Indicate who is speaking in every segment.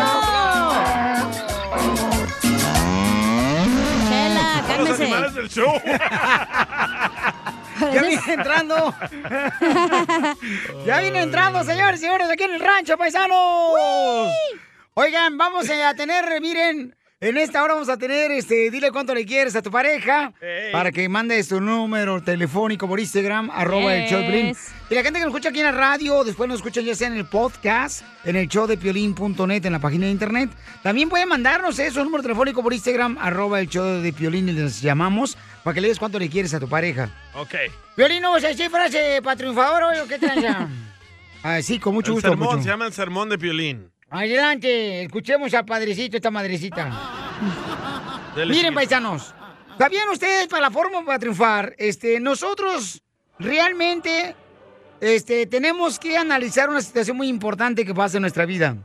Speaker 1: los
Speaker 2: Ah, cálmese.
Speaker 1: animales del show.
Speaker 2: Ya viene entrando. ya viene entrando, señores, señores, aquí en el rancho, paisanos. Oigan, vamos eh, a tener, miren, en esta hora vamos a tener, este, dile cuánto le quieres a tu pareja
Speaker 3: Ey.
Speaker 2: para que mandes tu número telefónico por Instagram, arroba el show de Piolín.
Speaker 3: Yes.
Speaker 2: Y la gente que nos escucha aquí en la radio, después nos escuchan ya sea en el podcast, en el show de piolín.net, en la página de internet. También pueden mandarnos eh, su número telefónico por Instagram, arroba el show de Piolín y les llamamos para que le digas cuánto le quieres a tu pareja.
Speaker 1: ok.
Speaker 2: Violín, ¿no vas a decir frase para triunfador hoy o qué tranza? ah, sí, con mucho
Speaker 1: el
Speaker 2: gusto.
Speaker 1: sermón,
Speaker 2: Papuchón.
Speaker 1: se llama el sermón de violín.
Speaker 2: Adelante, escuchemos a Padrecito, esta madrecita. Miren, paisanos, ¿sabían ustedes para la forma para triunfar? Este, nosotros realmente este, tenemos que analizar una situación muy importante que pasa en nuestra vida.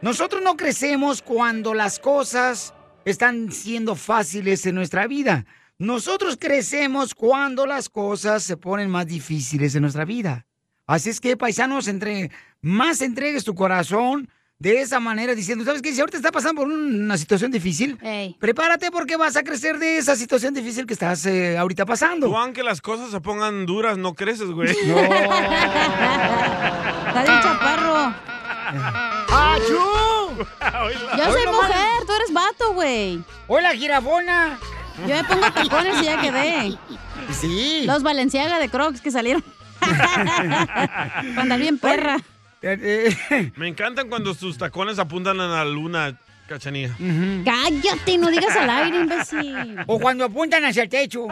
Speaker 2: Nosotros no crecemos cuando las cosas están siendo fáciles en nuestra vida. Nosotros crecemos cuando las cosas se ponen más difíciles en nuestra vida. Así es que, paisanos, entre más entregues tu corazón de esa manera, diciendo, ¿sabes qué? Si ahorita estás pasando por una situación difícil, prepárate porque vas a crecer de esa situación difícil que estás eh, ahorita pasando.
Speaker 1: Tú, aunque las cosas se pongan duras, no creces, güey.
Speaker 4: Está bien chaparro.
Speaker 2: ¡Achú!
Speaker 4: Yo soy
Speaker 2: Hoy nomás-
Speaker 4: mujer, tú eres vato, güey.
Speaker 2: ¡Hola, girabona!
Speaker 4: Yo me pongo tacones y ya quedé.
Speaker 2: Sí.
Speaker 4: Los Valenciaga de Crocs que salieron. Cuando bien perra.
Speaker 2: eh,
Speaker 1: Me encantan cuando sus tacones apuntan a la luna, cachanilla.
Speaker 4: Cállate, no digas al aire, imbécil.
Speaker 2: O cuando apuntan hacia el techo.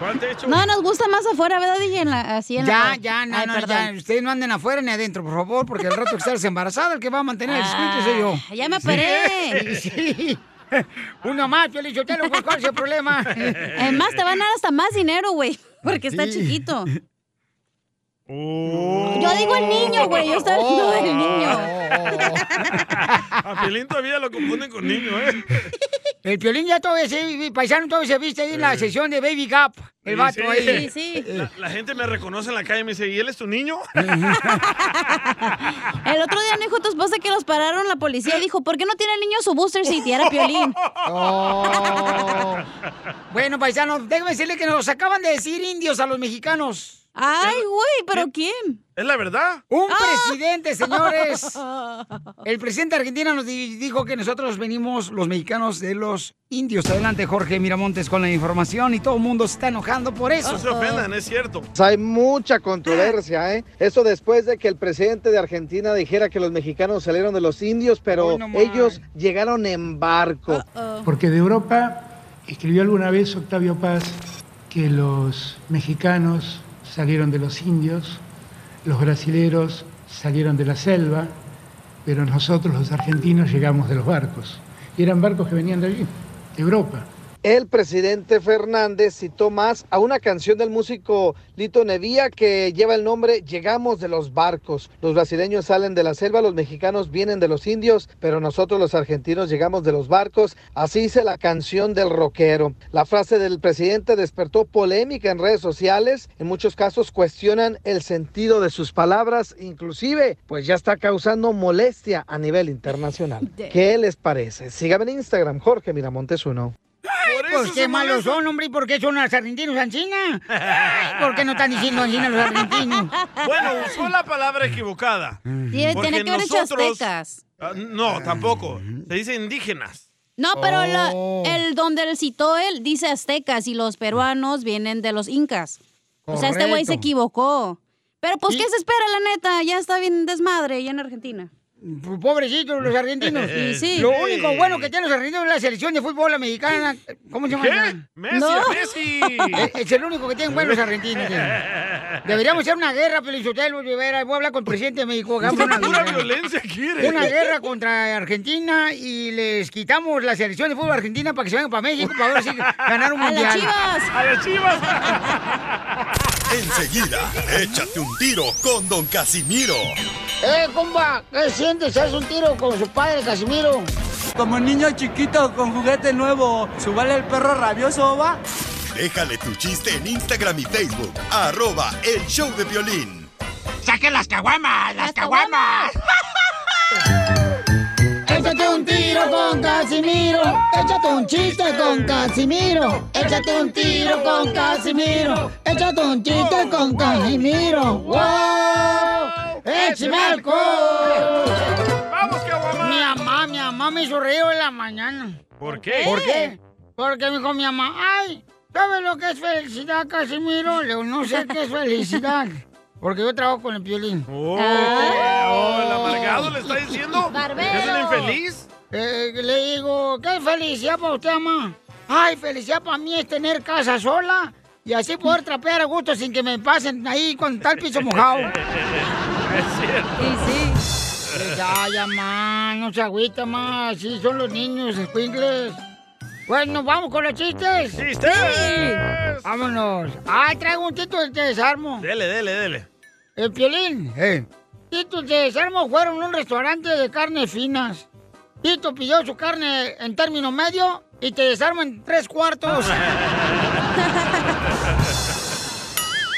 Speaker 1: ¿Cuál techo?
Speaker 4: No, nos gusta más afuera, ¿verdad, DJ? En la- así en
Speaker 2: eh. Ya,
Speaker 4: la...
Speaker 2: ya, no,
Speaker 4: Ay,
Speaker 2: no,
Speaker 4: perdón.
Speaker 2: ya. Ustedes no anden afuera ni adentro, por favor, porque el rato que estás embarazada, el que va a mantener el escuincle soy yo.
Speaker 4: Ah, ya me operé.
Speaker 2: Sí, sí. Uno más, Piolín, yo te lo cuál es el problema.
Speaker 4: Además, te van a dar hasta más dinero, güey. Porque está
Speaker 2: Sí. Oh.
Speaker 4: chiquito. Yo digo el niño, güey. Yo estaba hablando del niño.
Speaker 1: A Piolín todavía lo confunden con niño, ¿eh?
Speaker 2: El Piolín ya todavía se, paisano todavía se viste ahí en la sesión de Baby Gap, el vato eh. ahí.
Speaker 1: La, la gente me reconoce en la calle y me dice, ¿y él es tu niño?
Speaker 4: El otro día me dijo tu esposa que los pararon la policía y dijo, ¿por qué no tiene el niño su booster si era piolín?
Speaker 2: Oh. Bueno, paisano, déjame decirle que nos acaban de decir indios a los mexicanos.
Speaker 4: Ay, güey, ¿pero quién? Ah.
Speaker 1: ¿Es la verdad?
Speaker 2: Un
Speaker 5: ¡Ah!
Speaker 2: presidente, señores. El presidente de Argentina nos di- dijo que nosotros venimos, los mexicanos, de los indios. Adelante, Jorge Miramontes, con la información y todo el mundo se está enojando por eso.
Speaker 1: No se ofendan, es cierto.
Speaker 6: Hay mucha controversia, ¿eh? Eso después de que el presidente de Argentina dijera que los mexicanos salieron de los indios, pero
Speaker 2: Uy, no más.
Speaker 6: ellos llegaron en barco.
Speaker 7: Porque de Europa escribió alguna vez Octavio Paz que los mexicanos salieron de los indios, los brasileros salieron de la selva, pero nosotros los argentinos llegamos de los barcos. Y eran barcos que venían de allí, de Europa.
Speaker 6: El presidente Fernández citó más a una canción del músico Lito Nevia que lleva el nombre Llegamos de los barcos. Los brasileños salen de la selva, los mexicanos vienen de los indios, pero nosotros los argentinos llegamos de los barcos. Así dice la canción del rockero. La frase del presidente despertó polémica en redes sociales. En muchos casos cuestionan el sentido de sus palabras, inclusive pues ya está causando molestia a nivel internacional. ¿Qué les parece? Sígame en Instagram, Jorge Miramontes uno.
Speaker 2: Ay, pues qué malos son, hombre, ¿y por qué son los argentinos en China? Ay, ¿Por qué no están diciendo en China los argentinos?
Speaker 1: Bueno, usó la palabra equivocada.
Speaker 4: Tiene
Speaker 1: Porque
Speaker 4: tiene que haber hecho
Speaker 1: nosotros-
Speaker 4: aztecas.
Speaker 1: Ah, no, tampoco. Se dice indígenas.
Speaker 4: No, pero la-
Speaker 2: Oh.
Speaker 4: el donde él citó él dice aztecas y los peruanos vienen de los incas. O sea, este güey
Speaker 2: Correcto.
Speaker 4: se equivocó. Pero pues, ¿qué se espera, la neta? Ya está bien desmadre ya en Argentina.
Speaker 2: Pues, Pobrecitos los argentinos.
Speaker 4: Y sí.
Speaker 2: Lo único bueno que tienen los argentinos es la selección de fútbol la mexicana. ¿Cómo se llama?
Speaker 1: ¿Qué? Messi,
Speaker 4: No.
Speaker 1: Messi.
Speaker 2: Es, es el único que tienen buenos argentinos. tienen. Deberíamos hacer una guerra, Pelizotelo, Rivera. Voy a hablar con el presidente de México. hagamos una
Speaker 1: Pura
Speaker 2: guerra.
Speaker 1: violencia quiere.
Speaker 2: Una guerra contra Argentina y les quitamos la selección de fútbol argentina para que se vayan para México para ahora sí ganar un
Speaker 4: ¡A las
Speaker 2: mundial.
Speaker 4: chivas!
Speaker 1: A las chivas.
Speaker 8: Enseguida, échate un tiro con Don Casimiro.
Speaker 2: ¡Eh, compa! ¿Qué sientes? ¿Haz un tiro con su padre, Casimiro?
Speaker 9: Como niño chiquito con juguete nuevo, ¿subale el perro rabioso, va?
Speaker 8: Déjale tu chiste en Instagram y Facebook. Arroba el show de violín.
Speaker 2: ¡Saquen las caguamas! ¡Las caguamas! Échate un tiro tiro con Casimiro. Échate un chiste con Casimiro. Échate un tiro con Casimiro. Échate un chiste con Casimiro. ¡Wow! ¡Échame alcohol!
Speaker 1: ¡Vamos, Caguamán!
Speaker 2: Mi mamá, mi mamá me hizo reír en la mañana.
Speaker 1: ¿Por qué?
Speaker 2: ¿Por qué? Porque me dijo mi mamá, ay, ¿sabes lo que es felicidad, Casimiro? Le digo, no sé qué es felicidad. Porque yo trabajo con el piolín.
Speaker 1: ¡Oh! oh, el amargado le está diciendo.
Speaker 4: Barbero.
Speaker 1: ¿Es un infeliz?
Speaker 2: Eh, le digo, ¿qué felicidad para usted, mamá? Ay, felicidad para mí es tener casa sola y así poder trapear a gusto sin que me pasen ahí con tal piso mojado.
Speaker 1: Es cierto.
Speaker 4: Y sí.
Speaker 2: Eh, Ya, ya, ma, no se agüita, más. Sí, son los niños, escuincles. Bueno, vamos con los chistes.
Speaker 1: ¡Chistes!
Speaker 2: Vámonos. Ah, traigo un título de desarmo.
Speaker 1: Dele, dele, dele.
Speaker 2: El piolín. Tito de desarmo fueron a un restaurante de carnes finas. Tito pidió su carne en término medio y te desarmo en tres cuartos.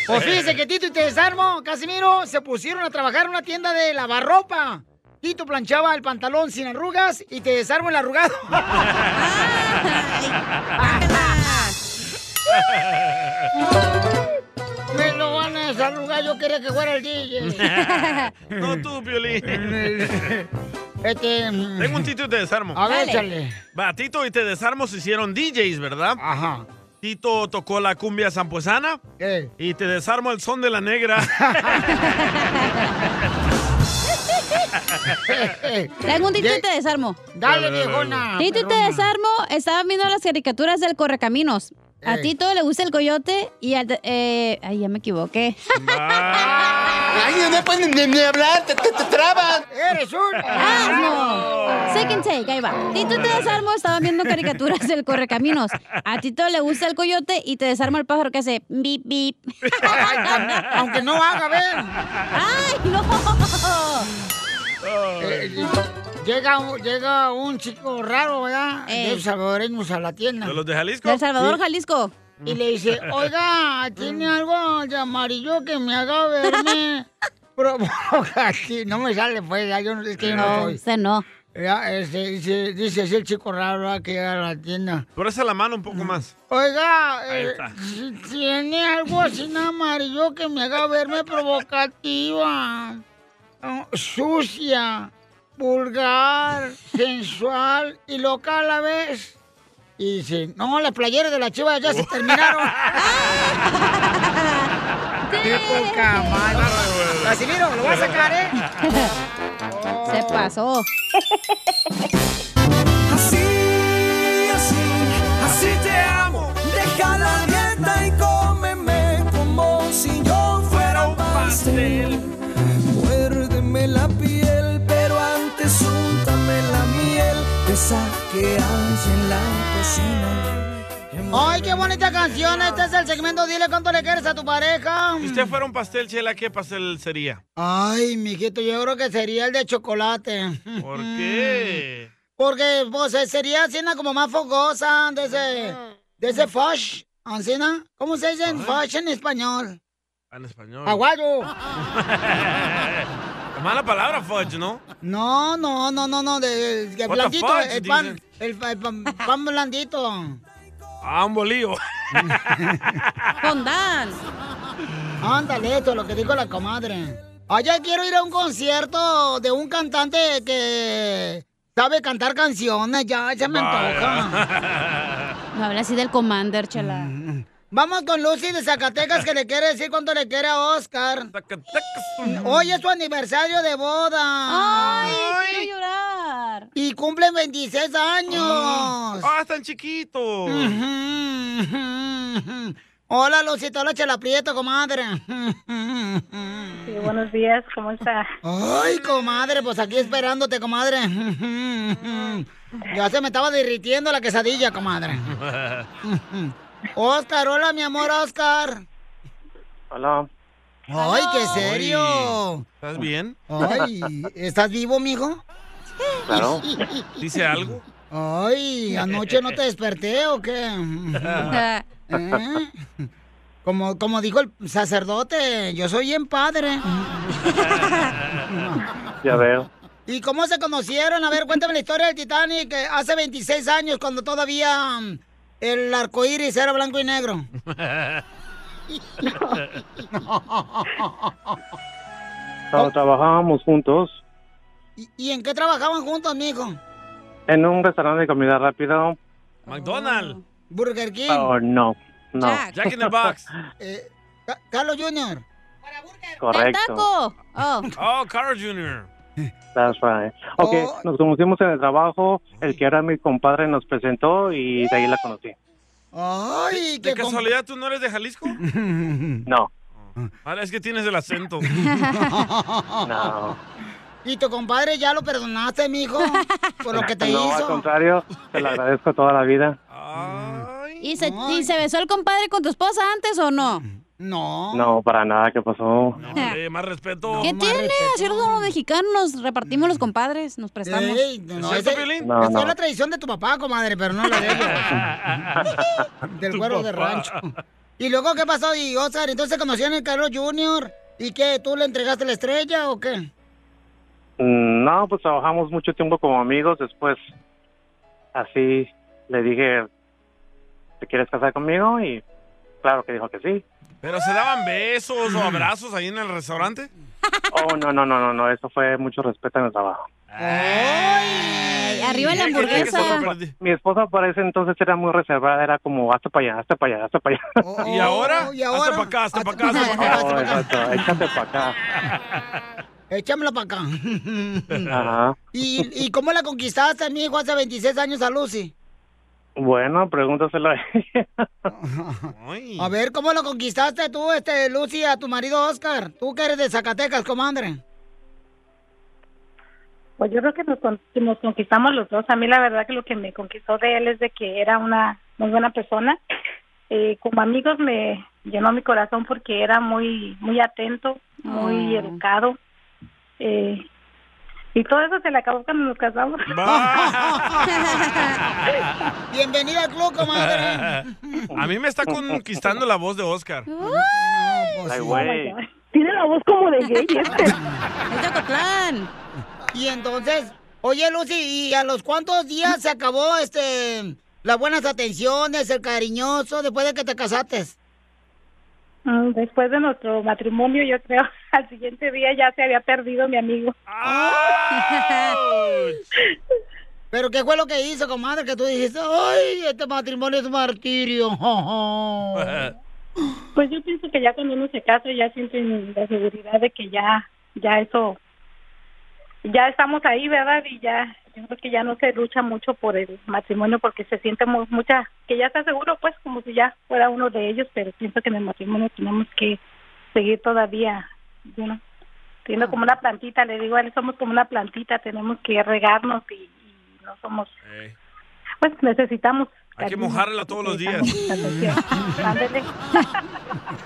Speaker 2: Pues fíjense que Tito y Te Desarmo, Casimiro, se pusieron a trabajar en una tienda de lavarropa. Tito planchaba el pantalón sin arrugas y Te Desarmo el arrugado. Me lo van a desarrugar, yo quería que fuera el DJ.
Speaker 1: no tú, Piolín.
Speaker 2: Este... mm,
Speaker 1: Tengo un Tito y te desarmo.
Speaker 2: A ver,
Speaker 4: Dale.
Speaker 2: échale.
Speaker 1: Va, Tito y te desarmo se hicieron DJs, ¿verdad?
Speaker 2: Ajá.
Speaker 1: Tito tocó la cumbia zampuesana
Speaker 2: Eh.
Speaker 1: y te desarmo el son de la negra.
Speaker 4: Tengo un tito
Speaker 2: Eh, Ye-
Speaker 4: y te desarmo.
Speaker 2: Dale, viejona.
Speaker 4: Tito y te
Speaker 2: perrona.
Speaker 4: desarmo estaban viendo las caricaturas del Correcaminos. A
Speaker 2: Ey.
Speaker 4: Tito le gusta el coyote y al... de- eh, ay, ya me equivoqué.
Speaker 1: Va.
Speaker 9: Ay, no pueden ni, hablar, te, trabas.
Speaker 2: Eres un...
Speaker 4: ¡Asno! Ah, Second take, ahí va. Tito y te desarmo estaban viendo caricaturas del Correcaminos. A Tito le gusta el coyote y te desarmo el pájaro que hace bip, bip.
Speaker 2: Ay, tam- Aunque no haga, ven.
Speaker 4: ¡Ay, no!
Speaker 2: Eh, llega, un- llega un chico raro, ¿verdad?
Speaker 4: Eh.
Speaker 2: De los salvadoreños a la tienda.
Speaker 1: ¿De los de Jalisco?
Speaker 4: De El Salvador, Jalisco. Mm.
Speaker 2: Y le dice, oiga, ¿tiene algo de amarillo que me haga verme? Provocati-". No me sale, pues, ya, yo no es que yo no
Speaker 4: No,
Speaker 2: soy.
Speaker 4: usted no.
Speaker 2: Ya, este, dice, dice así el chico raro ¿verdad? que llega a la tienda.
Speaker 1: Pero esa la mano un poco más.
Speaker 2: Oiga,
Speaker 1: Ahí
Speaker 2: eh,
Speaker 1: está.
Speaker 2: si tiene algo así de amarillo que me haga verme provocativa, ah, sucia, vulgar, sensual y loca a la vez. Y dice, no, las playeras de la chiva ya se terminaron. ¡Qué poca madre! Casimiro, lo voy a sacar, ¿eh?
Speaker 4: Se pasó.
Speaker 9: Así, así, así te amo. Deja la dieta y cómeme como si yo fuera un pastel. Muérdeme la piel, pero antes úntame la miel. Esa que hace en la cocina.
Speaker 2: ¡Ay, qué bonita canción! Este es el segmento Dile cuánto le quieres a tu pareja.
Speaker 1: Si usted fuera un pastel, Chela, ¿qué pastel sería?
Speaker 2: Ay, mijito, yo creo que sería el de chocolate.
Speaker 1: ¿Por qué?
Speaker 2: Porque, pues, eh, sería encina como más fogosa de ese, de ese fosh, encina. ¿Cómo se dice en fosh en español?
Speaker 1: Ah, En español.
Speaker 2: Aguayo.
Speaker 1: Mala palabra, fudge, ¿no?
Speaker 2: No, no, no, no, no, de, de
Speaker 1: What the
Speaker 2: blandito,
Speaker 1: fudge,
Speaker 2: el pan, el, pa- el pan, pan blandito.
Speaker 1: Ah, un bolío.
Speaker 4: Con Dan.
Speaker 2: Ándale, esto es lo que dijo la comadre. Allá quiero ir a un concierto de un cantante que sabe cantar canciones, ya, ya me antoja. Mm.
Speaker 4: No habla así del Commander, chela.
Speaker 2: Vamos con Lucy de Zacatecas que le quiere decir cuánto le quiere a Oscar. Hoy es su aniversario de boda.
Speaker 4: ¡Ay, quiero llorar!
Speaker 2: Y cumplen 26 años.
Speaker 1: ¡Ah, tan chiquito!
Speaker 2: Ujú. Hola, Lucita. Hola, Chela Prieto, comadre.
Speaker 3: Sí, buenos días, ¿cómo está?
Speaker 2: Ay, comadre, pues aquí esperándote, comadre. Ya se me estaba derritiendo la quesadilla, comadre. Oscar, hola, mi amor, Oscar.
Speaker 10: Hola,
Speaker 2: Ay, qué serio.
Speaker 1: ¿Estás bien?
Speaker 2: Ay, ¿estás vivo, mijo?
Speaker 10: claro.
Speaker 1: ¿Dice algo?
Speaker 2: Ay, anoche no te desperté o qué?
Speaker 4: Ah,
Speaker 2: ¿Eh? Como, como dijo el sacerdote, yo soy bien padre.
Speaker 10: Ya veo.
Speaker 2: ¿Y cómo se conocieron? A ver, cuéntame la historia del Titanic eh, hace 26 años, cuando todavía mm, el arco iris era blanco y negro.
Speaker 10: Tra- Trabajábamos juntos
Speaker 2: ¿Y, y en qué trabajaban juntos, mijo?
Speaker 10: en un restaurante de comida rápida.
Speaker 1: McDonald's.
Speaker 2: Burger King.
Speaker 10: Oh, no, no.
Speaker 2: Jack.
Speaker 1: Jack in the Box.
Speaker 2: Eh, Ca- Carlos Jr.
Speaker 10: Correcto.
Speaker 4: Oh.
Speaker 1: Carl Jr.
Speaker 10: That's right. Ok,
Speaker 2: Oh.
Speaker 10: nos conocimos en el trabajo. El que era mi compadre nos presentó y de ahí la conocí.
Speaker 2: Ay,
Speaker 1: ¿De casualidad tú no eres de Jalisco?
Speaker 10: No,
Speaker 1: Ahora es que tienes el acento.
Speaker 10: no.
Speaker 2: ¿Y tu compadre ya lo perdonaste, mijo? Por lo que te
Speaker 10: no, al
Speaker 2: hizo.
Speaker 10: contrario, te lo agradezco toda la vida.
Speaker 4: ¿Y se, y se besó el compadre con tu esposa antes o no?
Speaker 2: No.
Speaker 10: No, para nada, ¿qué pasó?
Speaker 1: Hombre, más respeto.
Speaker 4: ¿Qué tiene? Así somos los mexicanos, nos repartimos los compadres, nos prestamos.
Speaker 2: Ey, no, no,
Speaker 1: ¿Cierto,
Speaker 2: ese-
Speaker 1: Piolín?
Speaker 10: No,
Speaker 2: esa
Speaker 10: no.
Speaker 2: es la tradición de tu papá, comadre, pero no la de ellos. del
Speaker 1: Tu
Speaker 2: cuero de
Speaker 1: papá.
Speaker 2: rancho. ¿Y luego qué pasó, y Oscar? Entonces conocían el Carlos Jr. ¿Y qué? ¿Tú le entregaste la estrella o qué?
Speaker 10: Mm, No, pues trabajamos mucho tiempo como amigos. Después, así le dije, ¿te quieres casar conmigo? Y claro que dijo que sí.
Speaker 1: ¿Pero se daban besos o abrazos ahí en el restaurante?
Speaker 10: Oh, no, no, no, no, no, eso fue mucho respeto en el trabajo.
Speaker 4: Ay, arriba la
Speaker 1: Mira que- mira que se
Speaker 4: hamburguesa.
Speaker 1: lo perdí.
Speaker 10: Mi esposa para ese entonces era muy reservada, era como hasta para allá, hasta para allá, hasta para allá.
Speaker 2: Oh,
Speaker 1: ¿Y ahora?
Speaker 2: ¿Y ahora?
Speaker 1: Hasta pa' acá, hasta pa' acá,
Speaker 2: Hasta-
Speaker 1: hasta
Speaker 2: hasta-
Speaker 1: pa'
Speaker 2: hasta pa' acá.
Speaker 10: Oh, exacto, échate para acá.
Speaker 2: Échamela para acá.
Speaker 10: Ajá.
Speaker 2: ¿Y, ¿Y cómo la conquistaste, mi hijo, hace 26 años a Lucy?
Speaker 10: Bueno, pregúntaselo a ella.
Speaker 1: Ay.
Speaker 2: A ver, ¿cómo lo conquistaste tú, este, Lucy, a tu marido Oscar? Tú que eres de Zacatecas, comadre.
Speaker 3: Pues yo creo que nos, con- que nos conquistamos los dos. A mí la verdad que lo que me conquistó de él es de que era una muy buena persona. Eh, como amigos me llenó mi corazón porque era muy muy atento, muy
Speaker 4: Ah.
Speaker 3: educado. Eh, y todo eso se le acabó cuando nos casamos.
Speaker 2: Bienvenida al club, comadre.
Speaker 1: A mí me está conquistando la voz de Oscar.
Speaker 10: Ay, güey.
Speaker 11: Tiene la voz como de gay este.
Speaker 4: Es de Ocotlán.
Speaker 2: Y entonces, oye, Lucy, ¿y a los cuántos días se acabó, este, las buenas atenciones, el cariñoso, después de que te casaste?
Speaker 3: Mm, Después de nuestro matrimonio, yo creo, al siguiente día ya se había perdido mi amigo.
Speaker 2: ¿Pero qué fue lo que hizo, comadre, que tú dijiste, ay, este matrimonio es martirio? jo, jo"?
Speaker 3: Pues yo pienso que ya cuando uno se casa ya sienten la seguridad de que ya, ya eso, ya estamos ahí, ¿verdad? Y ya, yo creo que ya no se lucha mucho por el matrimonio porque se siente mu- mucha, que ya está seguro, pues como si ya fuera uno de ellos, pero pienso que en el matrimonio tenemos que seguir todavía, you know, siendo como una plantita, le digo a él, somos como una plantita, tenemos que regarnos y, y no somos,
Speaker 1: Eh,
Speaker 3: pues necesitamos.
Speaker 1: Hay que
Speaker 3: cariño,
Speaker 1: mojarla todos los días.
Speaker 3: necesitamos atención. Ándele.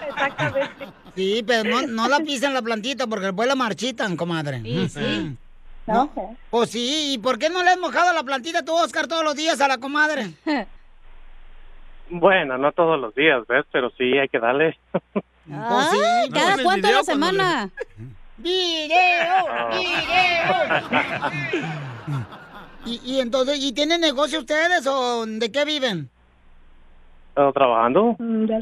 Speaker 3: Exactamente.
Speaker 2: Sí, pero no, no la pisan la plantita porque después la marchitan, comadre.
Speaker 4: Sí, sí.
Speaker 2: No. O sí, ¿y por qué no le has mojado la plantita tú, Oscar, todos los días a la comadre? Pues
Speaker 10: Bueno, no todos los días, ¿ves? Pero sí, hay que darle.
Speaker 2: Oh,
Speaker 4: Ay,
Speaker 1: No, en
Speaker 4: Ah,
Speaker 2: pues
Speaker 4: cada
Speaker 1: el
Speaker 4: cuánto a la
Speaker 1: video cuando le-
Speaker 4: semana.
Speaker 2: ¡Video! ¡Video! y, y entonces, ¿y tienen negocio ustedes o de qué viven?
Speaker 10: Pero trabajando.
Speaker 3: Mm, ya.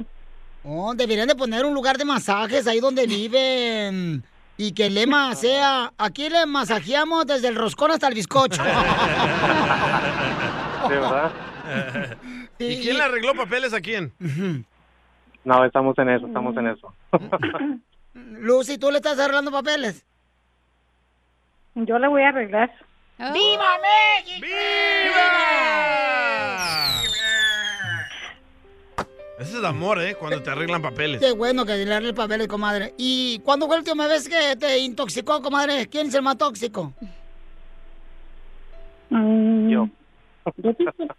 Speaker 2: Oh, deberían de poner un lugar de masajes ahí donde viven. Y que el lema sea, aquí le masajeamos desde el roscón hasta el bizcocho.
Speaker 10: Sí, ¿verdad?
Speaker 1: ¿Y quién le arregló papeles a quién?
Speaker 10: No, estamos en eso, estamos en eso.
Speaker 2: Lucy, ¿tú le estás arreglando papeles?
Speaker 3: Yo le voy a arreglar.
Speaker 4: Oh.
Speaker 1: ¡Viva! Ese es el amor, ¿eh? Cuando te arreglan papeles.
Speaker 2: Qué bueno que le arregle papeles, comadre. ¿Y cuándo fue la última vez que te intoxicó, comadre? ¿Quién es el más tóxico?
Speaker 3: Mm,
Speaker 10: Yo.
Speaker 3: yo pienso-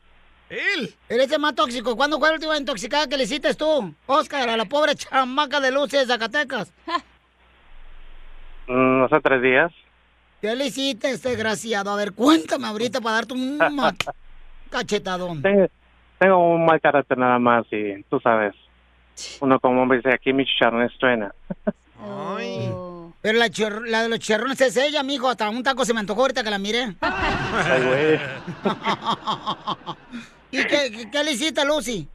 Speaker 1: ¡Él!
Speaker 2: Eres el más tóxico. ¿Cuándo fue la última intoxicada que le hiciste tú, Oscar, a la pobre chamaca de Lucy de Zacatecas?
Speaker 10: Mm, Hace tres días.
Speaker 2: ¿Qué le hiciste, este desgraciado? A ver, cuéntame ahorita para darte un ma- cachetadón.
Speaker 10: Tengo, tengo un mal carácter nada más y tú sabes. Uno como hombre dice, aquí mi chicharrón estrena.
Speaker 1: Ay.
Speaker 4: Oh.
Speaker 2: Pero la, chor- la de los chicharrones es ella, mijo. Hasta un taco se me antojó ahorita que la miré.
Speaker 10: Ay, güey.
Speaker 2: ¿Y qué, qué- qué le hiciste a Lucy?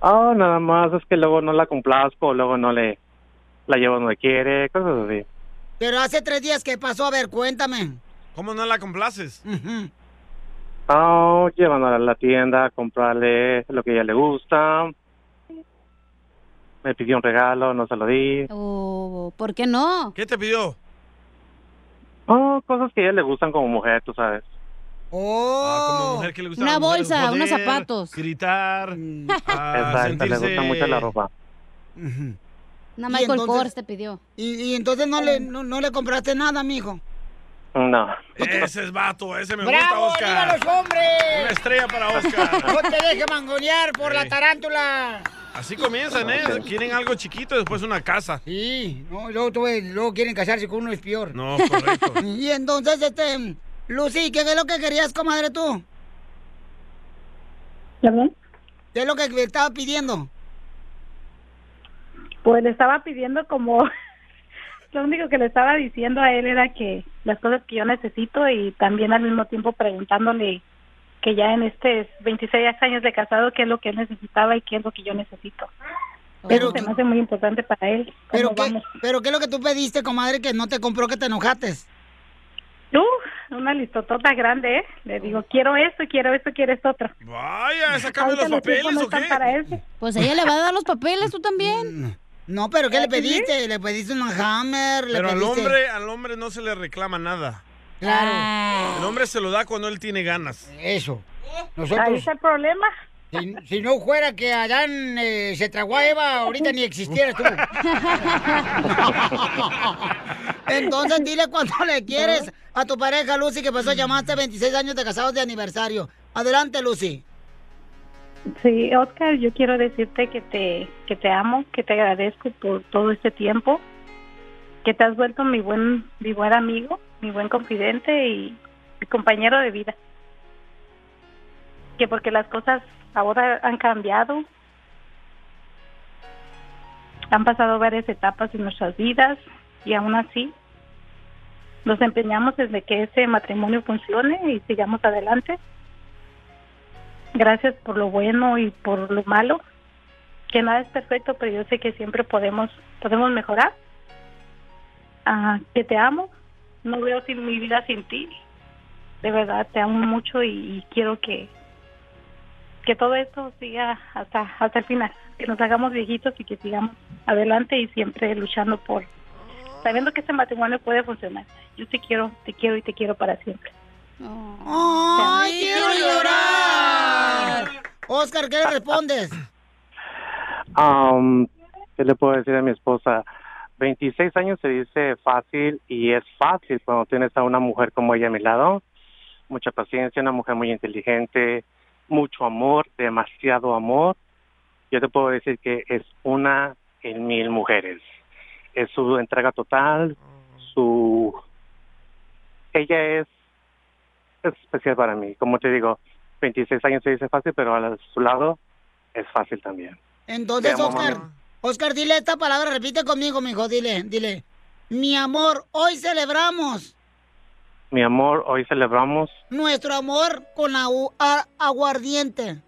Speaker 10: Ah, nada más es que luego no la complazco, luego no le la llevo donde quiere, cosas así.
Speaker 2: Pero hace tres días que pasó, a ver, cuéntame.
Speaker 1: ¿Cómo no la complaces?
Speaker 10: Ah, llevándola a la tienda, comprarle lo que a ella le gusta. Me pidió un regalo, no se lo di.
Speaker 4: Oh, ¿Por qué no?
Speaker 1: ¿Qué te pidió?
Speaker 10: Oh, cosas que a ella le gustan como mujer, tú sabes.
Speaker 2: Oh.
Speaker 1: Ah, Como mujer que le gusta a
Speaker 4: Una
Speaker 1: las mujeres
Speaker 4: bolsa, unos
Speaker 1: joder,
Speaker 4: zapatos. Mm.
Speaker 1: Gritar. ah,
Speaker 10: Exacto, le gusta
Speaker 1: sentirse-
Speaker 10: mucho la ropa.
Speaker 4: Una
Speaker 2: ¿Y
Speaker 4: Michael
Speaker 2: entonces?
Speaker 4: Kors te pidió.
Speaker 2: Y, y entonces no le, no, no le compraste nada, mijo.
Speaker 10: No.
Speaker 1: Ese es vato, ese me gusta,
Speaker 2: ¡Bravo,
Speaker 1: Oscar.
Speaker 2: viva los hombres!
Speaker 1: Una estrella para Oscar.
Speaker 2: No te dejes mangonear por la
Speaker 1: Sí.
Speaker 2: tarántula.
Speaker 1: Así comienzan, ¿eh? Quieren algo chiquito y después una casa.
Speaker 2: Sí, no, y luego, tú ves, luego quieren casarse con uno es peor.
Speaker 1: No, correcto.
Speaker 2: Y entonces, este, Lucy, ¿qué es lo que querías, comadre, tú?
Speaker 3: ¿Perdón?
Speaker 2: ¿Qué es lo que estaba pidiendo?
Speaker 3: Pues le estaba pidiendo como... Lo único que le estaba diciendo a él era que las cosas que yo necesito y también al mismo tiempo preguntándole que ya en este 26 años de casado qué es lo que él necesitaba y qué es lo que yo necesito.
Speaker 2: Pero
Speaker 3: Pero se me hace muy importante para él.
Speaker 2: ¿Pero
Speaker 3: ¿Cómo
Speaker 2: qué,
Speaker 3: vamos?
Speaker 2: ¿Pero qué es lo que tú pediste, comadre, que no te compró, que te enojaste?
Speaker 3: Tú, una listotota grande, ¿eh? Le digo, quiero esto, quiero esto, quiero esto otro.
Speaker 1: Vaya, esa
Speaker 3: cambia los papeles o qué? Para eso.
Speaker 4: Pues ella le va a dar los papeles, tú también.
Speaker 2: Mm. No, pero ¿qué le
Speaker 4: ¿Ah,
Speaker 3: pues,
Speaker 4: sí?
Speaker 3: ¿eh?
Speaker 2: pediste? ¿Le pediste una hammer? ¿Le
Speaker 1: Pero al
Speaker 2: pediste-
Speaker 1: hombre, al hombre no se le reclama nada.
Speaker 2: Claro.
Speaker 4: Ah.
Speaker 1: El hombre se lo da cuando él tiene ganas.
Speaker 2: Eso.
Speaker 1: Ahí
Speaker 2: Nosotros,
Speaker 1: está
Speaker 3: el problema.
Speaker 2: si, si no fuera que Adán eh, se tragó a Eva, ahorita ni existieras tú. Entonces dile cuánto le quieres a tu pareja, Lucy, que pasó, llamaste 26 años de casados de aniversario. Adelante, Lucy.
Speaker 3: Sí, Oscar, yo quiero decirte que te, que te amo, que te agradezco por todo este tiempo, que te has vuelto mi buen, mi buen amigo, mi buen confidente y mi compañero de vida. Que porque las cosas ahora han cambiado, han pasado varias etapas en nuestras vidas y aún así nos empeñamos desde que ese matrimonio funcione y sigamos adelante. Gracias por lo bueno y por lo malo. Que nada es perfecto, pero yo sé que siempre podemos podemos mejorar. Ah, que te amo. No veo sin mi vida sin ti. De verdad te amo mucho y, y quiero que que todo esto siga hasta hasta el final. Que nos hagamos viejitos y que sigamos adelante y siempre luchando por sabiendo que este matrimonio puede funcionar. Yo te quiero, te quiero y te quiero para siempre.
Speaker 2: ¡Ay, quiero llorar! Oscar, ¿qué le respondes?
Speaker 10: Um, ¿Qué le puedo decir a mi esposa? 26 años se dice fácil y es fácil cuando tienes a una mujer como ella a mi lado. Mucha paciencia, una mujer muy inteligente, mucho amor, demasiado amor. Yo te puedo decir que es una en mil mujeres. Es su entrega total, su... Ella es es especial para mí. Como te digo, 26 años se dice fácil, pero a su lado es fácil también.
Speaker 2: Entonces,
Speaker 10: Te amo,
Speaker 2: Oscar,
Speaker 10: mami.
Speaker 2: Oscar, dile esta palabra, repite conmigo, mijo, dile, dile. Mi amor, hoy celebramos
Speaker 10: Mi amor, hoy celebramos
Speaker 2: nuestro amor con agu- a- aguardiente.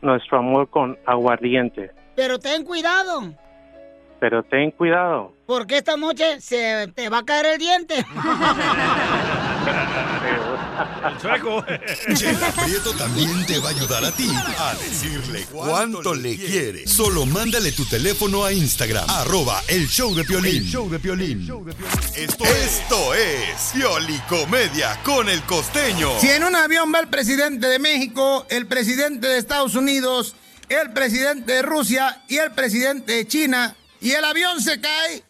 Speaker 10: nuestro amor con aguardiente,
Speaker 2: Pero ten cuidado,
Speaker 10: pero ten cuidado.
Speaker 2: porque esta noche se te va a caer el diente.
Speaker 1: El chueco.
Speaker 8: Chela Prieto también te va a ayudar a ti a decirle cuánto le quiere. Solo mándale tu teléfono a Instagram, arroba el show de Piolín.
Speaker 12: El
Speaker 8: show de Esto, esto es Piolicomedia con el costeño.
Speaker 12: Si en un avión va el presidente de México, el presidente de Estados Unidos, el presidente de Rusia y el presidente de China, y el avión se cae,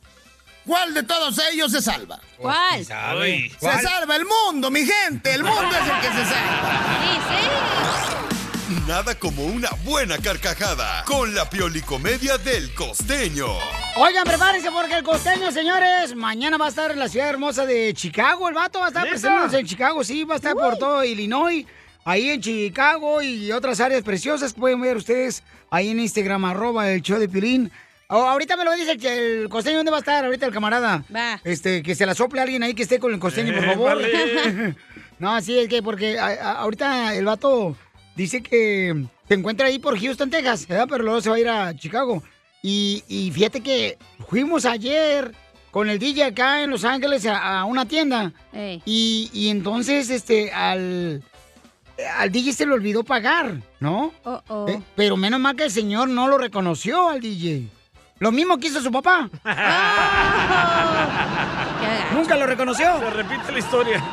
Speaker 12: ¿cuál de todos ellos se salva?
Speaker 4: ¿Cuál?
Speaker 12: Se salva el mundo, mi gente. El mundo es el que se salva.
Speaker 8: Nada como una buena carcajada con la Piolicomedia del costeño.
Speaker 2: Oigan, prepárense porque el costeño, señores, mañana va a estar en la ciudad hermosa de Chicago. El vato va a estar
Speaker 9: ¿Neta?
Speaker 2: presentándose en Chicago, sí, va a estar por todo Illinois, ahí en Chicago y otras áreas preciosas que pueden ver ustedes ahí en Instagram, arroba el show de Piolín. Oh, ahorita me lo dice el, el costeño, ¿dónde va a estar ahorita el camarada? Va. Este, que se la sople alguien ahí que esté con el costeño, por
Speaker 9: Eh,
Speaker 2: favor.
Speaker 9: vale.
Speaker 2: no, sí, es que porque a- a- ahorita el vato dice que se encuentra ahí por Houston, Texas, ¿verdad? Pero luego se va a ir a Chicago. Y, y fíjate que fuimos ayer con el DJ acá en Los Ángeles a, a una tienda. Y, y entonces, este, al, al DJ se le olvidó pagar, ¿no?
Speaker 4: Oh, oh.
Speaker 2: Eh, pero menos mal que el señor no lo reconoció al DJ. Lo mismo que hizo su papá. Nunca lo reconoció.
Speaker 1: Se repite la historia.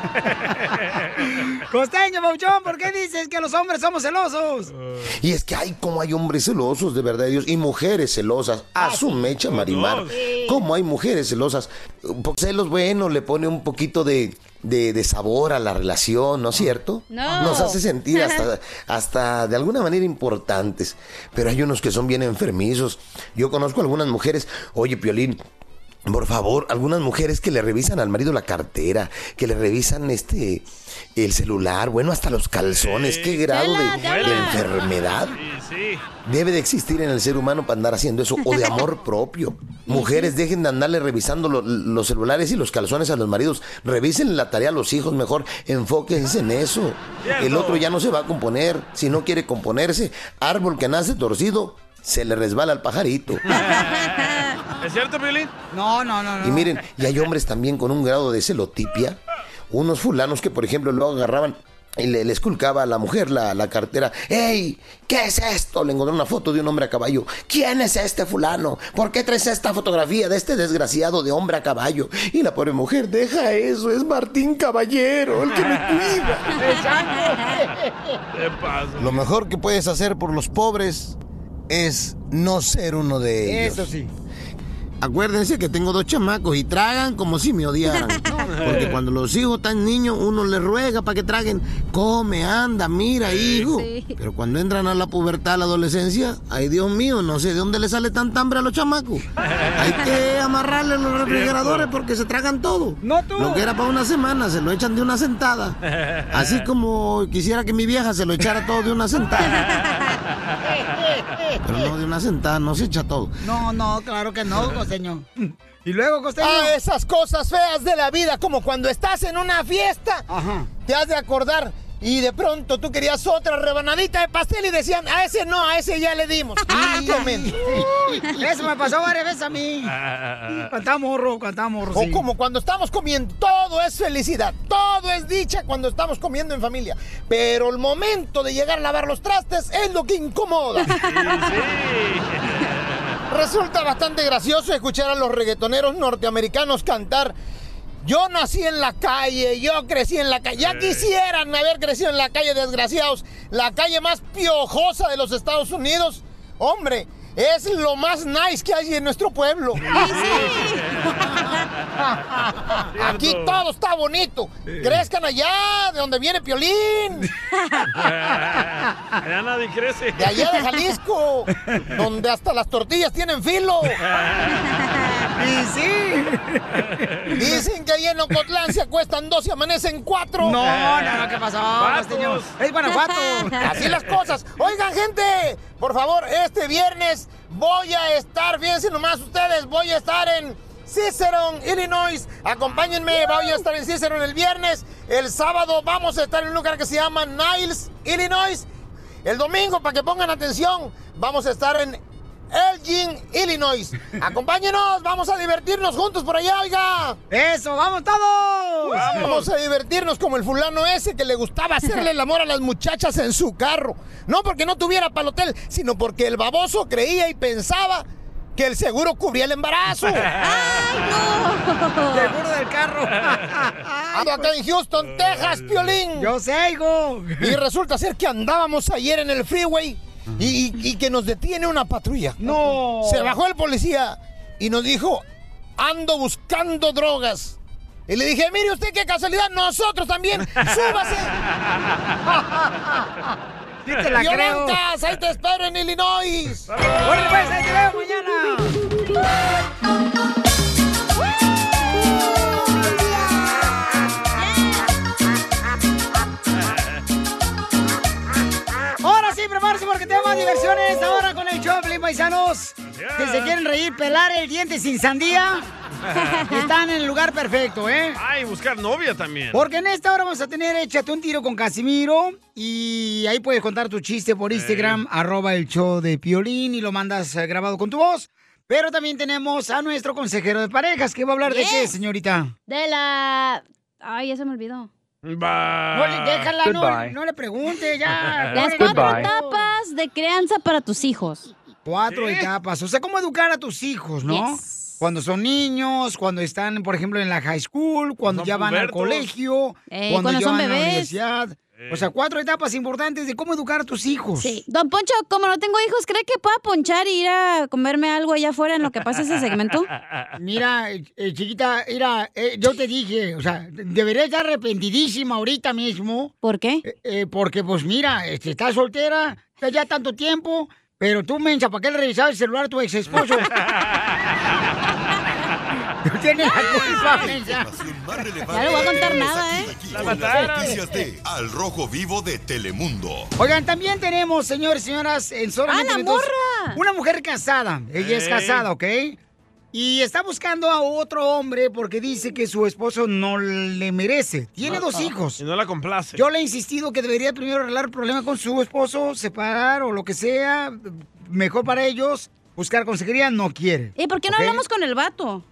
Speaker 2: Costeño, Pauchón, ¿por qué dices que los hombres somos celosos?
Speaker 13: Y es que hay como hay hombres celosos, de verdad, Dios, y mujeres celosas. A su mecha, Marimar.
Speaker 2: dos.
Speaker 13: Como hay mujeres celosas. Un po- Celos, bueno, le pone un poquito de, de- de sabor a la relación, ¿no es cierto?
Speaker 9: No.
Speaker 13: Nos hace sentir hasta, hasta de alguna manera importantes. Pero hay unos que son bien enfermizos. Yo conozco algunas mujeres. Oye, Piolín. Por favor, algunas mujeres que le revisan al marido la cartera, que le revisan este el celular, bueno, hasta los calzones, qué grado de-
Speaker 9: Tela, tela.
Speaker 13: de enfermedad
Speaker 1: Sí, sí.
Speaker 13: debe de existir en el ser humano para andar haciendo eso o de amor propio. Mujeres, dejen de andarle revisando lo- los celulares y los calzones a los maridos. Revisen la tarea a los hijos mejor. Enfóquense en eso.
Speaker 9: Cierto.
Speaker 13: El otro ya no se va a componer. Si no quiere componerse, árbol que nace torcido, se le resbala al pajarito.
Speaker 1: ¿Es cierto, Piolín?
Speaker 2: No, no, no,
Speaker 13: Y miren, y hay hombres también con un grado de celotipia. Unos fulanos que, por ejemplo, luego agarraban y le, les culcaba a la mujer la, la cartera. ¡Ey! ¿Qué es esto? Le encontré una foto de un hombre a caballo. ¿Quién es este fulano? ¿Por qué traes esta fotografía de este desgraciado de hombre a caballo? Y la pobre mujer, deja eso, es Martín Caballero, el que me cuida.
Speaker 1: ¿Qué pasa?
Speaker 13: Lo mejor que puedes hacer por los pobres es no ser uno de ellos.
Speaker 1: Eso
Speaker 13: sí. Acuérdense que tengo dos chamacos y tragan como si me odiaran. Porque cuando los hijos están niños, uno les ruega para que traguen. Come, anda, mira, hijo. Pero cuando entran a la pubertad, a la adolescencia, ay Dios mío, no sé de dónde le sale tanta hambre a los chamacos. Hay que amarrarle los refrigeradores porque se tragan todo.
Speaker 2: No
Speaker 13: Lo que era para una semana, se lo echan de una sentada. Así como quisiera que mi vieja se lo echara todo de una sentada. Pero no, de una sentada no se echa todo.
Speaker 2: No, no, claro que no, costeño. Y luego, costeño.
Speaker 12: Ah, esas cosas feas de la vida, como cuando estás en una fiesta, te has de acordar. Y de pronto tú querías otra rebanadita de pastel y decían, a ese no, a ese ya le dimos. Y comen.
Speaker 2: Eso me pasó varias veces a mí. Cuando morro, cuando morro.
Speaker 12: O
Speaker 2: sí.
Speaker 12: como cuando estamos comiendo, todo es felicidad, todo es dicha cuando estamos comiendo en familia. Pero el momento de llegar a lavar los trastes es lo que incomoda. Resulta bastante gracioso escuchar a los reggaetoneros norteamericanos cantar. Yo nací en la calle, yo crecí en la calle. Ya
Speaker 9: Sí.
Speaker 12: quisieran haber crecido en la calle, desgraciados. La calle más piojosa de los Estados Unidos. Hombre, es lo más nice que hay en nuestro pueblo. Aquí todo está bonito. Crezcan allá, de donde viene Piolín.
Speaker 1: Allá Ah. nadie crece.
Speaker 12: De allá de Jalisco, donde hasta las tortillas tienen filo. Y sí. Dicen que ahí en Ocotlán se acuestan dos y amanecen cuatro.
Speaker 2: No, no, no, ¿qué pasó, Pues
Speaker 12: Vatos.
Speaker 2: costeño? Es Guanajuato.
Speaker 12: Así las cosas. Oigan, gente, por favor, este viernes voy a estar, fíjense nomás ustedes, voy a estar en Cicerón, Illinois. Acompáñenme, voy a estar en Cicerón el viernes. El sábado vamos a estar en un lugar que se llama Niles, Illinois. El domingo, para que pongan atención, vamos a estar en Elgin, Illinois. Acompáñenos, vamos a divertirnos juntos por allá, oiga.
Speaker 2: Eso, vamos todos.
Speaker 12: Vamos. a divertirnos como el fulano ese que le gustaba hacerle el amor a las muchachas en su carro. No porque no tuviera para el hotel, sino porque el baboso creía y pensaba que el seguro cubría el embarazo. ¡Ay,
Speaker 2: no! Seguro del carro.
Speaker 12: Ando acá en Houston, Texas, Piolín.
Speaker 2: Yo sé, hijo.
Speaker 12: Y resulta ser que andábamos ayer en el freeway y, y- y que nos detiene una patrulla.
Speaker 2: No.
Speaker 12: Se bajó el policía y nos dijo, ando buscando drogas. Y le dije, mire usted qué casualidad, nosotros también, súbase.
Speaker 9: te la creo.
Speaker 12: Violentas, ahí te espero en Illinois.
Speaker 2: Bueno, pues, ahí te veo mañana. Ahora sí, prepárense porque tenemos diversión en esta hora con el Choplin, paisanos. Si se quieren reír, pelar el diente sin sandía, están en el lugar perfecto, ¿eh?
Speaker 1: Ay, buscar novia también.
Speaker 2: Porque en esta hora vamos a tener Échate un tiro con Casimiro y ahí puedes contar tu chiste por Instagram, arroba el show de Piolín y lo mandas eh, grabado con tu voz. Pero también tenemos a nuestro consejero de parejas que va a hablar de qué,
Speaker 4: Yes.
Speaker 2: señorita.
Speaker 4: De la... Ay, ya se me olvidó.
Speaker 2: No
Speaker 10: Ah,
Speaker 2: le, Ah, déjala, no,
Speaker 4: Goodbye.
Speaker 2: no le pregunte ya.
Speaker 4: Las
Speaker 2: No le-
Speaker 4: cuatro etapas de crianza para tus hijos.
Speaker 2: Cuatro etapas. O sea, cómo educar a tus hijos, ¿no? Cuando son niños, cuando están, por ejemplo, en la high school, cuando
Speaker 4: Son
Speaker 2: ya van
Speaker 4: pubertos. Eh.
Speaker 2: al colegio,
Speaker 4: Ey,
Speaker 2: cuando,
Speaker 4: Eh,
Speaker 2: ya
Speaker 4: cuando son
Speaker 2: van a la
Speaker 4: bebés.
Speaker 2: universidad. O sea, cuatro etapas importantes de cómo educar a tus hijos.
Speaker 4: Sí. Don Poncho, como no tengo hijos, ¿cree que pueda ponchar y ir a comerme algo allá afuera en lo que pasa ese segmento?
Speaker 2: Mira, eh, eh, chiquita, mira, eh, yo te dije, o sea, debería estar arrepentidísima ahorita mismo.
Speaker 4: ¿Por qué?
Speaker 2: porque, pues mira, este, estás soltera, está ya tanto tiempo, pero tú, mensa, ¿para qué le revisabas el celular a tu ex esposo? Tú tienes la culpa, mensa.
Speaker 8: Ya no voy a contar
Speaker 2: nada, ¿eh?
Speaker 8: Con las noticias de Al Rojo Vivo de Telemundo.
Speaker 2: Oigan, también tenemos, señores, señoras, en solamente
Speaker 8: ¡Ah, la
Speaker 2: minutos,
Speaker 8: morra!
Speaker 2: una mujer casada. Ella es
Speaker 8: Ey.
Speaker 2: casada, ¿ok? Y está buscando a otro hombre porque dice que su esposo no le merece. Tiene
Speaker 1: No,
Speaker 2: dos
Speaker 1: ah.
Speaker 2: hijos.
Speaker 1: Y no la complace.
Speaker 2: Yo le he insistido que debería primero arreglar el problema con su esposo, separar o lo que sea, mejor para ellos, buscar consejería, no quiere.
Speaker 4: ¿Y por qué no hablamos con el vato?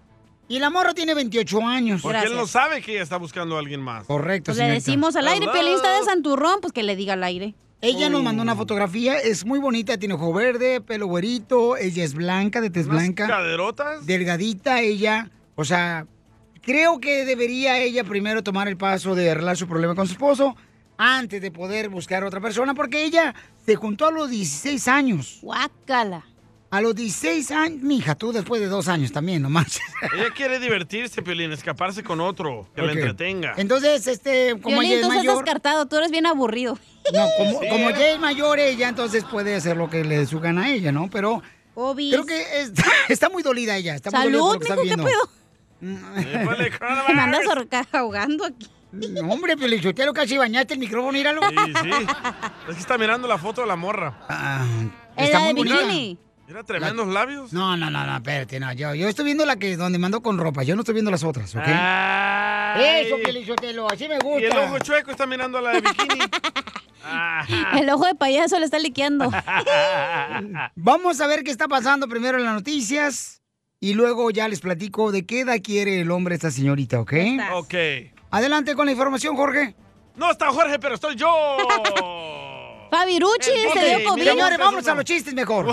Speaker 2: Y la morra tiene 28 años.
Speaker 1: Porque él no sabe que ella está buscando a alguien más.
Speaker 2: Correcto,
Speaker 4: Pues le decimos al aire, Piolín está de Santurrón, pues que le diga al aire.
Speaker 2: Ella nos mandó una fotografía, es muy bonita, tiene ojo verde, pelo güerito, ella es blanca, de tez blanca.
Speaker 1: caderotas?
Speaker 2: Delgadita ella, o sea, creo que debería ella primero tomar el paso de arreglar su problema con su esposo antes de poder buscar otra persona, porque ella se juntó a los 16 años.
Speaker 4: Guácala.
Speaker 2: A los 16 años, mija, tú después de dos años también, nomás.
Speaker 1: Ella quiere divertirse, Piolín, escaparse con otro, que la
Speaker 2: Ok.
Speaker 1: entretenga.
Speaker 2: Entonces, este, como
Speaker 4: Piolín,
Speaker 2: ella es
Speaker 4: tú estás
Speaker 2: mayor...
Speaker 4: descartado, tú eres bien aburrido.
Speaker 2: No, como,
Speaker 4: Sí,
Speaker 2: como
Speaker 4: ¿eh?
Speaker 2: ya es mayor ella, entonces puede hacer lo que le dé su gana a ella, ¿no? Pero
Speaker 4: Obis.
Speaker 2: creo que está, está muy dolida ella. Está muy dolida
Speaker 4: Salud,
Speaker 2: por lo
Speaker 4: mijo,
Speaker 2: que
Speaker 4: ¿qué
Speaker 2: está
Speaker 4: pedo?
Speaker 2: viendo.
Speaker 4: Me andas ahorca- ahogando aquí.
Speaker 2: No, hombre, Pelichotero, casi bañaste el micrófono, míralo.
Speaker 1: Sí, sí. Es que está mirando la foto de la morra.
Speaker 2: Ah, está muy bonita.
Speaker 1: Mira, tremendos labios.
Speaker 2: No, no, no, no, espérate, no. Yo, yo estoy viendo la que donde mandó con ropa, yo no estoy viendo las otras, ¿ok? Eso, Pelichotelo, así me gusta.
Speaker 1: Y el ojo chueco está mirando a la de bikini.
Speaker 4: El ojo de payaso le está liqueando.
Speaker 2: Vamos a ver qué está pasando primero en las noticias y luego ya les platico de qué edad quiere el hombre esta señorita, ¿ok?
Speaker 1: ok.
Speaker 2: Adelante con la información, Jorge.
Speaker 1: No está Jorge, pero estoy yo.
Speaker 4: Fabiruchi,
Speaker 1: El bote,
Speaker 4: se dio
Speaker 1: mira,
Speaker 4: COVID.
Speaker 1: Señores,
Speaker 2: Vamos a los chistes mejor.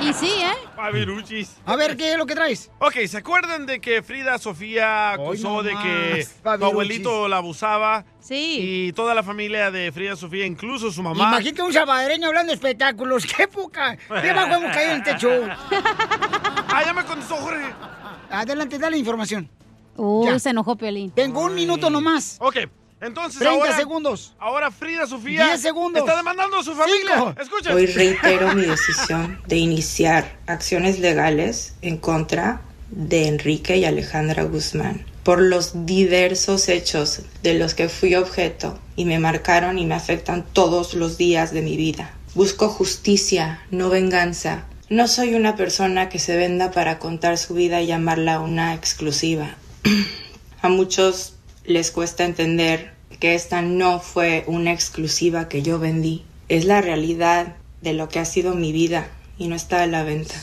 Speaker 4: Y sí, ¿eh?
Speaker 1: Fabiruchis.
Speaker 2: A ver, ¿qué es lo que traes?
Speaker 1: Ok, ¿se acuerdan de que Frida Sofía acusó
Speaker 2: Hoy
Speaker 1: de
Speaker 2: nomás,
Speaker 1: que tu
Speaker 2: Fabiruchis.
Speaker 1: abuelito la abusaba?
Speaker 4: Sí.
Speaker 1: Y toda la familia de Frida Sofía, incluso su mamá.
Speaker 2: Imagínate un salvadoreño hablando de espectáculos. ¡Qué poca! ¡Qué bajo hemos caído en este show!
Speaker 1: ¡Ah, ya me contestó Jorge!
Speaker 2: Adelante, dale información.
Speaker 4: Uh,
Speaker 2: Ya.
Speaker 4: se enojó Piolín.
Speaker 2: Tengo un minuto nomás.
Speaker 1: Ok, entonces
Speaker 2: 30
Speaker 1: ahora...
Speaker 2: segundos.
Speaker 1: Ahora Frida Sofía...
Speaker 2: 10 segundos.
Speaker 1: Está demandando a su familia. Escucha.
Speaker 14: Hoy reitero mi decisión de iniciar acciones legales en contra de Enrique y Alejandra Guzmán por los diversos hechos de los que fui objeto y me marcaron y me afectan todos los días de mi vida. Busco justicia, no venganza. No soy una persona que se venda para contar su vida y llamarla una exclusiva. A muchos les cuesta entender que esta no fue una exclusiva que yo vendí. Es la realidad de lo que ha sido mi vida y no está a la venta.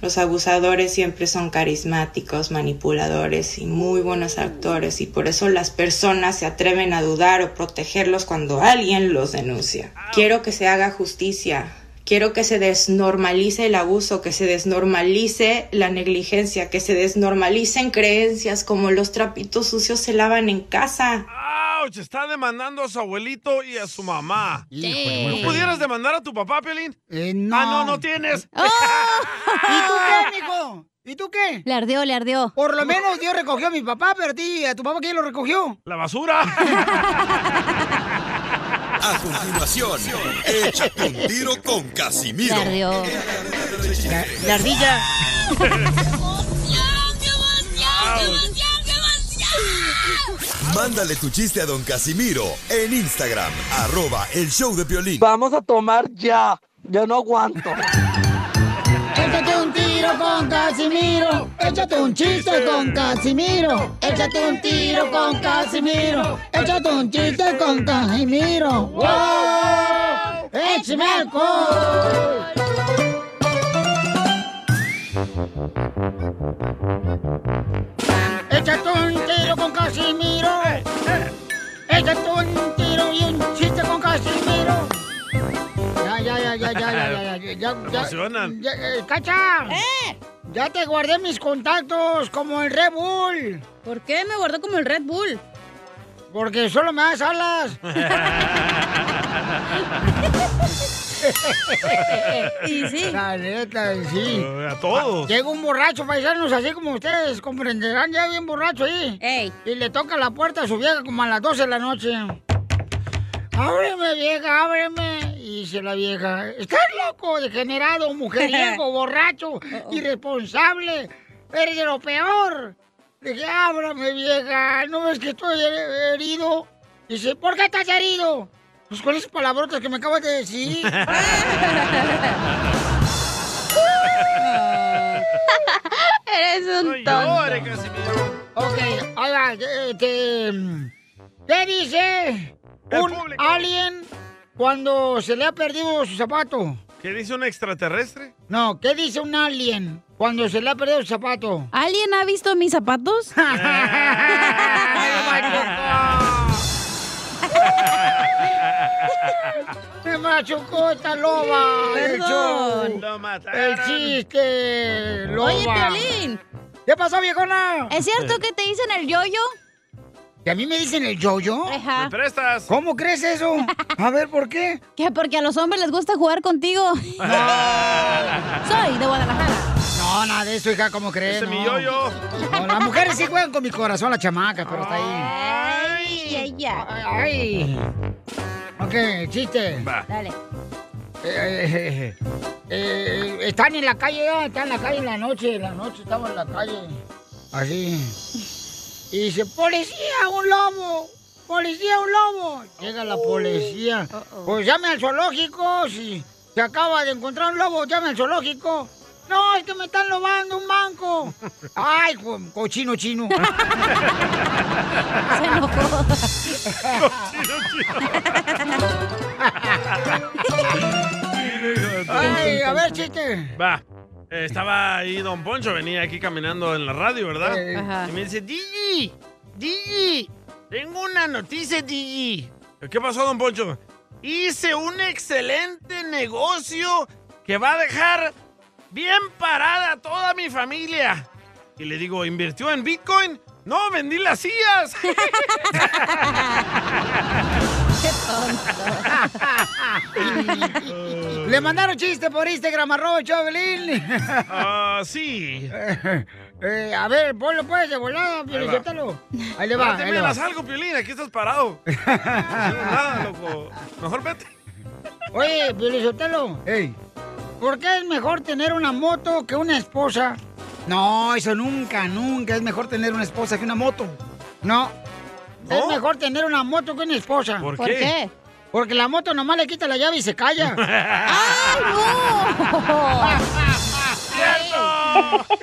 Speaker 14: Los abusadores siempre son carismáticos, manipuladores y muy buenos actores y por eso las personas se atreven a dudar o protegerlos cuando alguien los denuncia. Quiero que se haga justicia. Quiero que se desnormalice el abuso, que se desnormalice la negligencia, que se desnormalicen creencias como los trapitos sucios se lavan en casa.
Speaker 1: Ouch, está demandando a su abuelito y a su mamá.
Speaker 4: Híjole,
Speaker 1: ¿No
Speaker 4: güey.
Speaker 1: pudieras demandar a tu papá, Pelín?
Speaker 2: no.
Speaker 1: Ah, no, no tienes.
Speaker 2: Oh. ¿Y tú qué, mijo? ¿Y tú qué?
Speaker 4: Le ardió, le ardió.
Speaker 2: Por lo menos Dios recogió a mi papá, pero a ti, a tu papá, ¿quién lo recogió?
Speaker 1: La basura.
Speaker 8: A continuación, échate un tiro con Casimiro.
Speaker 2: La ardilla.
Speaker 8: Mándale tu chiste a don Casimiro en Instagram, arroba el show de Piolín.
Speaker 15: Vamos a tomar ya. Yo no aguanto.
Speaker 2: tiro con Casimiro. Échate un chiste con Casimiro. Échate un tiro con Casimiro. Échate un chiste con Casimiro. ¡Wow! ¡Échame alcohol! Échate un tiro con Casimiro. Échate un tiro y un chiste con Casimiro. Ya, ya, ya, ya, ya, ya, ya, ya, ya, ya.
Speaker 1: Emocionan.
Speaker 2: Ya, eh, ¡Cacha! ¡Eh! Ya te guardé mis contactos como el Red Bull. ¿Por qué me guardó como el Red Bull? Porque solo me das alas.
Speaker 9: Y sí.
Speaker 2: La neta, y sí.
Speaker 1: Eh, a todos.
Speaker 2: Llega un borracho, paisanos, así como ustedes comprenderán, ya bien borracho ahí. Y le toca la puerta a su vieja como a las 12 de la noche. Ábreme, vieja, ábreme. Y dice la vieja, estás loco, degenerado, mujeriego, borracho, irresponsable. Eres de lo peor. Le dije, ábrame, vieja, ¿no ves que estoy he- herido? Dice, ¿por qué estás herido? Pues con esas palabrotas que me acabas de decir.
Speaker 4: Eres un tonto.
Speaker 2: Ok, ahora, este... ¿Qué dice un alien cuando se le ha perdido su zapato?
Speaker 1: ¿Qué dice un extraterrestre?
Speaker 2: No, ¿qué dice un alien cuando se le ha perdido su zapato?
Speaker 4: ¿Alguien ha visto mis zapatos?
Speaker 2: ¡Me machucó esta loba! ¡El
Speaker 9: Perdón.
Speaker 2: show.
Speaker 9: Lo
Speaker 2: ¡El chiste! Loba.
Speaker 4: Oye, Piolín.
Speaker 2: ¿Qué pasó, viejona?
Speaker 4: ¿Es cierto que te dicen el yoyo?
Speaker 2: ¿Que a mí me dicen el yo-yo?
Speaker 4: Ajá. ¿Me
Speaker 1: prestas?
Speaker 2: ¿Cómo crees eso? A ver, ¿por qué?
Speaker 4: Que porque a los hombres les gusta jugar contigo. Soy de Guadalajara.
Speaker 2: No, nada de eso, hija, ¿cómo crees?
Speaker 4: Ese
Speaker 2: no.
Speaker 4: mi yo-yo.
Speaker 2: No, las mujeres sí juegan con mi corazón, la chamaca, pero está ahí.
Speaker 4: Ay, ay,
Speaker 2: Ay.
Speaker 4: ay.
Speaker 2: Ok, chiste.
Speaker 4: Dale.
Speaker 2: Eh, eh, eh, eh, están en la calle, ah, están en la calle en la noche, en la noche estamos en la calle. Así. Y dice, policía, un lobo, policía, un lobo. Llega la policía. Pues llame al zoológico, si se acaba de encontrar un lobo, llame al zoológico. No, es que me están robando un banco. Ay, co- cochino chino. Se
Speaker 4: enojó.
Speaker 2: Ay, a ver, chiste.
Speaker 1: Va. Eh, estaba ahí Don Poncho, venía aquí caminando en la radio, ¿verdad?
Speaker 9: Eh, Ajá.
Speaker 1: Y me dice, DJ, DJ, tengo una noticia, DJ. ¿Qué pasó, Don Poncho? Hice un excelente negocio que va a dejar bien parada a toda mi familia. Y le digo, ¿invirtió en Bitcoin? No, vendí las sillas.
Speaker 2: Le mandaron chiste por Instagram, arroba Chovelín.
Speaker 1: Ah, sí.
Speaker 2: Eh, a ver, ponlo pues de volada, Piolichotelo. Ahí le va.
Speaker 1: Espérate,
Speaker 2: ahí
Speaker 1: me
Speaker 2: le va.
Speaker 1: das algo, Piolín, aquí estás parado. No hicimos nada, loco. Mejor vete.
Speaker 2: Oye, Piolichotelo. ¿Por qué es mejor tener una moto que una esposa? No, eso nunca, nunca. Es mejor tener una esposa que una moto. No. Es mejor tener una moto que una esposa.
Speaker 9: ¿Por ¿Por qué? qué?
Speaker 2: Porque la moto nomás le quita la llave y se calla. ¡Ay,
Speaker 9: no!
Speaker 2: ¡Cierto!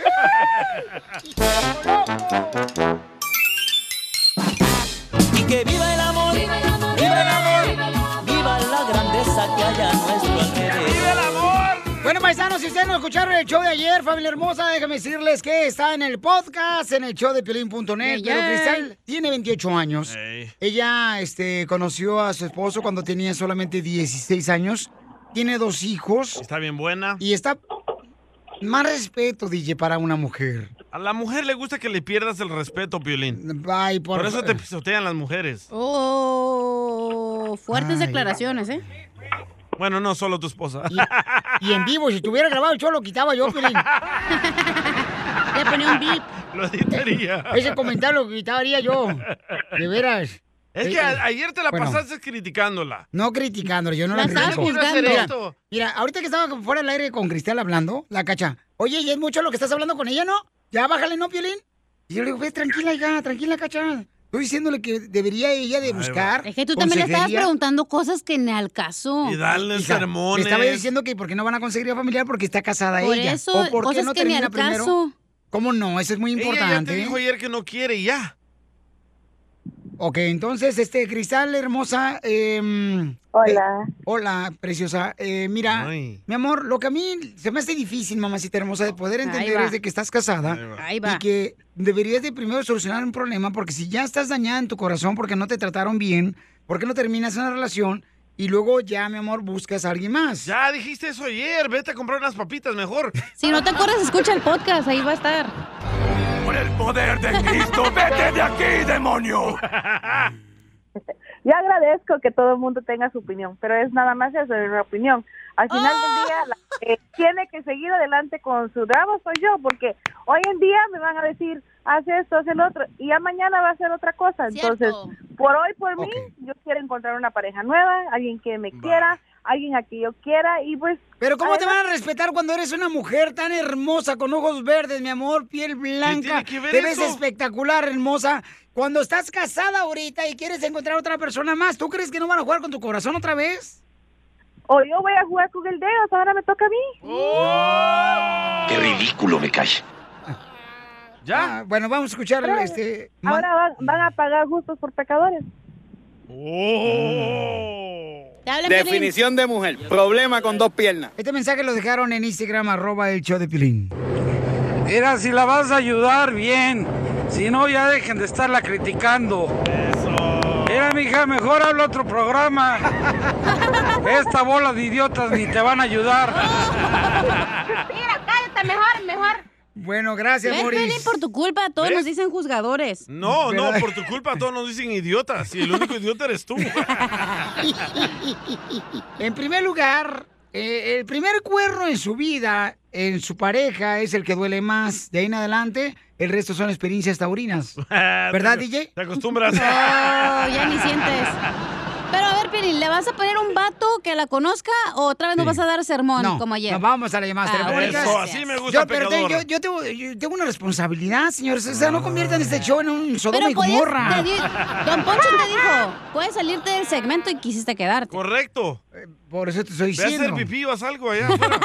Speaker 15: Y que viva el amor, viva el amor, viva, la grandeza que haya a nuestro alrededor. ¡Viva el amor!
Speaker 2: Bueno, paisanos, si ustedes no escucharon el show de ayer, familia hermosa, déjenme decirles que está en el podcast, en el show de Piolín.net.
Speaker 9: Yay,
Speaker 2: Pero
Speaker 9: yay.
Speaker 2: Cristal tiene 28 años. Ella este, conoció a su esposo cuando tenía solamente 16 años. Tiene dos hijos.
Speaker 1: Está bien buena.
Speaker 2: Y está... Más respeto, DJ, para una mujer.
Speaker 1: A la mujer le gusta que le pierdas el respeto, Piolín.
Speaker 2: Ay,
Speaker 1: Por,
Speaker 2: por...
Speaker 1: eso te pisotean las mujeres.
Speaker 4: Oh, fuertes
Speaker 1: Ay.
Speaker 4: declaraciones, ¿eh?
Speaker 1: Bueno, no solo tu esposa.
Speaker 2: Y en vivo, si tuviera grabado el show, lo quitaba yo, Piolín. Le ponía un beep.
Speaker 1: Lo editaría.
Speaker 2: Ese comentario lo quitaría yo. De veras.
Speaker 1: Es que
Speaker 2: Eh,
Speaker 1: a- ayer te la
Speaker 2: bueno.
Speaker 1: pasaste criticándola.
Speaker 2: No criticándola, yo no la,
Speaker 1: La estaba
Speaker 2: critico.
Speaker 1: juzgando.
Speaker 2: Mira, mira, ahorita que estaba fuera del aire con Cristal hablando, la cacha. Oye, ¿y es mucho lo que estás hablando con ella, no? Ya bájale, ¿no, Piolín? Y yo le digo, ve, "Pues, tranquila, hija, tranquila, cacha. Estoy diciéndole que debería ella de buscar.
Speaker 4: Es que tú también le estabas
Speaker 2: consejería.
Speaker 4: preguntando cosas que ni al caso.
Speaker 2: Hija, Le estaba diciendo que porque no van a conseguir familiar porque está casada
Speaker 4: Por
Speaker 2: ella.
Speaker 4: eso,
Speaker 2: o porque
Speaker 4: cosas
Speaker 2: no
Speaker 4: que ni
Speaker 2: termina
Speaker 4: al
Speaker 2: primero.
Speaker 4: caso.
Speaker 2: ¿Cómo no? Eso es muy
Speaker 1: Ella ya te
Speaker 2: importante.
Speaker 1: dijo ayer que no quiere y ya.
Speaker 2: Ok, entonces, este, Cristal, hermosa. em, eh,
Speaker 3: hola.
Speaker 2: hola, preciosa. Eh, mira, mi amor, lo que a mí se me hace difícil, mamacita hermosa, de poder
Speaker 4: Ahí
Speaker 2: entender
Speaker 4: va.
Speaker 2: es de que estás casada.
Speaker 4: Ahí va.
Speaker 2: Y que deberías de primero solucionar un problema, porque si ya estás dañada en tu corazón porque no te trataron bien, ¿por qué no terminas una relación? Y luego ya, mi amor, buscas a alguien más.
Speaker 1: Ya dijiste eso ayer. Vete a comprar unas papitas mejor.
Speaker 4: Si no te acuerdas, escucha el podcast, ahí va a estar.
Speaker 16: Por el poder de Cristo, vete de aquí, demonio.
Speaker 11: Yo agradezco que todo el mundo tenga su opinión, pero es nada más eso, es mi opinión. Al final del día, la que tiene que seguir adelante con su drama soy yo, porque hoy en día me van a decir, haz esto, haz el otro, y ya mañana va a ser otra cosa. Entonces, por hoy, por mí, yo quiero encontrar una pareja nueva, alguien que me quiera, alguien a quien yo quiera, y pues...
Speaker 2: Pero ¿cómo te van a
Speaker 11: además-
Speaker 2: respetar cuando eres una mujer tan hermosa, con ojos verdes, mi amor, piel blanca?
Speaker 11: tiene que ver
Speaker 2: te ves
Speaker 11: eso?
Speaker 2: espectacular, hermosa. Cuando estás casada ahorita y quieres encontrar otra persona más, ¿tú crees que no van a jugar con tu corazón otra vez?
Speaker 11: O yo voy a jugar con el dedo, ahora me toca a mí.
Speaker 16: ¡Oh!
Speaker 1: ¡Oh!
Speaker 16: Qué ridículo me cae.
Speaker 2: ¿Ya? Ah, bueno, vamos a escuchar
Speaker 11: Ahora-
Speaker 2: este... man-
Speaker 11: Ahora van, van a pagar justos por pecadores. Oh.
Speaker 17: Definición de mujer. Problema con dos piernas.
Speaker 2: Este mensaje lo dejaron en Instagram, arroba el show de Pilín.
Speaker 18: Mira, si la vas a ayudar, bien. Si no, ya dejen de estarla criticando. Eso. Mira, mija, mejor habla otro programa. Esta bola de idiotas ni te van a ayudar.
Speaker 4: Mira, cállate, mejor, mejor.
Speaker 2: Bueno, gracias,
Speaker 4: ¿Ves,
Speaker 1: Boris.
Speaker 4: Pelín, por tu culpa, todos
Speaker 1: ¿Ves?
Speaker 4: nos dicen juzgadores.
Speaker 1: No, no, por tu culpa todos nos dicen idiotas y el único idiota eres tú.
Speaker 2: En primer lugar, eh, el primer cuerno en su vida, en su pareja, es el que duele más. De ahí en adelante, el resto son experiencias taurinas. ¿Verdad, Oh, DJ?
Speaker 1: Ah, Te acostumbras.
Speaker 4: No, ya ni sientes. Pero a ver, Pelín, ¿le vas a poner un vato que la conozca o otra vez nos vas a dar sermón
Speaker 2: No,
Speaker 4: como ayer?
Speaker 2: no, vamos a la llamada telefónica.
Speaker 1: Eso, así me gusta,
Speaker 2: Ah, Yo, pero te-
Speaker 1: pecador.
Speaker 2: yo, yo tengo, yo tengo una responsabilidad, señores. O sea, no conviertan
Speaker 1: Ah.
Speaker 2: este show en un Sodoma y
Speaker 4: podías-
Speaker 2: Gomorra.
Speaker 4: te di- Don Poncho te dijo, puedes salirte del segmento y quisiste quedarte.
Speaker 1: Correcto.
Speaker 2: Por eso te estoy
Speaker 1: Ve a
Speaker 2: diciendo.
Speaker 1: hacer pipí o haz algo allá afuera.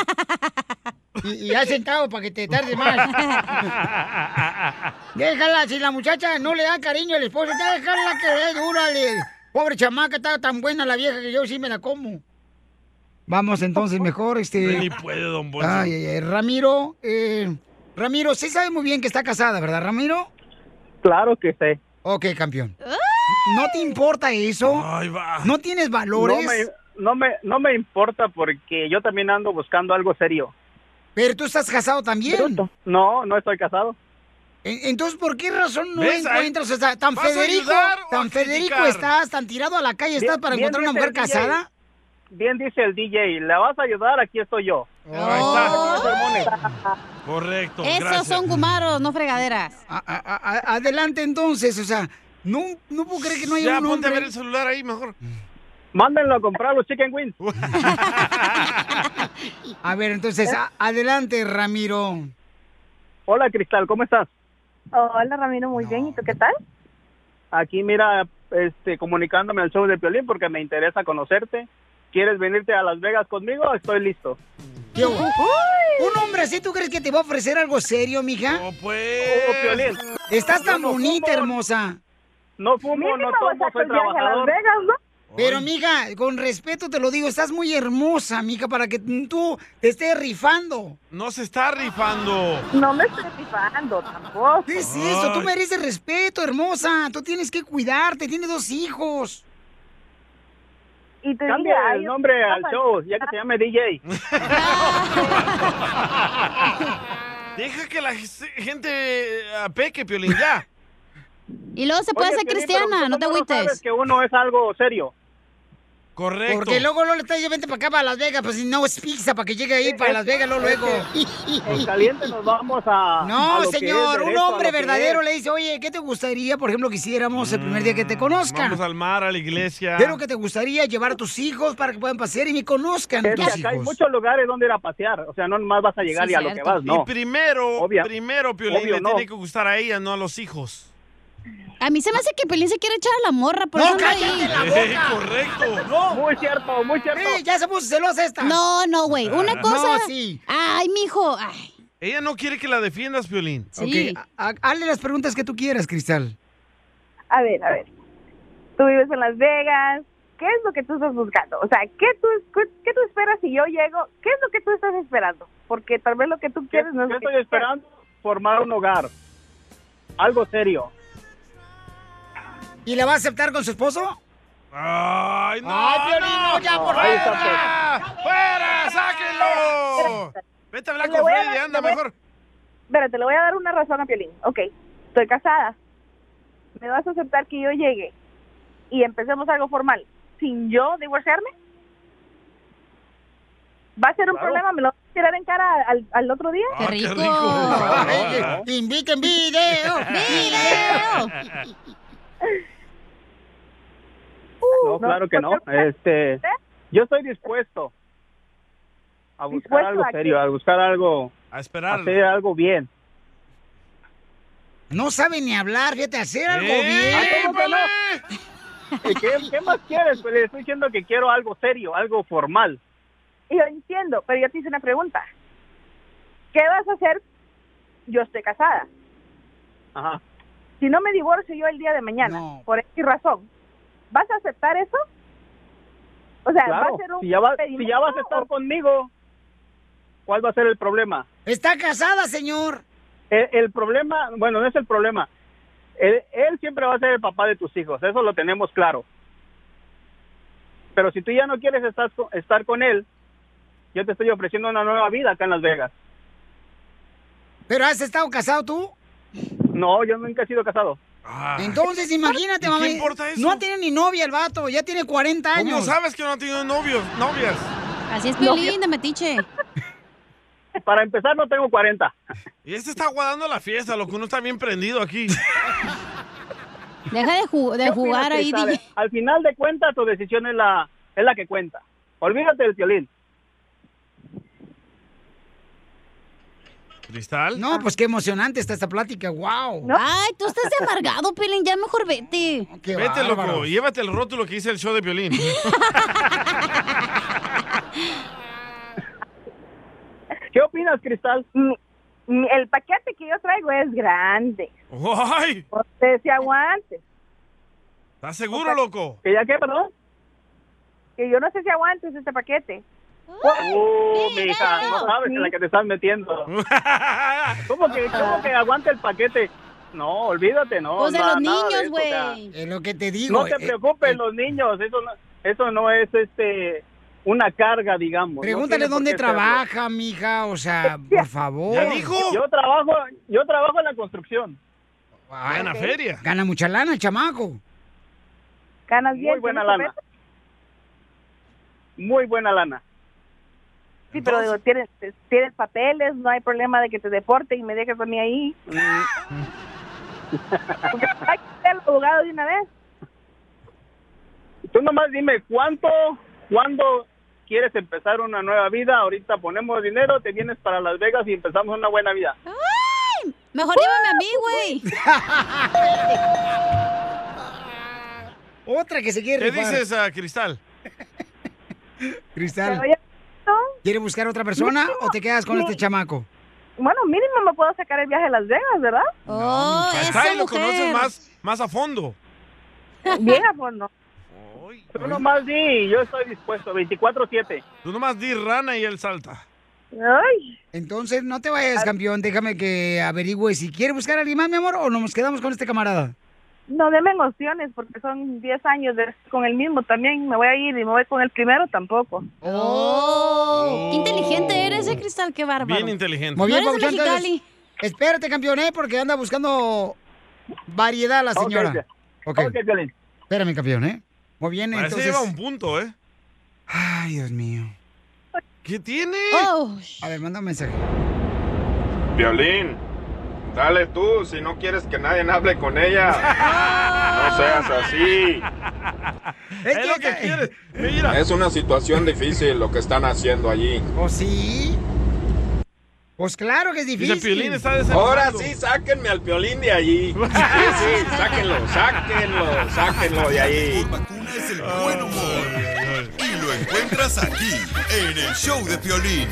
Speaker 2: Y, y has sentado para que te tarde más. Déjala, si la muchacha no le da cariño al esposo, déjala que le dúrale. Pobre chamaca, está tan buena la vieja que yo sí me la como. Vamos entonces mejor, este.
Speaker 1: Ni
Speaker 9: pues,
Speaker 1: puede, don Poncho.
Speaker 2: Ay, ay, ay. Ramiro, eh, Ramiro, sí sabe muy bien que está casada, ¿verdad, Ramiro?
Speaker 19: Claro que sé.
Speaker 2: Ok, campeón. ¿No te importa eso? ¿No tienes valores?
Speaker 19: No me, no, me, no me importa porque yo también ando buscando algo serio.
Speaker 2: Pero tú estás casado también.
Speaker 19: No, no estoy casado.
Speaker 2: E- Entonces, ¿por qué razón no
Speaker 19: ¿Ves?
Speaker 2: encuentras? O sea, tan
Speaker 19: ¿Vas a
Speaker 2: Federico,
Speaker 19: ayudar o a
Speaker 2: tan Federico
Speaker 19: criticar?
Speaker 2: estás, tan tirado a la calle
Speaker 19: Bien-
Speaker 2: estás para
Speaker 19: bien
Speaker 2: encontrar una
Speaker 19: dice
Speaker 2: mujer
Speaker 19: el DJ.
Speaker 2: casada.
Speaker 19: Bien dice el DJ, ¿la vas a ayudar? Aquí estoy yo.
Speaker 1: Ahí está. Correcto.
Speaker 4: Esos
Speaker 1: gracias.
Speaker 4: son gumaros, no fregaderas.
Speaker 2: adelante entonces, o sea, no, no puedo creer que no haya
Speaker 1: Ya,
Speaker 2: un
Speaker 1: ponte a
Speaker 2: hombre.
Speaker 1: ver el celular ahí mejor.
Speaker 19: Mándenlo a comprar los chicken wings.
Speaker 2: A ver, entonces, a- adelante, Ramiro.
Speaker 19: Hola, Cristal, ¿cómo estás?
Speaker 11: Hola, Ramiro, muy bien. ¿Y tú qué tal?
Speaker 19: Aquí, mira, este, comunicándome al show de Piolín porque me interesa conocerte. ¿Quieres venirte a Las Vegas conmigo? Estoy listo.
Speaker 2: ¿Qué hubo? ¿Un hombre así tú crees que te va a ofrecer algo serio, mija? No,
Speaker 1: pues.
Speaker 19: Oh,
Speaker 2: Estás tan bonita, hermosa.
Speaker 19: No
Speaker 2: fumo,
Speaker 11: no Mínimo tomo, vas a soy hacer viaje a Las trabajador. Vegas,
Speaker 2: Pero, mija, con respeto te lo digo, estás muy hermosa, mija, para que tú te estés rifando.
Speaker 1: No se está rifando.
Speaker 11: No me estoy rifando tampoco.
Speaker 2: ¿Qué es eso? Tú
Speaker 1: Ay.
Speaker 2: mereces respeto, hermosa. Tú tienes que cuidarte, tienes dos hijos.
Speaker 11: Y te
Speaker 19: Cambia el nombre al show, ya que se llame DJ.
Speaker 1: Deja que la g- gente eh, apeque, Piolín, ya.
Speaker 4: Y luego se puede
Speaker 19: Oye,
Speaker 4: ser
Speaker 19: Piolín,
Speaker 4: cristiana,
Speaker 19: pero
Speaker 4: no te
Speaker 19: ¿cómo
Speaker 4: agüites.
Speaker 19: sabes que uno es algo serio.
Speaker 1: Correcto.
Speaker 2: Porque luego luego le estás diciendo, vente para acá, para Las Vegas. Pues si no es pizza, para que llegue ahí, para Las Vegas, luego, luego.
Speaker 19: En Pues, caliente nos vamos a.
Speaker 2: No,
Speaker 19: a lo que es
Speaker 2: señor, un
Speaker 19: derecho, a
Speaker 2: hombre
Speaker 19: lo que
Speaker 2: verdadero
Speaker 19: es.
Speaker 2: le dice, oye, ¿qué te gustaría, por ejemplo, que hiciéramos el primer día que te conozcan?
Speaker 1: Vamos al mar, a la iglesia.
Speaker 2: Pero que te gustaría llevar a tus hijos para que puedan pasear y me conozcan.
Speaker 19: Es que
Speaker 2: tus
Speaker 19: acá hay
Speaker 2: hijos.
Speaker 19: muchos lugares donde ir a pasear. O sea, no nomás vas a llegar y a lo que vas, no.
Speaker 1: Y primero, primero, Piolín,
Speaker 19: Obvio,
Speaker 1: le
Speaker 19: no.
Speaker 1: tiene que gustar a ella, no a los hijos.
Speaker 4: A mí se me hace que Pelín se quiere echar a la morra, por eso
Speaker 2: Pues ¡No,
Speaker 4: anda
Speaker 2: cállate
Speaker 4: ahí.
Speaker 2: la boca!
Speaker 1: correcto.
Speaker 2: ¡No! Muy cierto, muy cierto. ya se puso celosa esta.
Speaker 4: No, no, güey. Una
Speaker 1: No,
Speaker 4: cosa.
Speaker 1: sí.
Speaker 4: Ay, mijo. Ay.
Speaker 1: Ella no quiere que la defiendas, Piolín.
Speaker 4: Sí.
Speaker 2: Ok, ha- hazle las preguntas que tú quieras, Cristal.
Speaker 11: A ver, a ver. Tú vives en Las Vegas. ¿Qué es lo que tú estás buscando? O sea, ¿qué tú, qué, qué tú esperas si yo llego? ¿Qué es lo que tú estás esperando? Porque tal vez lo que tú quieres no es
Speaker 19: ¿Qué
Speaker 11: lo que
Speaker 19: estoy
Speaker 11: yo quiero.
Speaker 19: esperando? Formar un hogar. Algo serio.
Speaker 2: ¿Y la va a aceptar con su esposo?
Speaker 1: ¡Ay, no!
Speaker 2: ¡Ay, Piolín, no, ya, por
Speaker 1: Ah, Ahí
Speaker 2: favor!
Speaker 1: está, pues. ¡Fuera! ¡Sáquenlo! Vete a hablar
Speaker 11: Le
Speaker 1: con
Speaker 11: voy a dar-
Speaker 1: Freddy,
Speaker 11: le
Speaker 1: anda
Speaker 11: voy a-
Speaker 1: mejor.
Speaker 11: Espérate, le voy a dar una razón a Piolín. Ok, estoy casada. ¿Me vas a aceptar que yo llegue y empecemos algo formal sin yo divorciarme? ¿Va a ser un
Speaker 2: Claro.
Speaker 11: problema? ¿Me lo vas a tirar en cara al, al otro día?
Speaker 2: Ah, ¡Qué rico! Ay, que- ¡Inviten video!
Speaker 1: pues.
Speaker 2: ¡Video!
Speaker 11: Uh,
Speaker 19: No, claro que no.
Speaker 11: ¿Eh?
Speaker 19: Este, yo estoy dispuesto a buscar
Speaker 11: ¿Dispuesto
Speaker 19: algo
Speaker 11: a qué?
Speaker 19: serio, a buscar algo,
Speaker 1: a
Speaker 19: esperar, hacer algo bien.
Speaker 2: No sabe ni hablar, fíjate, hacer algo
Speaker 19: ¡Eh,
Speaker 2: bien.
Speaker 19: cómo que ¿Y ¿Qué, qué más quieres? Pues le estoy diciendo que quiero algo serio, algo formal.
Speaker 11: Y yo entiendo, pero yo te hice una pregunta. ¿Qué vas a hacer? Yo estoy casada.
Speaker 19: Ajá.
Speaker 11: Si no me divorcio yo el día de mañana, por X razón, ¿vas a aceptar eso? O sea, va
Speaker 19: Claro,
Speaker 11: a ser un
Speaker 19: si ya, va- si ya vas
Speaker 11: experimento
Speaker 19: a estar conmigo, ¿cuál va a ser el problema?
Speaker 2: Está casada, señor.
Speaker 19: El, el problema, bueno, no es el problema. Él, él siempre va a ser el papá de tus hijos, eso lo tenemos claro. Pero si tú ya no quieres estar, co- estar con él, yo te estoy ofreciendo una nueva vida acá en Las Vegas.
Speaker 2: ¿Pero has estado casado tú?
Speaker 19: No, yo nunca he sido casado.
Speaker 2: Entonces, imagínate,
Speaker 19: ¿Y qué
Speaker 2: mamá.
Speaker 19: importa eso?
Speaker 2: No tiene ni novia el vato, ya tiene 40 años.
Speaker 1: ¿Cómo sabes que no ha tenido novios, novias?
Speaker 4: Así es
Speaker 1: No,
Speaker 4: Piolín, de metiche.
Speaker 19: Para empezar, no tengo 40.
Speaker 1: Y este está aguadando la fiesta, lo que uno está bien prendido aquí.
Speaker 4: Deja de, ju- de
Speaker 19: ¿Qué opinas,
Speaker 4: jugar ahí,
Speaker 19: Cristal?
Speaker 4: DJ.
Speaker 19: Al final de cuentas, tu decisión es la, es la que cuenta. Olvídate del violín.
Speaker 1: ¿Cristal?
Speaker 2: No, pues qué emocionante está esta plática, wow.
Speaker 4: Ay, tú estás de amargado, Pelín. Ya mejor
Speaker 2: Ah,
Speaker 4: vete.
Speaker 1: Vete, loco, llévate el rótulo que hice el show de Piolín.
Speaker 19: ¿Qué opinas, Cristal?
Speaker 11: Mm, El paquete que yo traigo es grande.
Speaker 1: ¡Ay!
Speaker 11: Usted se aguante.
Speaker 1: ¿Estás seguro, loco?
Speaker 19: ¿Que ya qué, perdón?
Speaker 11: Que yo no sé si aguantes este paquete.
Speaker 19: ¡Uh, mija! No sabes en la que te estás metiendo. ¿Cómo que, cómo que aguanta el paquete? No, olvídate, no.
Speaker 4: Pues de
Speaker 19: na-
Speaker 4: los
Speaker 19: nada de
Speaker 4: niños,
Speaker 19: eso, o sea,
Speaker 4: güey.
Speaker 2: Es lo que te eh,
Speaker 19: no te preocupes, los niños. Eso no, eso no es este una carga, digamos. no
Speaker 2: Pregúntale
Speaker 19: tiene por
Speaker 2: dónde
Speaker 19: qué serlo.
Speaker 2: trabaja, mija, o sea, por favor.
Speaker 19: Ya Yo trabajo, yo trabajo en la construcción.
Speaker 2: Gana feria. Gana mucha lana el chamaco.
Speaker 11: Ganas
Speaker 19: Muy
Speaker 11: bien,
Speaker 19: buena
Speaker 11: tienes
Speaker 19: lana.
Speaker 11: papel.
Speaker 19: Muy buena lana.
Speaker 11: Sí, pero digo, tienes, tienes papeles, no hay problema de que te deporte y me dejes a mí ahí.
Speaker 19: mm.
Speaker 11: Porque hay que ser el abogado de una vez.
Speaker 19: Tú nomás dime cuánto, cuándo quieres empezar una nueva vida. Ahorita ponemos dinero, te vienes para Las Vegas y empezamos una buena vida.
Speaker 4: Ay, mejor llévame a mí, güey.
Speaker 2: Uh, Otra que se quiere
Speaker 1: ¿Qué
Speaker 2: rifar.
Speaker 1: dices a Cristal?
Speaker 2: Cristal,
Speaker 11: Pero ya-
Speaker 2: ¿quiere buscar otra persona
Speaker 11: No.
Speaker 2: o te quedas con
Speaker 11: No.
Speaker 2: este chamaco?
Speaker 11: Bueno, mínimo me puedo sacar el viaje a Las Vegas, ¿verdad?
Speaker 4: Oh,
Speaker 1: Cristal, lo conoces más, más a fondo.
Speaker 11: Bien, amor, pues, no.
Speaker 19: Tú nomás di, yo estoy dispuesto, 24-7.
Speaker 1: Tú nomás di rana y él salta.
Speaker 2: Entonces, no te vayas, campeón. Déjame que averigüe si quiere buscar a alguien más, mi amor, o nos quedamos con este camarada.
Speaker 11: No, denme opciones porque son 10 años de- con el mismo también. Me voy a ir y me voy con el primero tampoco.
Speaker 4: Oh, qué inteligente eres, eh, Cristal, qué bárbaro.
Speaker 1: Bien inteligente.
Speaker 4: Muy bien,
Speaker 2: No eres de
Speaker 4: Pabuchón, entonces-
Speaker 2: Mexicali. Espérate, campeón, ¿eh? porque anda buscando variedad la señora. Ok. Espérame, campeón, ¿eh? Muy bien,
Speaker 1: Parece
Speaker 2: entonces.
Speaker 1: lleva un punto, ¿eh?
Speaker 2: Ay, Dios mío.
Speaker 1: ¿Qué tiene?
Speaker 4: Oh.
Speaker 2: A ver, manda un mensaje.
Speaker 20: Violín, dale tú si no quieres que nadie hable con ella. No seas así.
Speaker 2: Es,
Speaker 1: lo que quieres. Mira.
Speaker 2: Oh,
Speaker 20: Es una situación difícil lo que están haciendo allí.
Speaker 2: ¿O sí? Pues claro que es difícil.
Speaker 21: Dice, Piolín está desanimando. Ahora sí,
Speaker 1: sáquenme al piolín de allí. Sí, sí, sáquenlo, sáquenlo, sáquenlo de ahí.
Speaker 8: Es el buen humor. Y lo encuentras aquí, en el show de Piolín.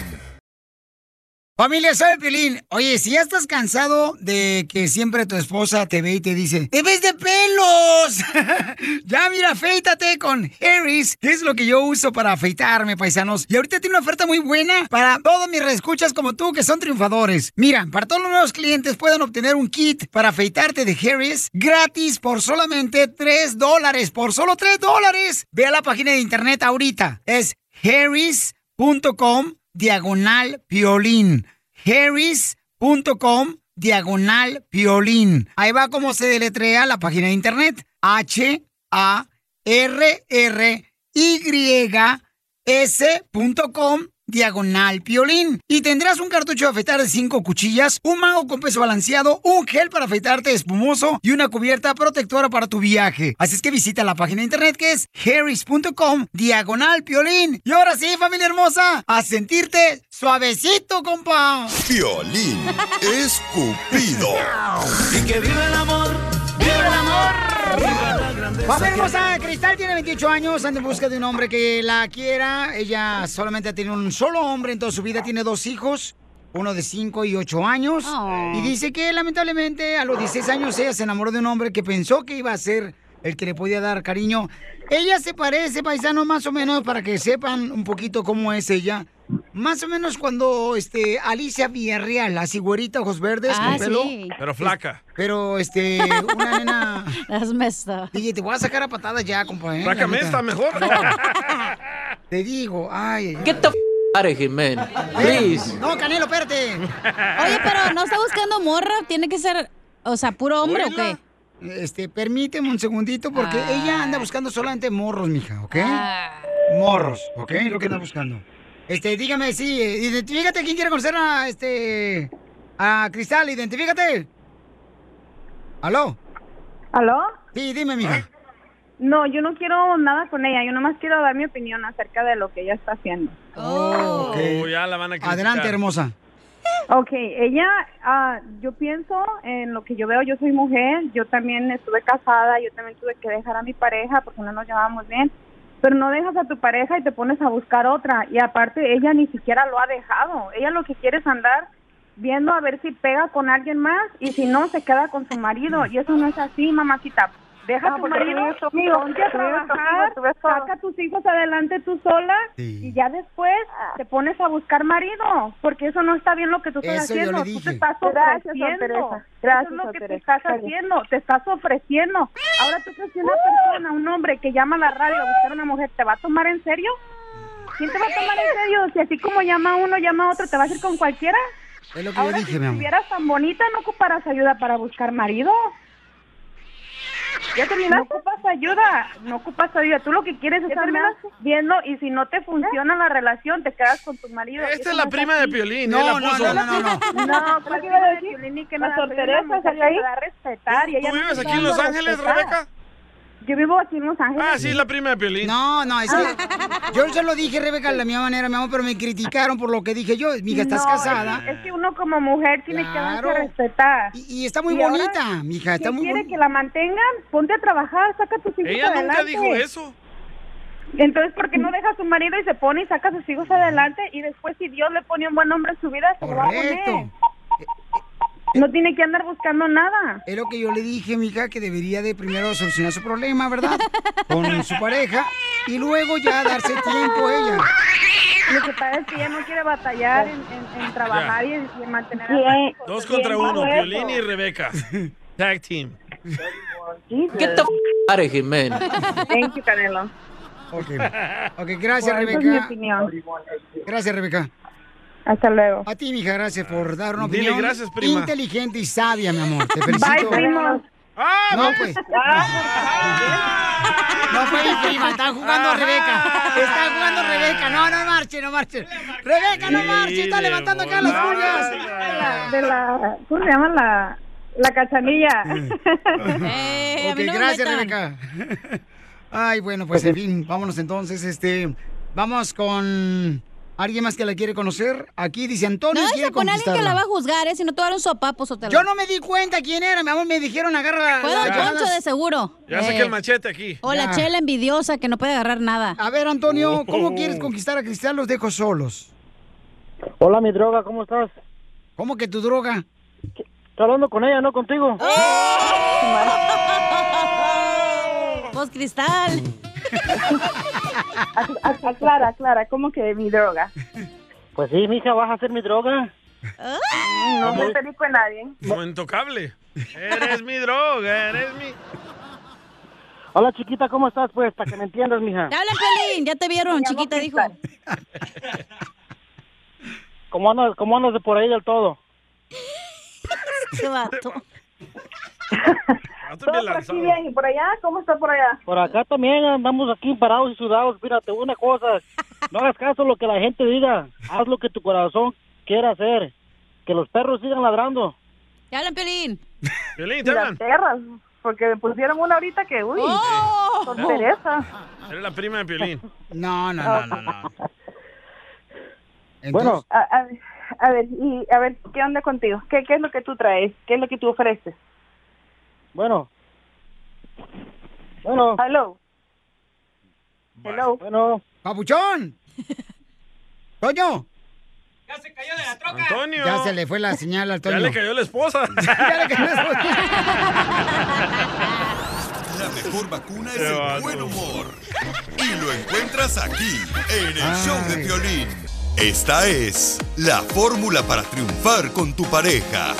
Speaker 2: Familia, soy Piolín. Oye, si ya estás cansado de que siempre tu esposa te ve y te dice, ¡te ves de pelos! ya mira, afeítate con Harris, que es lo que yo uso para afeitarme, paisanos. Y ahorita tiene una oferta muy buena para todos mis reescuchas como tú, que son triunfadores. Mira, para todos los nuevos clientes pueden obtener un kit para afeitarte de Harris gratis por solamente 3 dólares. ¡Por solo 3 dólares! Ve a la página de internet ahorita. Es harris.com diagonal piolín. Harris.com diagonal piolín. Ahí va como se deletrea la página de internet. H-A-R-R-Y-S.com diagonal piolín. Y tendrás un cartucho de afeitar de 5 cuchillas, un mago con peso balanceado, un gel para afeitarte espumoso y una cubierta protectora para tu viaje. Así es que visita la página de internet que es harris.com diagonal piolín. Y ahora sí, familia hermosa, a sentirte suavecito, compa.
Speaker 8: Piolín escupido.
Speaker 22: Y que viva el amor, viva el amor. Viva la grandeza
Speaker 2: Vamos,
Speaker 22: que-
Speaker 2: hermosa, Cristal tiene 28 años, anda en busca de un hombre que la quiera. Ella solamente ha tenido un solo hombre en toda su vida, tiene dos hijos, uno de 5 y 8 años.
Speaker 4: Oh.
Speaker 2: Y dice que lamentablemente a los 16 años ella se enamoró de un hombre que pensó que iba a ser el que le podía dar cariño. Ella se parece, paisano, más o menos, para que sepan un poquito cómo es ella. Más o menos cuando este, Alicia Villarreal, la cigüerita, ojos verdes,
Speaker 4: Ah,
Speaker 2: con pelo.
Speaker 4: sí.
Speaker 9: Pero flaca.
Speaker 2: Pero, este, una nena... Hazme esto. Dije, te voy a sacar a patadas ya, compa. ¿eh?
Speaker 9: Sácame
Speaker 2: La neta.
Speaker 9: esta mejor.
Speaker 2: Te digo, ay, ay,
Speaker 22: Get the f out of here, man. Please.
Speaker 2: No, Canelo, espérate.
Speaker 4: Oye, pero no está buscando morra, tiene que ser, o sea, puro hombre o qué?
Speaker 2: Este, permíteme un segundito porque ella anda buscando solamente morros, mija, ¿ok? Morros, ¿ok? Lo que anda buscando. Este, dígame, sí, eh, identifícate quién quiere conocer a, este, a Cristal, identifícate. ¿Aló?
Speaker 15: ¿Aló?
Speaker 2: Sí, dime, mija.
Speaker 15: No, yo no quiero nada con ella, yo nomás quiero dar mi opinión acerca de lo que ella está haciendo.
Speaker 2: Oh,
Speaker 9: Oh, ya la van a criticar.
Speaker 2: Adelante, hermosa.
Speaker 15: Ok, ella, ah, yo pienso en lo que yo veo, yo soy mujer, yo también estuve casada, yo también tuve que dejar a mi pareja porque no nos llevábamos bien, pero no dejas a tu pareja y te pones a buscar otra y aparte ella ni siquiera lo ha dejado, ella lo que quiere es andar viendo a ver si pega con alguien más y si no se queda con su marido y eso no es así, mamacita. Deja a tu
Speaker 11: porque
Speaker 15: marido
Speaker 11: tuvieras
Speaker 15: conmigo,
Speaker 11: Ah, opción,
Speaker 15: vete a
Speaker 11: tuvieras
Speaker 15: trabajar,
Speaker 11: opción, tuvieras
Speaker 15: saca a tus hijos adelante tú sola y ya después
Speaker 11: Ah.
Speaker 15: te pones a buscar marido, porque eso no está bien lo que tú estás
Speaker 11: Eso yo
Speaker 15: haciendo.
Speaker 11: le
Speaker 15: Tú te
Speaker 11: dije.
Speaker 15: estás
Speaker 11: Gracias, Sor
Speaker 15: ofreciendo.
Speaker 11: Teresa.
Speaker 15: Gracias,
Speaker 11: Gracias,
Speaker 15: eso es lo
Speaker 11: Sor
Speaker 15: que te
Speaker 11: Teresa.
Speaker 15: estás
Speaker 11: Está bien.
Speaker 15: haciendo, te estás ofreciendo. Ahora tú crees que una persona, un hombre que llama a la radio a buscar a una mujer, ¿te va a tomar en serio? ¿Quién te va a tomar en serio? Si así como llama uno, llama otro, ¿te vas a ir con cualquiera?
Speaker 2: Es lo que
Speaker 15: Ahora,
Speaker 2: yo dije,
Speaker 15: si
Speaker 2: mi amor.
Speaker 15: estuvieras tan bonita, no ocuparás ayuda para buscar marido. ¿Ya terminaste? No ocupas ayuda, no ocupas ayuda. Tú lo que quieres es estar viendo y si no te funciona la relación, te quedas con tu marido.
Speaker 9: Esta es la prima de Piolín, ¿eh? La puso.
Speaker 15: No, ¿cuál prima de Piolín ni que
Speaker 11: La
Speaker 15: nada?
Speaker 11: Sor
Speaker 15: Soy una
Speaker 11: Teresa,
Speaker 15: mujer
Speaker 11: ¿estás
Speaker 15: que
Speaker 11: ahí?
Speaker 15: se da a respetar. y
Speaker 9: ¿Tú
Speaker 15: ella no
Speaker 9: vives
Speaker 15: se
Speaker 9: aquí
Speaker 15: da
Speaker 9: en Los
Speaker 15: a
Speaker 9: Ángeles,
Speaker 15: respetar.
Speaker 9: Rebeca?
Speaker 15: Yo vivo aquí en Los Ángeles. Ah.
Speaker 9: Ah, sí, es la prima de Piolín.
Speaker 2: No, no, es que yo ya lo dije, Rebeca, de la misma manera, mi amor, pero me criticaron por lo que dije yo. Mija, estás
Speaker 15: No,
Speaker 2: casada.
Speaker 15: Es que uno como mujer tiene que darse a
Speaker 2: Claro.
Speaker 15: respetar.
Speaker 2: Y, está muy
Speaker 15: ahora,
Speaker 2: bonita, mija, está
Speaker 15: ¿quién
Speaker 2: muy
Speaker 15: quiere
Speaker 2: boni-
Speaker 15: que la mantengan? Ponte a trabajar, saca a tus hijos
Speaker 9: Ella nunca
Speaker 15: adelante.
Speaker 9: dijo eso.
Speaker 15: Entonces, ¿por qué no deja a su marido y se pone y saca a sus hijos adelante? Y después, si Dios le pone un buen hombre en su vida, se lo va a poner.
Speaker 2: Correcto. Eh,
Speaker 15: No tiene que andar buscando nada.
Speaker 2: Es lo que yo le dije, mija, que debería de primero solucionar su problema, ¿verdad? Con su pareja y luego ya darse tiempo ella.
Speaker 15: Lo que pasa es que ella no quiere batallar en, en- en trabajar y en, y en mantener a sus hijos.
Speaker 9: Dos contra
Speaker 15: Bien,
Speaker 9: uno,
Speaker 15: bajo
Speaker 9: Piolín
Speaker 15: eso.
Speaker 9: y Rebeca. Tag team.
Speaker 22: Get the f out of here, man.
Speaker 15: Thank you, Canelo.
Speaker 2: Ok, ok, gracias,
Speaker 15: Bueno, esa es mi
Speaker 2: Rebeca.
Speaker 15: opinión.
Speaker 2: Gracias, Rebeca.
Speaker 15: Hasta luego.
Speaker 2: A ti, mija, gracias por dar una
Speaker 9: Dile
Speaker 2: opinión
Speaker 9: gracias, prima.
Speaker 2: inteligente y sabia, mi amor. Te
Speaker 15: Bye,
Speaker 2: felicito.
Speaker 15: primo.
Speaker 9: Ah,
Speaker 2: No, pues. Ah, No fue mi prima, está jugando Rebeca. Está jugando Rebeca. No, no marche, no marche. Rebeca, no marche, está levantando acá las pulgas.
Speaker 15: De la, ¿Cómo se llama la, la cachanilla?
Speaker 2: Mm. ok,
Speaker 15: no me
Speaker 2: gracias,
Speaker 15: metan.
Speaker 2: Rebeca. Ay, bueno, pues en fin, vámonos entonces. Este, vamos con ¿Alguien más que la quiere conocer? Aquí dice Antonio
Speaker 4: No,
Speaker 2: quiere
Speaker 4: se pone alguien que la va a
Speaker 2: conquistarla.
Speaker 4: juzgar, ¿eh? Si no te un sopapo, sotelo.
Speaker 2: Yo no me di cuenta quién era, mi amor, me dijeron agarra
Speaker 4: Fue
Speaker 2: las
Speaker 4: Don
Speaker 2: llamadas.
Speaker 4: Poncho de seguro. Eh,
Speaker 1: Ya saqué el machete aquí.
Speaker 4: O la chela envidiosa que no puede agarrar nada.
Speaker 2: A ver, Antonio, ¿cómo quieres conquistar a Cristian? Los dejo solos.
Speaker 5: Hola, mi droga, ¿cómo estás?
Speaker 2: ¿Cómo que tu droga?
Speaker 5: Estoy hablando con ella, no contigo.
Speaker 4: ¡Oh!
Speaker 1: Oh.
Speaker 4: Vos, Cristal.
Speaker 11: Aclara, aclara, ¿cómo que mi droga?
Speaker 5: Pues sí, mija, vas a ser mi droga.
Speaker 4: Ah.
Speaker 11: No soy feliz con nadie.
Speaker 1: Como intocable. Eres mi droga, eres mi...
Speaker 5: Hola, chiquita, ¿cómo estás? Pues, para que me entiendas, mija.
Speaker 4: Te hablan, Pelín. Ya te vieron, chiquita, dijo.
Speaker 5: ¿Cómo andas, ¿Cómo andas de por ahí del todo?
Speaker 4: Este vato.
Speaker 11: Todo por aquí bien, ¿y por allá? ¿Cómo está por allá?
Speaker 5: Por acá también andamos aquí parados y sudados. Mírate, una cosa, no hagas caso a lo que la gente diga. Haz lo que tu corazón quiera hacer. Que los perros sigan ladrando.
Speaker 4: Te hablan, Pelín.
Speaker 1: Violín,
Speaker 11: Y las perras, porque me pusieron una ahorita que, uy,
Speaker 4: ¡Oh!
Speaker 11: con pereza.
Speaker 1: Eres la prima de Piolín.
Speaker 2: No, no,
Speaker 11: no,
Speaker 1: no. no.
Speaker 11: Bueno, a, a- a ver, y a ver, ¿qué onda contigo? ¿Qué, ¿Qué es lo que tú traes? ¿Qué es lo que tú ofreces?
Speaker 5: Bueno. Bueno.
Speaker 11: Hello.
Speaker 5: Hello. Bueno.
Speaker 2: ¡Papuchón! ¡Toño!
Speaker 1: Antonio.
Speaker 2: Ya se le fue la señal al
Speaker 1: Ya
Speaker 2: Toño.
Speaker 1: le cayó la esposa.
Speaker 8: La mejor vacuna es el buen humor. Y lo encuentras aquí, en el show de violín. Esta es la fórmula para triunfar con tu pareja.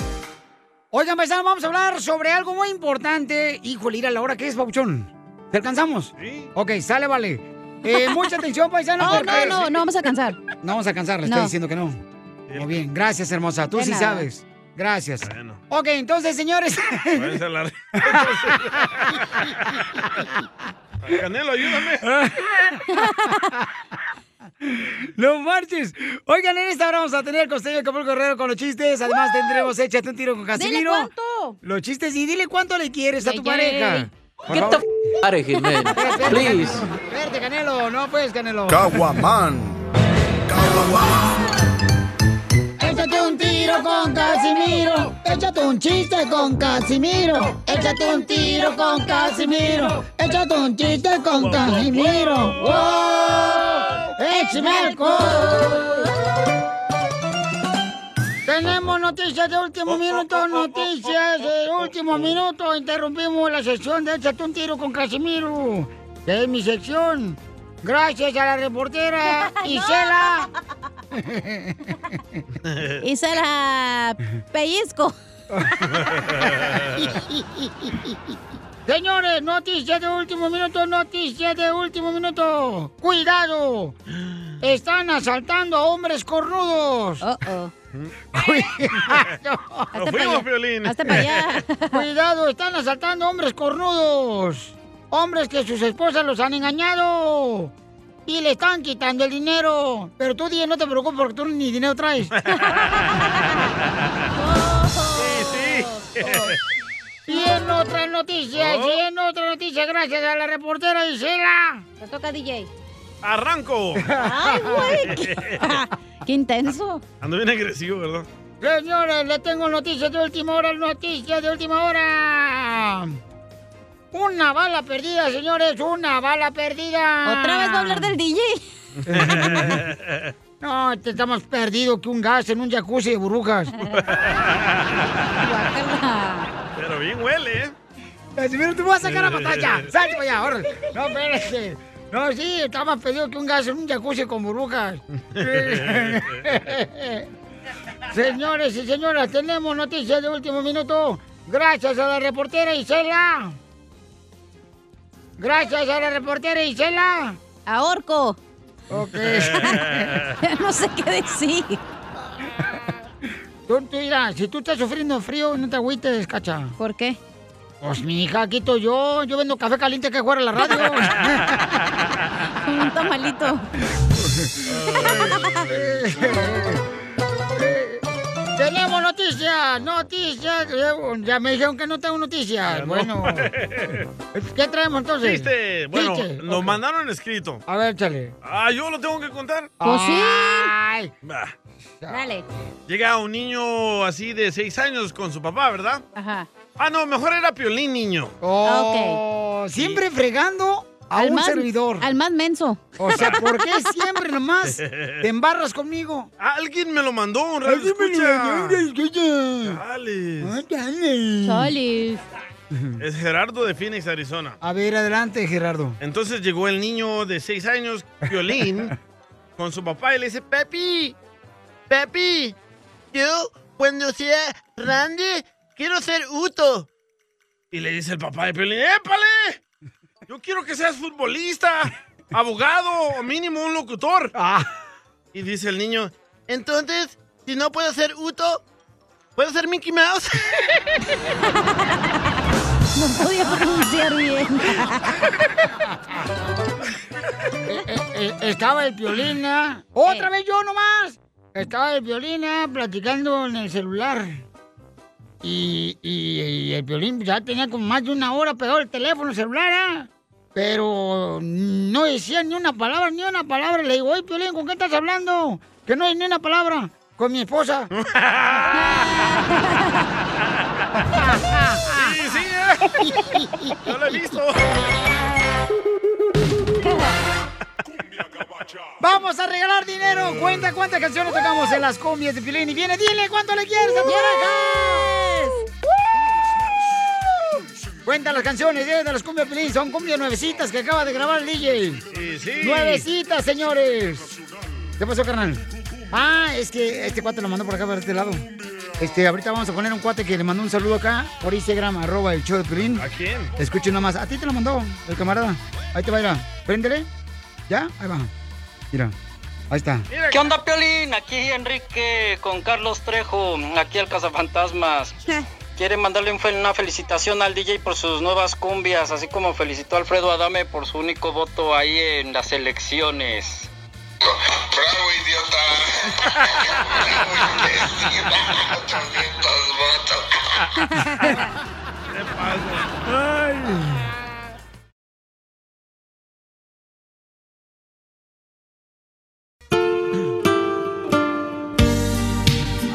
Speaker 2: Oigan, paisanos, vamos a hablar sobre algo muy importante. Híjole, ir a la hora que es, Papuchón. ¿Te alcanzamos? Sí. Ok, sale, vale. Eh, mucha atención, paisanos.
Speaker 4: Oh, No,
Speaker 2: porque-
Speaker 4: no, no, no vamos a cansar.
Speaker 2: No vamos a cansar, le
Speaker 4: No.
Speaker 2: estoy diciendo que no. Muy bien, gracias, hermosa. Tú
Speaker 4: De
Speaker 2: sí
Speaker 4: nada.
Speaker 2: sabes. Gracias. Ok, entonces, señores.
Speaker 1: Canelo, ayúdame.
Speaker 2: No marches. Oigan, en esta hora vamos a tener al costeño de Acapulco Guerrero con los chistes. Además, tendremos Échate un tiro con Casimiro.
Speaker 4: cuánto.
Speaker 2: Los chistes y dile cuánto le quieres a tu
Speaker 15: Yay,
Speaker 2: pareja.
Speaker 15: Get the f out of here, man. Please.
Speaker 2: Espérate, Canelo. No puedes, Canelo.
Speaker 15: Caguaman.
Speaker 2: Échate un tiro con Casimiro. Échate un chiste con Casimiro. Échate un tiro con Casimiro. Échate un chiste con Casimiro. ¡Wow! ¡Échame alcohol! Tenemos noticias de
Speaker 1: Oh,
Speaker 2: último minuto, noticias de último minuto. Interrumpimos la sesión de Échate un tiro con Casimiro. Que es mi sección. Gracias a la reportera Isela.
Speaker 4: Y se la pellizco.
Speaker 2: Señores, noticias de último minuto, noticias de último minuto. Cuidado. Están asaltando a hombres cornudos. Cuidado.
Speaker 1: Nos fuimos, Piolín.
Speaker 2: Cuidado, están asaltando a hombres cornudos. Hombres que sus esposas los han engañado. Y le están quitando el dinero. Pero tú, DJ, no te preocupes porque tú ni dinero traes.
Speaker 15: Sí, sí.
Speaker 2: Y en otras noticias,
Speaker 15: Oh.
Speaker 2: y en otras noticias, gracias a la reportera Isela. Te toca DJ.
Speaker 1: Arranco.
Speaker 2: Ay, güey,
Speaker 4: Qué intenso.
Speaker 1: Ando bien agresivo, ¿verdad?
Speaker 2: Ah. Señores, le tengo noticias de última hora, noticias de última hora. Una bala perdida, señores, una bala perdida.
Speaker 4: Otra vez va a hablar del DJ.
Speaker 2: No, este está más perdido que un gas en un jacuzzi de burbujas.
Speaker 1: Pero bien huele, ¿eh?
Speaker 2: Casimiro, tú vas a sacar la batalla. Salte para allá, órale. No, espérate. No, sí, está más perdido que un gas en un jacuzzi con burbujas. Señores y señoras, tenemos noticias de último minuto. Gracias a la reportera Isela. Gracias a la reportera Isela.
Speaker 4: A Orco.
Speaker 2: Ok.
Speaker 4: no sé qué decir.
Speaker 2: Tú, tú mira, si tú estás sufriendo frío, no te agüites, cacha.
Speaker 4: ¿Por qué?
Speaker 2: Pues mi hija, aquí estoy yo. Yo vendo café caliente que juega la radio.
Speaker 4: Un tamalito.
Speaker 2: Tenemos noticias. noticias, noticias. Ya- Ya me dijeron que no tengo
Speaker 1: Ah,
Speaker 2: noticias. bueno, ¿qué traemos entonces?
Speaker 1: Chiste. Bueno,
Speaker 2: Chiste.
Speaker 1: nos mandaron escrito.
Speaker 2: A ver, échale.
Speaker 1: Ah, yo lo tengo que contar.
Speaker 2: Pues sí. Ay.
Speaker 1: Bah.
Speaker 4: Dale.
Speaker 1: Llega un niño así de seis años con su papá, ¿verdad?
Speaker 4: Ajá.
Speaker 1: Ah, no, mejor era Piolín, niño.
Speaker 2: Oh, Siempre fregando a
Speaker 1: Al
Speaker 2: un
Speaker 1: más-
Speaker 2: servidor. Al
Speaker 4: más menso.
Speaker 2: O sea, ¿por qué siempre nomás te embarras conmigo?
Speaker 1: Alguien me lo mandó, un
Speaker 2: radio
Speaker 1: escucha.
Speaker 2: Dale. Dale.
Speaker 4: Dale.
Speaker 1: Es Gerardo de Phoenix, Arizona.
Speaker 2: A ver, adelante, Gerardo.
Speaker 1: Entonces llegó el niño de seis años, Piolín, con su papá y le dice, Pepi, Pepi, yo cuando sea grande quiero ser Uto. Y le dice el papá de Piolín, ¡épale! Yo quiero que seas futbolista, abogado o mínimo un locutor.
Speaker 2: Ah.
Speaker 1: Y dice el niño, entonces, si no puedo ser Uto, ¿puedo ser Mickey Mouse?
Speaker 4: No podía pronunciar bien.
Speaker 2: Eh, eh, eh, estaba el violina.
Speaker 4: Eh.
Speaker 2: ¡Otra vez yo nomás! Estaba el violina platicando en el celular. Y, y- y el violín ya tenía como más de una hora pegado el teléfono celular, ¿ah? Pero no decía ni una palabra, ni una palabra. Le digo, oye, Piolín, ¿con qué estás hablando? Que no hay ni una palabra. Con mi esposa.
Speaker 1: Sí, sí, ¿eh? Yo lo he visto.
Speaker 2: Vamos a regalar dinero.
Speaker 1: Eh.
Speaker 2: Cuenta cuántas canciones tocamos en las cumbias de Piolín. Y viene, dile cuánto le quieres a tu pareja. ¡Woo! Cuenta las canciones eh, de las cumbias de Piolín. Son cumbias nuevecitas que acaba de grabar el DJ.
Speaker 1: Sí, sí.
Speaker 2: Nuevecitas, señores. ¿Qué pasó, carnal? Ah, es que este cuate lo mandó por acá, por este lado. Este, ahorita vamos a poner un cuate que le mandó un saludo acá por Instagram, arroba el show de Piolín.
Speaker 1: ¿A quién?
Speaker 2: Escuchen nomás. A ti te lo mandó el camarada. Ahí te va, mira. Préndele. ¿Ya? Ahí va. Mira. Ahí está.
Speaker 23: ¿Qué onda, Piolín? Aquí Enrique con Carlos Trejo, aquí el Cazafantasmas. Quiere mandarle un fel- una felicitación al DJ por sus nuevas cumbias, así como felicitó a Alfredo Adame por su único voto ahí en las elecciones.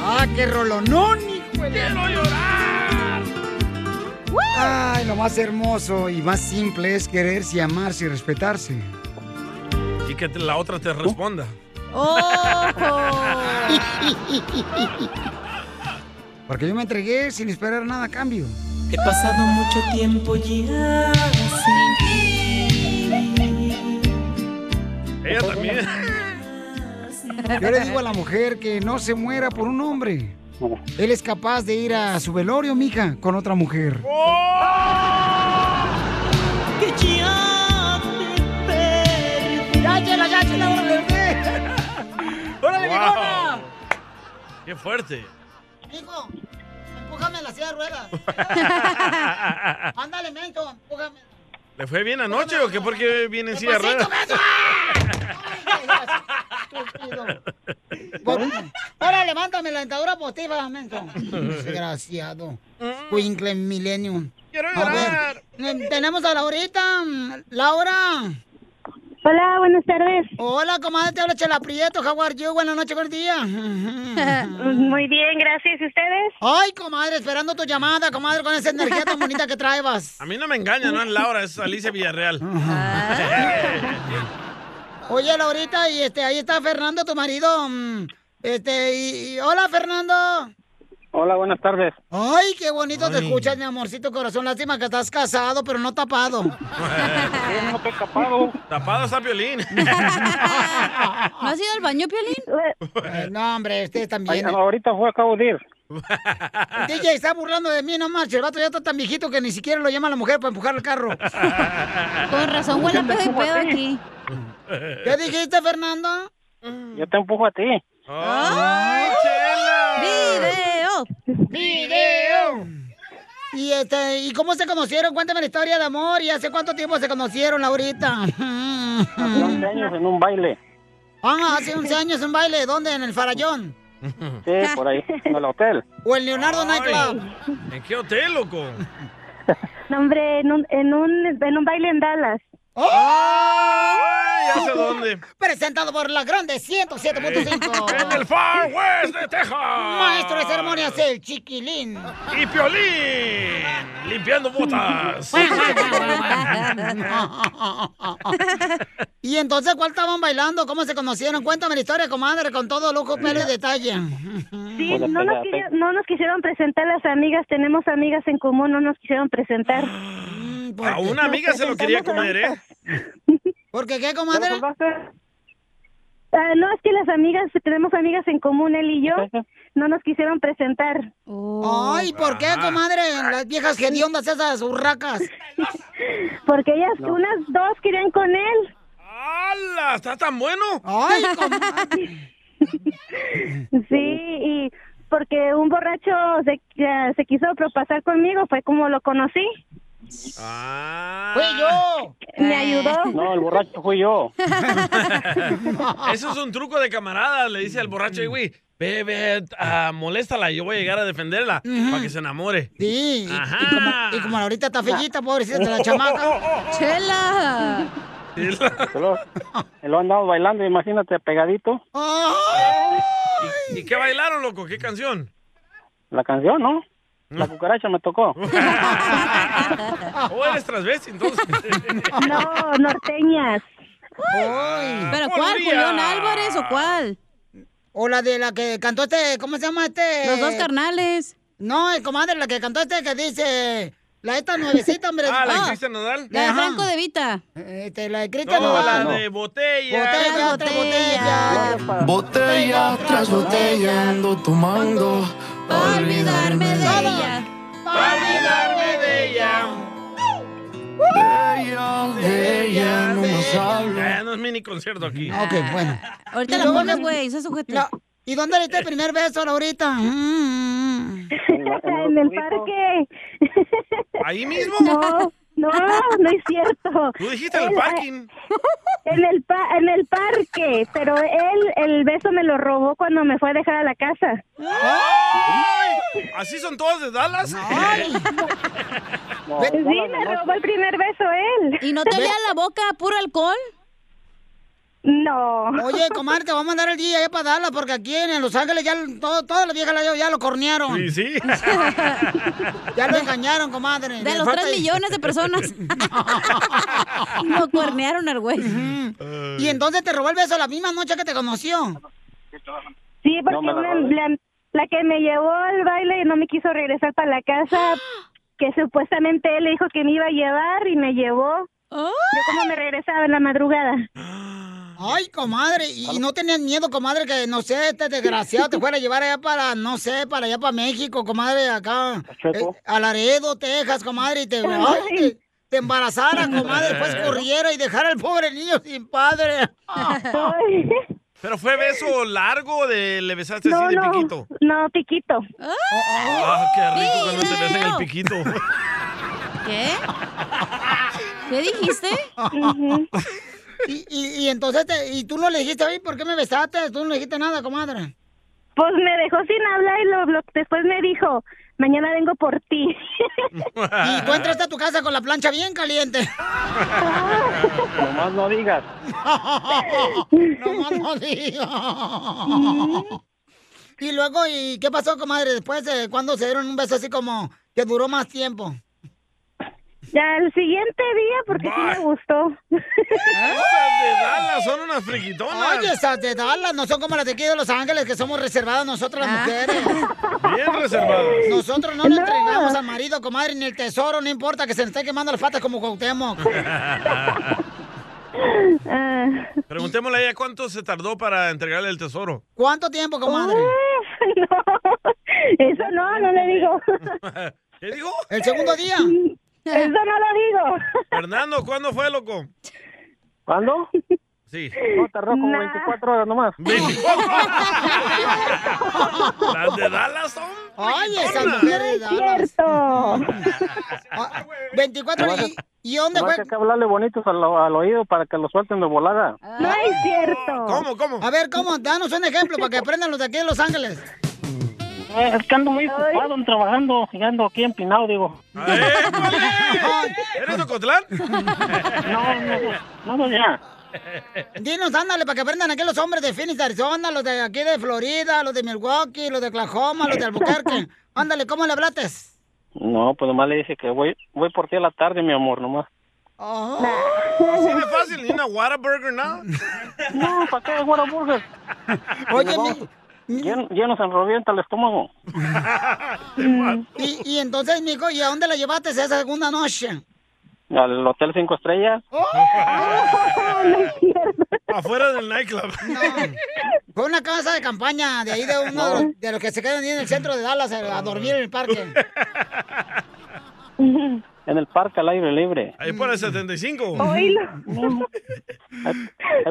Speaker 2: ¡Ah, qué rolonón, hijo! ¡Quiero
Speaker 1: llorar!
Speaker 2: Ay, lo más hermoso y más simple es quererse, amarse y respetarse.
Speaker 1: Y que te- la otra te responda.
Speaker 2: Porque yo me entregué sin esperar nada a cambio.
Speaker 15: He pasado mucho tiempo ya sin ti.
Speaker 1: Ella también.
Speaker 2: Yo le digo a la mujer que no se muera por un hombre. Él es capaz de ir a su velorio, mija, con otra mujer.
Speaker 1: ¡Oh!
Speaker 15: Que ya te perdí.
Speaker 2: ¡Ya, chela, ya, chela, órale! ¡Órale,
Speaker 1: Wow.
Speaker 2: viejona!
Speaker 1: ¡Qué fuerte!
Speaker 2: Hijo, empújame la silla de ruedas. Ándale, mento, empújame.
Speaker 1: ¿Le fue bien anoche o qué? ¿Por qué viene en silla de ruedas?
Speaker 2: Pues, Ahora levántame la dentadura positiva, mento. Desgraciado.
Speaker 12: Mm,
Speaker 2: Quinkle Millennium.
Speaker 1: Quiero
Speaker 2: llorar. eh, tenemos a Laurita. Laura.
Speaker 24: Hola, buenas tardes.
Speaker 2: Hola, comadre, te habla Chela Prieto, Jaguar Yo. Buenas noches, buen día. Muy
Speaker 24: bien, gracias. ¿Y ustedes?
Speaker 2: Ay, comadre, esperando tu llamada, comadre, con esa energía tan bonita que traebas.
Speaker 1: A mí no me engaña, no es Laura, es Alicia Villarreal.
Speaker 2: Ah. Oye, Laurita, y este, ahí está Fernando, tu marido. mm, Este, y, y- hola, Fernando.
Speaker 23: Hola, Ah, buenas tardes.
Speaker 2: Ay, qué bonito te escuchas, mi amorcito corazón. Lástima que estás casado, pero no tapado.
Speaker 1: no estoy tapado. Tapado está Piolín.
Speaker 2: ¿No has ido al baño, Piolín? Eh, no, hombre, ustedes también.
Speaker 23: Ay, ahorita fue, acabo de ir.
Speaker 2: El DJ está burlando de mí, no marches. El vato ya está tan viejito que ni siquiera lo llama la mujer para empujar el carro.
Speaker 23: Con
Speaker 2: razón, huele a pedo y pedo aquí. ¿Qué dijiste, Fernando?
Speaker 23: Yo te empujo a ti.
Speaker 2: ¡Ay,
Speaker 23: chela!
Speaker 2: ¡Video! ¡Video! Y este, ¿y cómo se conocieron? Cuéntame la historia de amor y hace cuánto tiempo se conocieron, Laurita.
Speaker 23: Hace 11 años en un baile.
Speaker 2: Ah, hace 11 años en un baile, ¿dónde? En el Farallón.
Speaker 19: Sí, por ahí, en el hotel.
Speaker 2: O el Leonardo Nightclub.
Speaker 1: ¿En qué hotel, loco?
Speaker 24: No, hombre, en un, en un, en un baile en Dallas.
Speaker 1: Ya sé dónde.
Speaker 2: ¡Oh! Presentado por la grande 107.5.
Speaker 1: En el Far West de Texas.
Speaker 2: Maestro de ceremonias, el chiquilín.
Speaker 1: Y Piolín, limpiando botas.
Speaker 2: y entonces, ¿cuál estaban bailando? ¿Cómo se conocieron? Cuéntame la historia, comadre, con todo lujo, pelo y detalle.
Speaker 24: Sí, no nos, quisi- no nos quisieron presentar las amigas, tenemos amigas en común, no nos quisieron presentar.
Speaker 1: A una amiga se lo quería comer, ¿eh?
Speaker 2: Porque qué, comadre?
Speaker 24: Ah, no, es que las amigas, tenemos amigas en común, él y yo, no nos quisieron presentar.
Speaker 2: Ay, ¿por qué, comadre? Las viejas hediondas esas urracas.
Speaker 24: Porque ellas, unas dos querían con él.
Speaker 1: ¡Hala! ¿Está tan bueno?
Speaker 2: ¡Ay,
Speaker 24: Sí, y porque un borracho se, eh, se quiso propasar conmigo, fue como lo conocí.
Speaker 1: Ah.
Speaker 19: ¡Fui
Speaker 2: yo!
Speaker 24: Me ayudó.
Speaker 19: No, el borracho fui yo.
Speaker 1: Eso es un truco de camarada, le dice al borracho, "Ey, güey, ve, ve, ah, moléstala, yo voy a llegar a defenderla para que se enamore.
Speaker 2: Sí, y-
Speaker 1: Ajá.
Speaker 2: y, como, y como ahorita está fellita, pobrecita de la chamaca. ¡Chela!
Speaker 19: Lo, lo andamos bailando, imagínate, pegadito.
Speaker 1: ¿Y qué bailaron, loco? ¿Qué canción?
Speaker 19: La canción, ¿no? La cucaracha me tocó.
Speaker 1: ¿O eres transvesti, entonces?
Speaker 24: No, norteñas.
Speaker 4: ¿Pero cuál?
Speaker 2: Olvida.
Speaker 4: ¿Julián Álvarez o cuál?
Speaker 2: O la de la que cantó este, ¿cómo se llama este?
Speaker 4: Los dos
Speaker 2: carnales. No, el comadre, la que cantó este que dice, la esta nuevecita, hombre.
Speaker 1: Ah, la de Cristian Nodal.
Speaker 2: La de Franco de Vita. Este, la de Cristian
Speaker 1: No,
Speaker 2: Nodal.
Speaker 1: la de botella.
Speaker 2: Botella, otra botella.
Speaker 9: Botella tras botella ando tomando pa' olvidarme de ella.
Speaker 1: Para olvidarme de ella.
Speaker 9: De ella, de ella no nos hablo.
Speaker 1: Ya, Ah, no es mini concierto aquí.
Speaker 2: Ok, bueno.
Speaker 4: Ahorita
Speaker 2: ¿Y
Speaker 4: la
Speaker 2: dónde-
Speaker 4: pones, güey, ese sujeto.
Speaker 2: La- ¿Y dónde le diste el primer beso, Laurita? Mm.
Speaker 24: en el parque.
Speaker 1: ¿Ahí mismo?
Speaker 24: No, no, no es cierto.
Speaker 1: Tú dijiste en el
Speaker 24: Él,
Speaker 1: parking.
Speaker 24: eh, En el, pa- en el parque, pero él el beso me lo robó cuando me fue a dejar a la casa.
Speaker 1: ¡Ay! ¿Así son todas de Dallas?
Speaker 24: Sí, me robó el primer beso él.
Speaker 4: ¿Y no te olía la boca a puro alcohol?
Speaker 24: No.
Speaker 2: Oye, comadre, te voy a mandar el día allá para Dallas, porque aquí en Los Ángeles ya todo, todas las viejas ya- ya lo cornearon.
Speaker 1: Sí, sí.
Speaker 2: Ya lo engañaron, comadre.
Speaker 4: De
Speaker 2: Le
Speaker 4: los
Speaker 2: falta-
Speaker 4: tres millones de personas. Lo cuernearon al güey.
Speaker 2: Y entonces te robó el beso la misma noche que te conoció.
Speaker 24: Sí, porque
Speaker 2: No me la
Speaker 24: una-
Speaker 2: robes.
Speaker 24: la, la que me llevó al baile y no me quiso regresar para la casa, que supuestamente él le dijo que me iba a llevar y me llevó.
Speaker 2: ¡Ah!
Speaker 24: Yo como me regresaba en la madrugada.
Speaker 2: Ay, comadre, y, y no tenías miedo, comadre, que no sé, este desgraciado te fuera a llevar allá para, no sé, para allá para México, comadre, acá.
Speaker 19: Checo.
Speaker 2: eh, a Laredo, Texas, comadre, y te, ay, te, te embarazara, comadre, después corriera y dejara al pobre niño sin padre.
Speaker 1: ¿Pero fue beso largo o de le besaste
Speaker 24: No,
Speaker 1: así de
Speaker 24: no,
Speaker 1: piquito?
Speaker 24: no, piquito.
Speaker 1: ¡Ah, qué rico cuando te besan el piquito!
Speaker 4: ¿Qué? ¿Qué dijiste?
Speaker 2: y, y, y entonces, te- y tú no le dijiste, oye, ¿por qué me besaste? Tú no le dijiste nada, comadre.
Speaker 24: Pues me dejó sin hablar y lo, blo- después me dijo, mañana vengo por ti.
Speaker 2: Y tú entraste a tu casa con la plancha bien caliente.
Speaker 19: Nomás no digas.
Speaker 2: no más no digo. Y luego, ¿y qué pasó, comadre? Después, eh, ¿cuándo se dieron un beso así como que duró más tiempo?
Speaker 24: Ya el siguiente día, porque sí me gustó.
Speaker 1: ¡Esas de Dallas son unas friquitonas!
Speaker 2: Oye, esas de Dallas no son como las de aquí de Los Ángeles, que somos reservadas nosotras
Speaker 24: Ah.
Speaker 2: las mujeres.
Speaker 1: Bien reservadas.
Speaker 2: Nosotros no le entregamos al marido, comadre, ni el tesoro, no importa que se le esté quemando las patas como Cuauhtémoc.
Speaker 24: Ah.
Speaker 1: Preguntémosle a ella cuánto se tardó para entregarle el tesoro.
Speaker 2: ¿Cuánto tiempo, comadre?
Speaker 24: Eso no, no le digo.
Speaker 1: ¿Qué dijo?
Speaker 2: ¿El segundo día?
Speaker 24: Eso no lo digo.
Speaker 1: Fernando, ¿cuándo fue, loco?
Speaker 19: ¿Cuándo?
Speaker 1: Sí.
Speaker 19: No, tardó como 24 horas nomás.
Speaker 1: Las Las de Dallas son.
Speaker 2: ¡Ay, esa
Speaker 1: fregonas.
Speaker 2: mujer de Dallas!
Speaker 1: Ah,
Speaker 2: 24 horas. ¿Y, y dónde fue?
Speaker 19: Nomás que hay que hablarle bonitos al, al oído para que lo suelten de volada.
Speaker 2: No es cierto. ¿Cómo, cómo? A ver, ¿cómo? Danos un ejemplo para que aprendan los de aquí de Los Ángeles.
Speaker 5: Eh, Es que ando muy ocupado ando trabajando y ando aquí empinado, digo.
Speaker 1: ¿Eres de Ocotlán?
Speaker 5: No, no, ya.
Speaker 2: Dinos, ándale, para que aprendan aquí los hombres de Phoenix, de Arizona, los de aquí de Florida, los de Milwaukee, los de Oklahoma, los de Albuquerque. Ándale, ¿cómo le hablaste?
Speaker 5: No, pues nomás le dije que voy, voy por ti a la tarde, mi amor, nomás.
Speaker 1: Así de fácil, ni una Whataburger, ¿no?
Speaker 5: No, ¿para qué, güera burger?
Speaker 2: Oye,
Speaker 5: Ya, ya nos enrobienta el estómago.
Speaker 2: Y, y entonces, mijo, ¿y a dónde la llevaste esa segunda noche?
Speaker 5: Al Hotel Cinco Estrellas.
Speaker 1: Afuera del nightclub.
Speaker 2: Fue una casa de campaña de ahí de uno de, los, de los que se quedan ahí en el centro de Dallas a, a dormir en el parque.
Speaker 5: En el parque al aire libre.
Speaker 2: Mm.
Speaker 1: Ahí por el 75. pues.
Speaker 5: Ahí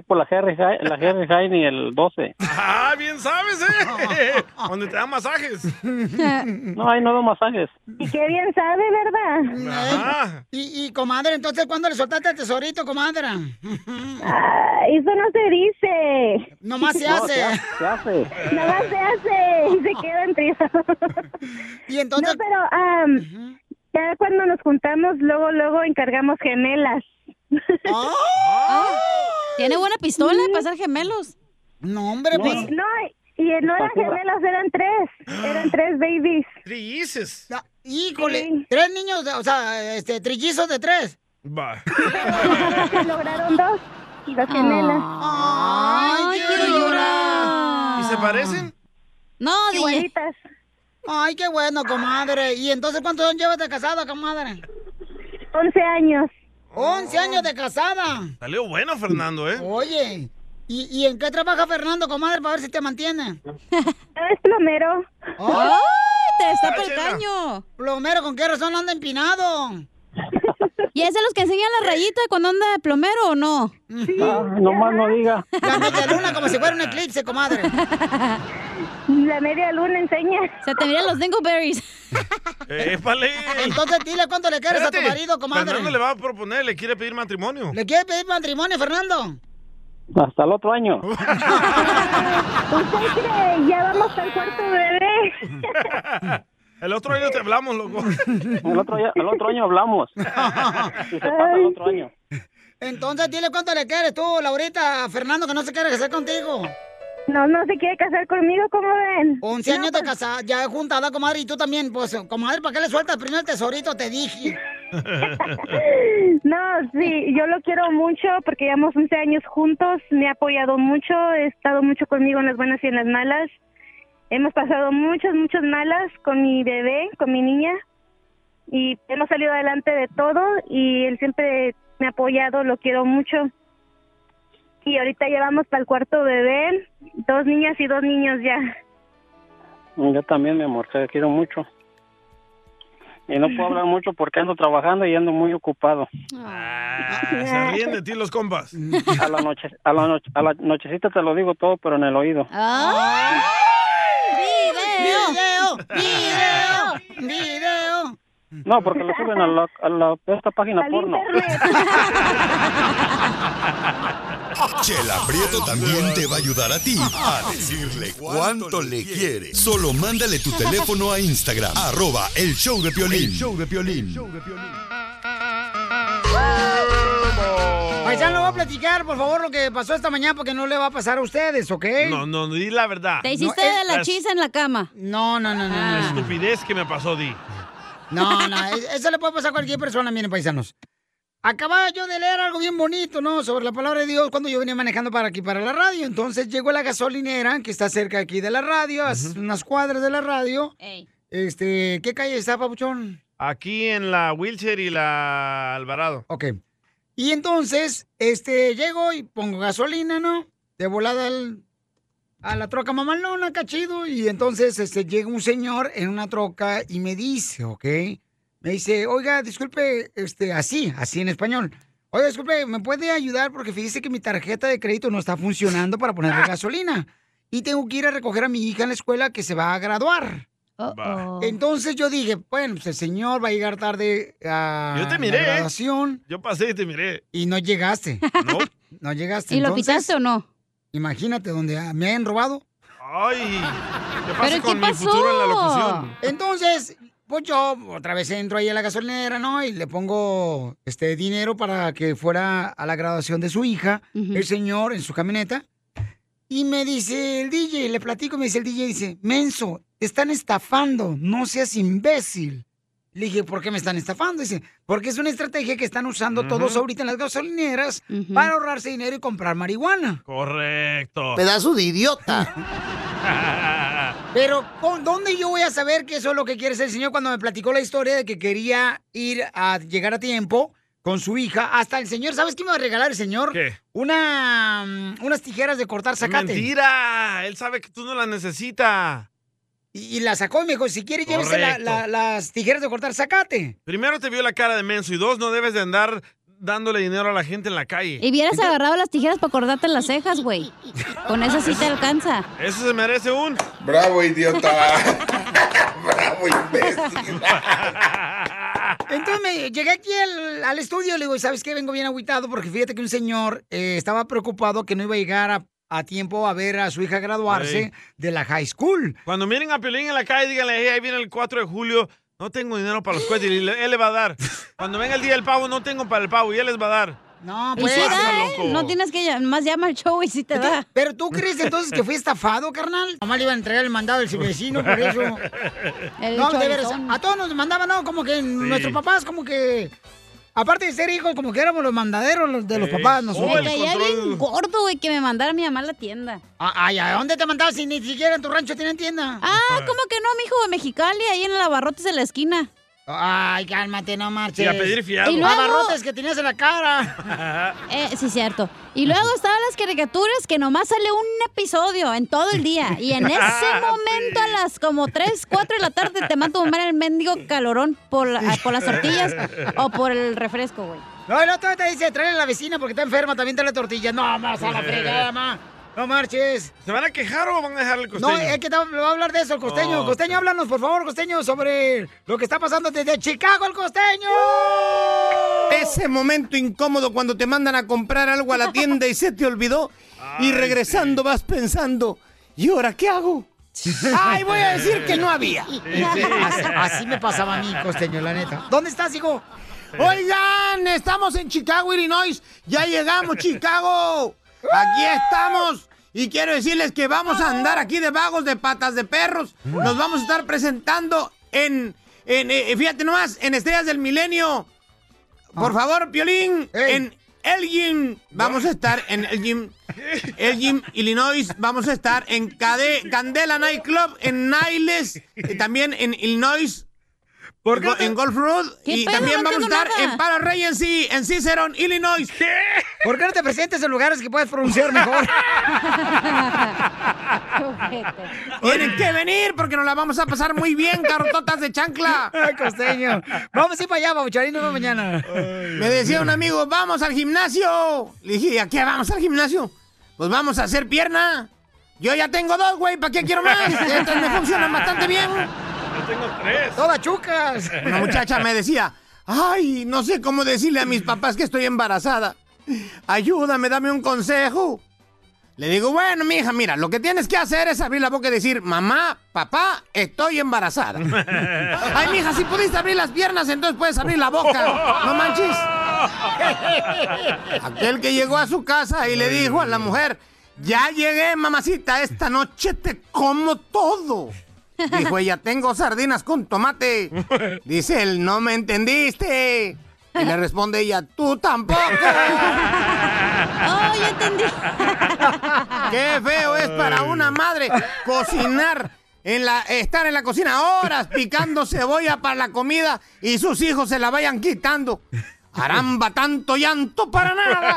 Speaker 5: por la Henry, Hy- la Henry Hyde y el 12.
Speaker 1: Ah, bien sabes, ¿eh? Donde te dan masajes.
Speaker 5: No, ahí no doy masajes.
Speaker 2: Y qué bien sabe, ¿verdad? Y, y, comadre, entonces, ¿cuándo le soltaste el tesorito, comadre?
Speaker 24: Ah, eso no se dice.
Speaker 2: Nomás se hace.
Speaker 5: ¿Qué hace?
Speaker 24: Nomás se hace y se queda entre
Speaker 2: Y entonces...
Speaker 24: No, pero am, ya cuando nos juntamos, luego, luego encargamos gemelas.
Speaker 4: Ah. ¿Tiene buena pistola para ser gemelos?
Speaker 2: No, hombre,
Speaker 24: No, pues- no, y no eran gemelos, eran tres. Eran tres babies.
Speaker 1: Trillices.
Speaker 2: Ah, Híjole, tres niños, de- o sea, este, trillizos de tres.
Speaker 1: Va.
Speaker 24: Lograron dos. Dos gemelas.
Speaker 2: Ay, quiero llorar.
Speaker 1: ¿Y se parecen?
Speaker 2: No, Igualitas. Ay, qué bueno, comadre. ¿Y entonces cuántos años llevas de casada, comadre?
Speaker 24: Once años.
Speaker 2: Once años de casada.
Speaker 1: Salió bueno, Fernando,
Speaker 2: Oh.
Speaker 1: ¿eh?
Speaker 2: Oye, ¿y, y en qué trabaja Fernando, comadre, para ver si te mantiene?
Speaker 24: Es plomero.
Speaker 2: ¡Ay,
Speaker 4: te está por el caño!
Speaker 2: Plomero, ¿con qué razón anda empinado?
Speaker 4: ¿Y es de los que enseñan la rayita cuando anda de plomero o no?
Speaker 24: Ah.
Speaker 5: Ah, nomás no diga.
Speaker 2: La media luna como si fuera un eclipse, comadre.
Speaker 24: La media luna enseña.
Speaker 4: Se te miran los dingleberries.
Speaker 1: ¡Épale!
Speaker 2: Entonces dile cuánto le quieres a tu
Speaker 1: Espérate,
Speaker 2: marido, comadre.
Speaker 1: Fernando le va a proponer, le quiere pedir matrimonio.
Speaker 2: ¿Le quieres pedir matrimonio, Fernando?
Speaker 5: Hasta el otro año.
Speaker 24: ¿Usted cree? Ya vamos al cuarto bebé.
Speaker 1: El otro año te hablamos, loco.
Speaker 5: El otro, ya- el otro año hablamos. Y se pasa el otro año.
Speaker 2: Entonces dile cuánto le quieres tú, Laurita, a Fernando, que no se quiere casar contigo.
Speaker 24: No, no se quiere casar conmigo, ¿cómo ven? pues.
Speaker 2: 11 años de casada, ya juntada, comadre, y tú también, pues, comadre, ¿para qué le sueltas primero el tesorito? Te dije.
Speaker 24: No, sí, yo lo quiero mucho porque llevamos 11 años juntos, me ha apoyado mucho, he estado mucho conmigo en las buenas y en las malas. Hemos pasado muchas, muchas malas con mi bebé, con mi niña, y hemos salido adelante de todo y él siempre me ha apoyado, lo quiero mucho. Y ahorita llevamos para el cuarto bebé, dos niñas y dos niños ya.
Speaker 5: Yo también, mi amor, te quiero mucho. Y no puedo hablar mucho porque ando trabajando y ando muy ocupado.
Speaker 1: Ah, se ríen de ti los compas.
Speaker 5: A la, noche, a, la noche, a la nochecita te lo digo todo, pero en el oído.
Speaker 2: ¡Video! ¡Video! ¡Video!
Speaker 5: No, porque lo suben a la, a la- a esta página porno.
Speaker 8: Chela Prieto también te va a ayudar a ti a decirle cuánto le quiere. Solo mándale tu teléfono a Instagram, arroba el show de Piolín. show de Piolín.
Speaker 2: Paisano, voy a platicar, por favor, lo que pasó esta mañana, porque no le va a pasar a ustedes, ¿ok?
Speaker 1: No, no, di la verdad.
Speaker 4: Te hiciste
Speaker 1: No,
Speaker 4: de la
Speaker 1: es-
Speaker 4: chisa en la cama.
Speaker 2: No, no, no, no.
Speaker 1: La estupidez que me pasó, Di.
Speaker 4: Ah.
Speaker 2: No, no, e- eso le puede pasar a cualquier persona, miren, paisanos. Acababa yo de leer algo bien bonito, ¿no? Sobre la palabra de Dios cuando yo venía manejando para aquí, para la radio. Entonces llegó la gasolinera que está cerca aquí de la radio, a unas cuadras de la radio. Este, ¿qué calle está, Papuchón?
Speaker 1: Aquí en la Wilcher y la Alvarado.
Speaker 2: Ok. Y entonces, este, llego y pongo gasolina, ¿no? De volada al- a la troca mamalona, cachido. Y entonces, este, llega un señor en una troca y me dice, ¿ok? Me dice, oiga, disculpe, este, así, así en español. Oiga, disculpe, ¿me puede ayudar? Porque fíjese que mi tarjeta de crédito no está funcionando para ponerle gasolina. y tengo que ir a recoger a mi hija en la escuela que se va a graduar.
Speaker 12: Oh.
Speaker 2: Entonces yo dije, bueno, pues el señor va a llegar tarde a
Speaker 1: Yo te
Speaker 2: la
Speaker 1: miré. ¿eh?
Speaker 2: graduación
Speaker 1: Yo pasé y te miré.
Speaker 2: y no llegaste.
Speaker 1: No.
Speaker 2: No llegaste.
Speaker 4: ¿Y lo
Speaker 2: Entonces,
Speaker 4: pitaste o no?
Speaker 2: Imagínate donde ah, me han robado.
Speaker 1: Ay. ¿Qué pasa
Speaker 2: ¿Pero
Speaker 1: con mi futuro en la locución?
Speaker 2: Entonces, pues yo otra vez entro ahí a la gasolinera, ¿no? Y le pongo este dinero para que fuera a la graduación de su hija, el señor en su camioneta. Y me dice el DJ, le platico, me dice el DJ, dice, Menso, te están estafando, no seas imbécil. Le dije, ¿por qué me están estafando? Dice, porque es una estrategia que están usando todos
Speaker 1: Ujú.
Speaker 2: ahorita en las gasolineras para ahorrarse dinero y comprar marihuana. Oh.
Speaker 1: Correcto.
Speaker 2: de idiota. Pero, ¿con ¿dónde yo voy a saber que eso es lo que quiere ser el señor cuando me platicó la historia de que quería ir a llegar a tiempo con su hija? Hasta el señor, ¿sabes qué me va a regalar el señor?
Speaker 1: ¿Qué?
Speaker 2: Una, mm, unas tijeras de cortar zacate.
Speaker 1: Mentira. Él sabe que tú no la necesitas.
Speaker 2: Y, y la sacó y me dijo, si quiere, llévese la-
Speaker 1: Correcto.
Speaker 2: la- las tijeras de cortar zacate.
Speaker 1: Primero te vio la cara de menso y dos, no debes de andar dándole dinero a la gente en la calle.
Speaker 4: Y hubieras agarrado las tijeras para cortarte las cejas, güey. Con esas sí te alcanza.
Speaker 1: Eso se merece un...
Speaker 8: Bravo, idiota.
Speaker 2: Entonces me llegué aquí al, al estudio y le digo, ¿sabes qué? Vengo bien agüitado porque fíjate que un señor eh, estaba preocupado que no iba a llegar a, a tiempo a ver a su hija graduarse
Speaker 1: Ey.
Speaker 2: de la high school.
Speaker 1: Cuando miren a Piolín en la calle, díganle, "Hey, ahí viene el 4 de julio, no tengo dinero para los cohetes, y le- él le va a dar. Cuando venga el día del pavo, no tengo para el pavo, y él les va a dar.
Speaker 2: No,
Speaker 4: Y
Speaker 1: pues.
Speaker 4: sí da,
Speaker 1: Está
Speaker 4: ¿eh?
Speaker 1: loco.
Speaker 4: No tienes que llamar, más llama al show y sí te da.
Speaker 2: Pero tú crees entonces que fui estafado, carnal. Mamá le iba a entregar el mandado del vecino por eso. no, de veras,
Speaker 4: chorizón.
Speaker 2: a todos nos mandaban, no, como que nuestros papás como que... Aparte de ser hijos, como que éramos los mandaderos los- de los
Speaker 4: Ey.
Speaker 2: papás.
Speaker 4: Me caía bien gordo, güey, que me mandara mi mamá a la tienda.
Speaker 2: Ah, Ay, ¿a dónde te mandabas si ni siquiera en tu rancho tienen tienda?
Speaker 4: Ah, ¿cómo que no, mijo? En Mexicali, ahí en el abarrotes de la esquina.
Speaker 2: Ay, cálmate, no marches.
Speaker 4: Y a pedir fiado. Y luego-
Speaker 2: Abarrotes que tenías en la cara.
Speaker 4: Eh, sí, cierto. Y luego estaban las caricaturas que nomás sale un episodio en todo el día. Y en ese
Speaker 2: Ah,
Speaker 4: momento, a las como 3, 4 de la tarde, te manda tu mamá el mendigo calorón por, la- por las tortillas o por el refresco, güey.
Speaker 2: No, el otro te dice, tráele a la vecina porque está enferma, también trae la tortilla. No, más a la fregada, ma. No marches.
Speaker 1: ¿Se van a quejar o van a dejar el costeño?
Speaker 2: No, es que te va va a hablar de eso el costeño.
Speaker 1: Oh,
Speaker 2: costeño, háblanos, por favor, costeño, sobre lo que está pasando desde Chicago, el costeño.
Speaker 6: Ese momento incómodo cuando te mandan a comprar algo a la tienda y se te olvidó y regresando vas pensando, ¿y ahora qué hago? Ay, voy a decir que no había.
Speaker 2: Así, así me pasaba a mí, costeño, la neta. ¿Dónde estás, hijo?
Speaker 6: Oigan, estamos en Chicago, Illinois. Ya llegamos, Chicago. Aquí estamos. Y quiero decirles que vamos a andar aquí de vagos, de patas de perros. Nos vamos a estar presentando en, en eh, fíjate nomás, en Estrellas del Milenio. Por favor, Piolín, en Elgin. Vamos a estar en Elgin, Elgin, Illinois. Vamos a estar en Cade- Candela Nightclub, en Niles, eh, también en Illinois. Go- en Golf Road
Speaker 2: ¿Qué
Speaker 6: y
Speaker 2: pedo?
Speaker 6: también
Speaker 2: No
Speaker 6: vamos a
Speaker 2: entiendo
Speaker 6: estar
Speaker 2: nada.
Speaker 6: en Para Regency, en Cicerón, Illinois.
Speaker 2: ¿Por qué no te presentes en lugares que puedes pronunciar mejor?
Speaker 6: Tienen que venir porque nos la vamos a pasar muy bien, carrototas de chancla.
Speaker 2: Ay, costeño. Vamos a ir para allá, babucharín, nos vemos mañana.
Speaker 6: Me decía un amigo, vamos al gimnasio. Le dije, ¿y a qué vamos al gimnasio? Pues vamos a hacer pierna. Yo ya tengo dos, güey, ¿para qué quiero más? Estas me funcionan bastante bien.
Speaker 1: Yo tengo tres.
Speaker 2: Todas chucas.
Speaker 6: Una muchacha me decía, ay, no sé cómo decirle a mis papás que estoy embarazada. Ayúdame, dame un consejo. Le digo, bueno, mija, mira, lo que tienes que hacer es abrir la boca y decir, mamá, papá, estoy embarazada. Ay, mija, si pudiste abrir las piernas, entonces puedes abrir la boca. No manches. Aquel que llegó a su casa y le dijo a la mujer, ya llegué, mamacita, esta noche te como todo. Dijo ella, tengo sardinas con tomate. Dice él, no me entendiste. Y le responde ella, tú tampoco.
Speaker 4: Oh, ya entendí.
Speaker 6: Qué feo es para una madre cocinar. En la, estar en la cocina horas picando cebolla para la comida y sus hijos se la vayan quitando. Caramba, tanto llanto para nada.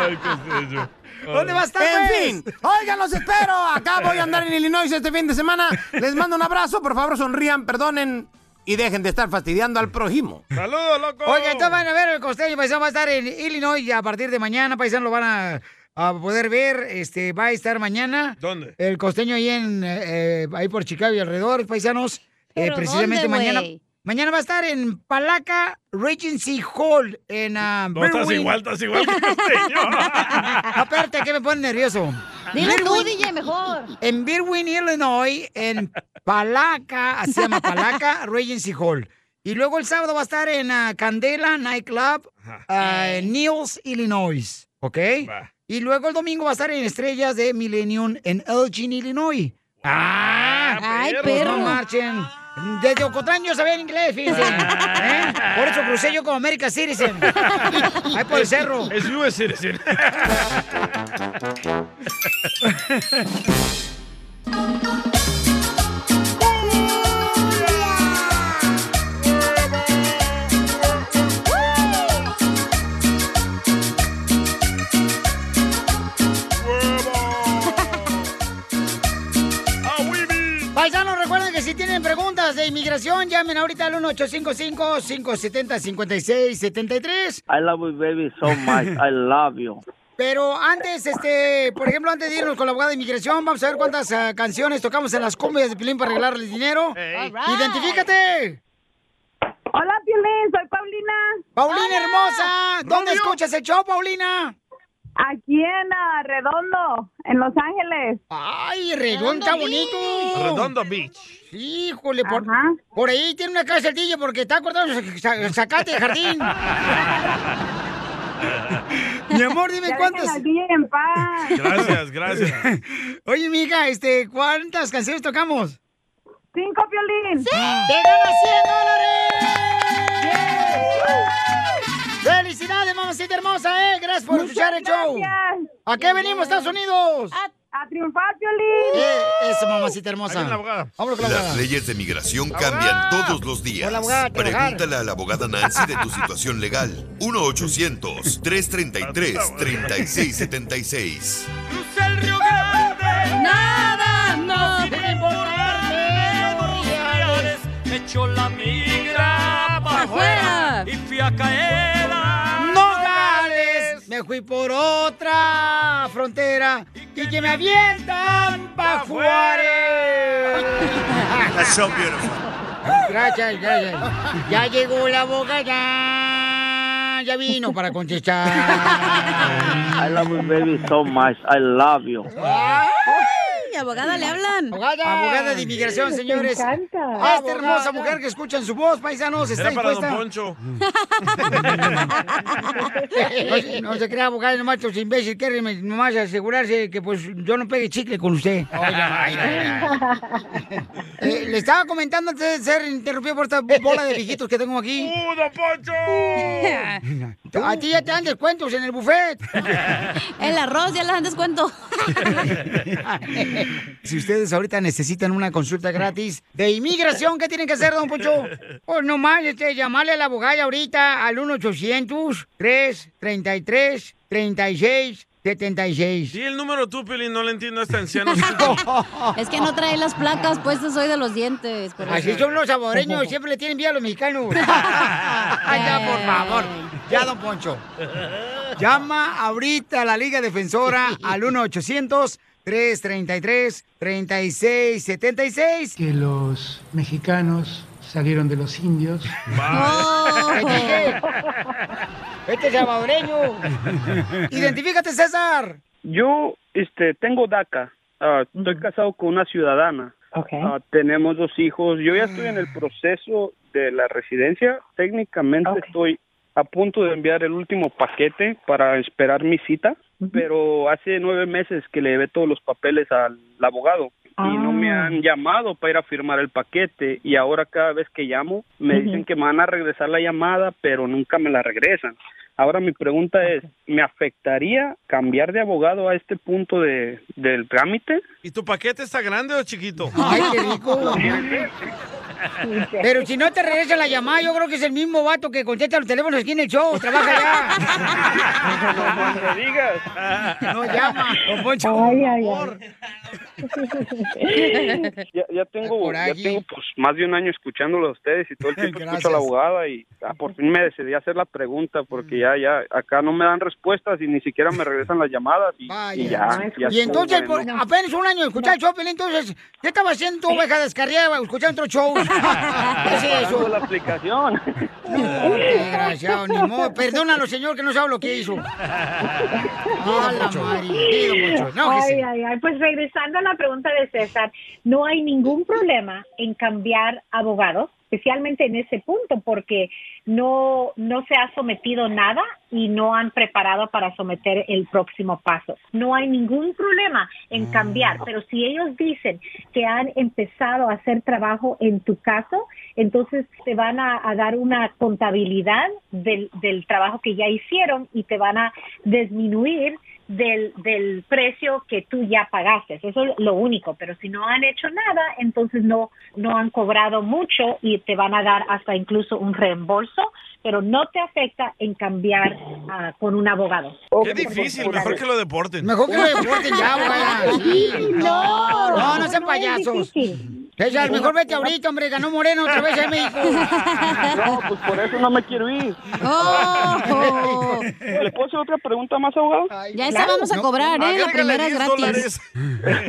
Speaker 1: Ay, costeño.
Speaker 6: ¿Dónde va a estar?
Speaker 9: pues?
Speaker 6: pues? En fin, oigan, los espero. Acá voy a andar en Illinois este fin de semana. Les mando un abrazo. Por favor, sonrían, perdonen y dejen de estar fastidiando al prójimo.
Speaker 1: ¡Saludos, loco!
Speaker 2: Oiga, entonces van a ver el costeño, paisano, va a estar en Illinois y a partir de mañana, paisano, lo van a, a poder ver. Este, va a estar mañana.
Speaker 1: ¿Dónde?
Speaker 2: El costeño ahí en eh, eh, ahí por Chicago y alrededor, paisanos. Eh,
Speaker 1: ¿Pero
Speaker 2: precisamente
Speaker 1: dónde,
Speaker 2: mañana.
Speaker 1: güey?
Speaker 2: Mañana va a estar en Palaca Regency Hall en ah,
Speaker 1: No, estás
Speaker 2: Berwyn.
Speaker 1: igual, estás igual que
Speaker 2: Aparte, que me pone nervioso.
Speaker 4: Dilo tú,
Speaker 2: Berwyn-
Speaker 4: DJ, mejor.
Speaker 2: En Berwyn, Illinois, en Palaca, así se llama Palaca Regency Hall. Y luego el sábado va a estar en ah, Candela Nightclub, ah, en Niles, Illinois. ¿Ok? Y luego el domingo va a estar en Estrellas de Millennium en Elgin, Illinois. ¡Ah!
Speaker 4: Ay,
Speaker 2: Pues
Speaker 4: perro.
Speaker 2: no marchen. Desde Ocotlán yo sabía inglés, fíjense. ¿Eh? Por eso crucé yo con America Citizen. pues. Ahí por el cerro.
Speaker 1: Es US Citizen.
Speaker 2: Paisanos, recuerden que si tienen preguntas de inmigración, llamen ahorita al 1855-570-5673.
Speaker 7: I love you, baby, so much. I love you.
Speaker 2: Pero antes, este, por ejemplo, antes de irnos con la abogada de inmigración, vamos a ver cuántas ah, canciones tocamos en las cumbias de Pilín para regalarles dinero. ¡Identifícate!
Speaker 11: Hola, Piolín, soy Paulina.
Speaker 2: Paulina hermosa, ¿dónde escuchas el show, Paulina?
Speaker 11: Aquí en ah, Redondo, en Los Ángeles.
Speaker 2: ¡Ay, Redondo está bonito!
Speaker 1: Redondo Beach.
Speaker 2: Híjole, por, por ahí tiene una casa el DJ porque está cortando sa- sa- zacate de jardín. Mi amor, dime
Speaker 1: Ya
Speaker 2: cuántas.
Speaker 1: dejen al
Speaker 2: en paz.
Speaker 1: Gracias, Pues gracias.
Speaker 2: Oye, mija, este, ¿cuántas canciones tocamos?
Speaker 11: Cinco violín.
Speaker 2: ¡Sí! ¡Te ganas 100 dólares! ¡Felicidades, mamacita hermosa, eh! Gracias por
Speaker 11: Muchas
Speaker 2: escuchar el show.
Speaker 11: gracias.
Speaker 2: ¿A qué venimos, Estados Unidos?
Speaker 11: A, triunfar, Piolín.
Speaker 2: Eh, eso, mamacita hermosa.
Speaker 11: Ahí viene la
Speaker 2: Vámonos con la
Speaker 8: Las
Speaker 2: abogada.
Speaker 8: leyes de migración cambian todos los días.
Speaker 2: Hola, abogada, trabajar.
Speaker 8: Pregúntale a la abogada Nancy de tu situación legal. 1-800-333-3676.
Speaker 4: Nada, no
Speaker 2: debe importarme.
Speaker 15: Me echó la migra para afuera y fui a caer.
Speaker 2: Nogales, me fui por otra frontera y que me avientan pa' Juárez.
Speaker 9: That's so beautiful.
Speaker 2: Gracias, gracias. Ya llegó la abogada, ya vino para contestar.
Speaker 7: I love you, baby, so much. I love you.
Speaker 2: ¡Ay,
Speaker 4: abogada, le hablan.
Speaker 2: Abogada, abogada de inmigración,
Speaker 4: Te
Speaker 2: señores.
Speaker 4: encanta.
Speaker 2: A esta hermosa
Speaker 4: Abogada.
Speaker 2: mujer que escuchan su voz, paisanos, Pues está
Speaker 1: Era para
Speaker 2: impuesta.
Speaker 1: Don Poncho.
Speaker 2: No, no se crea, abogado, nomás estos imbéciles quieren nomás asegurarse que pues yo no pegue chicle con usted.
Speaker 9: Oiga, ay,
Speaker 2: Eh, le estaba comentando antes de ser interrumpido por esta bola de viejitos que tengo aquí.
Speaker 1: ¡Uh, don Poncho!
Speaker 2: A ti ya te dan descuentos en el buffet.
Speaker 4: El arroz, ya les dan descuento.
Speaker 2: Si ustedes ahorita necesitan una consulta gratis de inmigración, ¿qué tienen que hacer, don Poncho? Pues nomás, este, llamarle a la abogada ahorita al 1-800-333-3676.
Speaker 1: Sí, el número tú, Pili, no le entiendo a este anciano.
Speaker 4: Es que no trae las placas puestas hoy de los dientes. por
Speaker 2: Así
Speaker 4: eso.
Speaker 2: son los saboreños, siempre le tienen vía a los mexicanos. Ay, ya, por favor. Ya, don Poncho. Llama ahorita a la Liga Defensora al 1-800-333-3676.
Speaker 10: que los mexicanos salieron de los indios.
Speaker 2: Este es salvadoreño. Identifícate, César.
Speaker 25: Yo este, tengo DACA. Ah, Estoy casado con una ciudadana. Ah, tenemos dos hijos. Yo ya estoy en el proceso de la residencia. Técnicamente estoy a punto de enviar el último paquete para esperar mi cita, pero hace nueve meses que le llevé todos los papeles al abogado y no me
Speaker 20: Ah.
Speaker 25: han llamado para ir a firmar el paquete y ahora cada vez que llamo me
Speaker 26: Ujú.
Speaker 25: dicen que me van a regresar la llamada, pero nunca me la regresan. Ahora mi pregunta es, ¿me afectaría cambiar de abogado a este punto de, del trámite?
Speaker 1: ¿Y tu paquete está grande o chiquito?
Speaker 2: Ay, qué rico. Pero si no te regresa la llamada, yo creo que es el mismo vato que contesta los teléfonos aquí en el show. Trabaja ya.
Speaker 25: No digas.
Speaker 2: No llama. Don Poncho. por
Speaker 25: Ay, ay,
Speaker 2: favor.
Speaker 25: ya, ya tengo, ya
Speaker 27: Coraje.
Speaker 25: tengo pues, más de un año escuchándolo a ustedes y todo el tiempo escucho a la abogada y ah, por fin me decidí a hacer la pregunta porque ya, ya, acá no me dan respuestas y ni siquiera me regresan las llamadas y, y ya. ya
Speaker 2: y
Speaker 25: estuvo
Speaker 2: entonces,
Speaker 25: bueno.
Speaker 2: por- apenas un año de escuchar el show, Pelín, entonces, ¿qué estaba haciendo tu oveja descarriada escuchando otro show? ¿Qué es
Speaker 25: Pagando
Speaker 2: eso?
Speaker 25: la aplicación.
Speaker 2: Qué Desgraciado, ni modo. Perdónalo, señor, que no sabe lo que hizo. A la madre. Sí, don Poncho, enójese.
Speaker 28: Ay, ay, ay. Pues regresando a la pregunta de César, no hay ningún problema en cambiar abogado, especialmente en ese punto, porque no, no se ha sometido nada y no han preparado para someter el próximo paso. No hay ningún problema en cambiar, pero si ellos dicen que han empezado a hacer trabajo en tu caso, entonces te van a, a dar una contabilidad del, del trabajo que ya hicieron y te van a disminuir del, del precio que tú ya pagaste. Eso es lo único, pero si no han hecho nada, entonces no, no han cobrado mucho y te van a dar hasta incluso un reembolso, pero no te afecta en cambiar ah, con un abogado.
Speaker 1: Qué difícil, mejor que lo deporten.
Speaker 2: Mejor que lo deporten ya, güey. Sí.
Speaker 28: No.
Speaker 2: No, no sean
Speaker 28: No,
Speaker 2: payasos.
Speaker 28: es difícil.
Speaker 2: César, mejor vete ahorita, hombre. Ganó Moreno otra vez en México.
Speaker 25: No, pues por eso no me quiero ir.
Speaker 2: Oh.
Speaker 25: ¿Le puedo hacer otra pregunta más, abogado?
Speaker 9: Ya esa vamos a cobrar, ¿eh? La primera es gratis.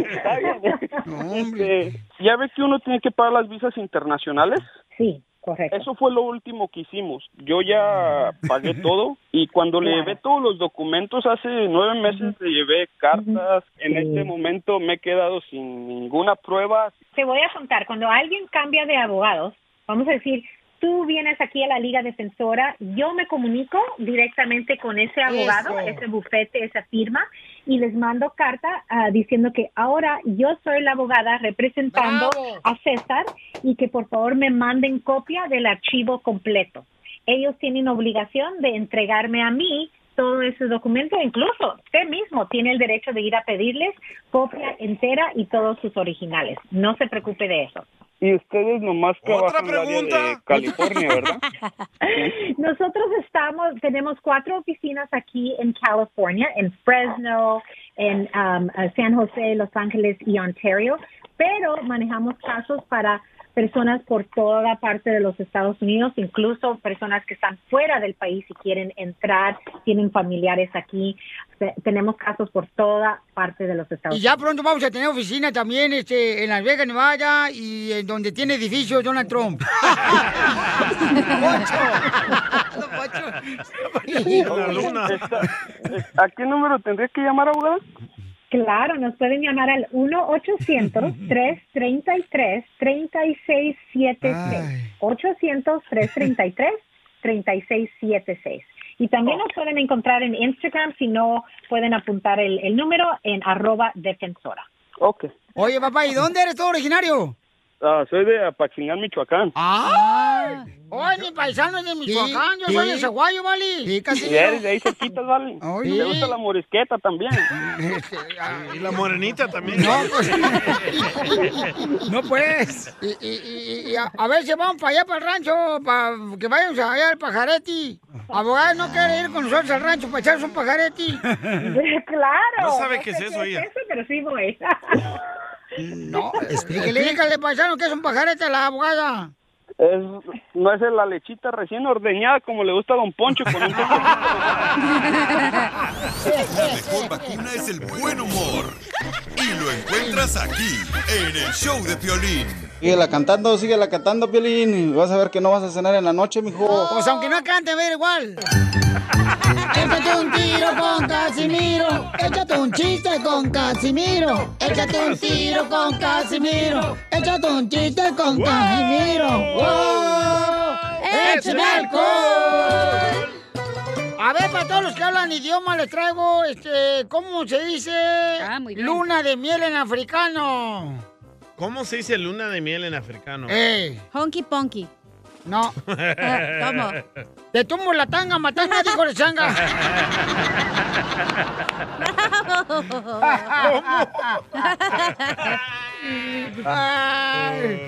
Speaker 25: Este, ya ves que uno tiene que pagar las visas internacionales.
Speaker 28: Sí, correcto.
Speaker 25: Eso fue lo último que hicimos. Yo ya pagué todo y cuando le llevé todos los documentos hace nueve meses le llevé cartas. En este momento me he quedado sin ninguna prueba.
Speaker 28: te voy a contar, cuando alguien cambia de abogados, vamos a decir, tú vienes aquí a la Liga Defensora, yo me comunico directamente con ese abogado,
Speaker 3: Eso.
Speaker 28: ese bufete, esa firma, y les mando carta ah, diciendo que ahora yo soy la abogada representando a César y que por favor me manden copia del archivo completo. Ellos tienen obligación de entregarme a mí todo ese documento, incluso usted mismo tiene el derecho de ir a pedirles copia entera y todos sus originales. No se preocupe de eso.
Speaker 25: Y ustedes nomás trabajan en el área de
Speaker 28: pregunta?
Speaker 25: California, ¿verdad?
Speaker 28: Nosotros estamos, tenemos cuatro oficinas aquí en California, en Fresno, en um, eh, San José, Los Ángeles y Ontario, pero manejamos casos para personas por toda parte de los Estados Unidos, incluso personas que están fuera del país y quieren entrar, tienen familiares aquí. Te- Tenemos casos por toda parte de los Estados
Speaker 2: Y
Speaker 28: Unidos.
Speaker 2: ya pronto vamos a tener oficina también este, en Las Vegas, Nevada, y en donde tiene edificio Donald Trump.
Speaker 25: Esta- es- ¿A qué número tendría que llamar, abogado?
Speaker 28: Claro, nos pueden llamar al 1-800-333-3676. 800-333-3676. Y también nos pueden encontrar en Instagram si no pueden apuntar el, el número en arroba defensora.
Speaker 25: Ok.
Speaker 2: Oye, papá, ¿y dónde eres tú originario?
Speaker 25: Ah, soy de Apaxingán, Michoacán.
Speaker 2: ¡Ah! ¡Oye, mi paisano es de Michoacán! ¡Yo soy de Zaguayo, vale! Sí,
Speaker 25: Y eres de ahí cerquitas, ¿vale? Y te gusta la morisqueta también.
Speaker 1: Y la morenita también.
Speaker 2: No, pues. No, pues. Y, y- y- y a, a ver si vamos para allá, para el rancho, para que vayamos allá al pajareti. Abogado, ¿no quiere ir con nosotros al rancho para echarse un pajareti?
Speaker 28: claro.
Speaker 1: No sabe qué es eso ella.
Speaker 28: pero sí voy.
Speaker 2: No, explíquele. Explícale, paisano, que es un pajarete a la abogada.
Speaker 25: Es, no es la lechita recién ordeñada como le gusta a Don Poncho con un toque
Speaker 8: La mejor vacuna es el buen humor. Y lo encuentras aquí, en el show de Piolín.
Speaker 19: Síguela cantando, síguela cantando, Piolín. y Vas a ver que no vas a cenar en la noche, mijo.
Speaker 2: Pues aunque no cante, ver igual. Échate un tiro con Casimiro. Échate un chiste con Casimiro. Échate un tiro con Casimiro. Échate un chiste con Casimiro. ¡Wow! ¡Échame alcohol! A ver, para todos los que hablan idioma, les traigo, este, ¿cómo se dice? Luna de miel en africano.
Speaker 1: ¿Cómo se dice luna de miel en africano?
Speaker 2: ¡Ey! Honky Ponky. No.
Speaker 1: ¿Cómo?
Speaker 2: Te tumbo la tanga, matanga, dijo el changa. Ay,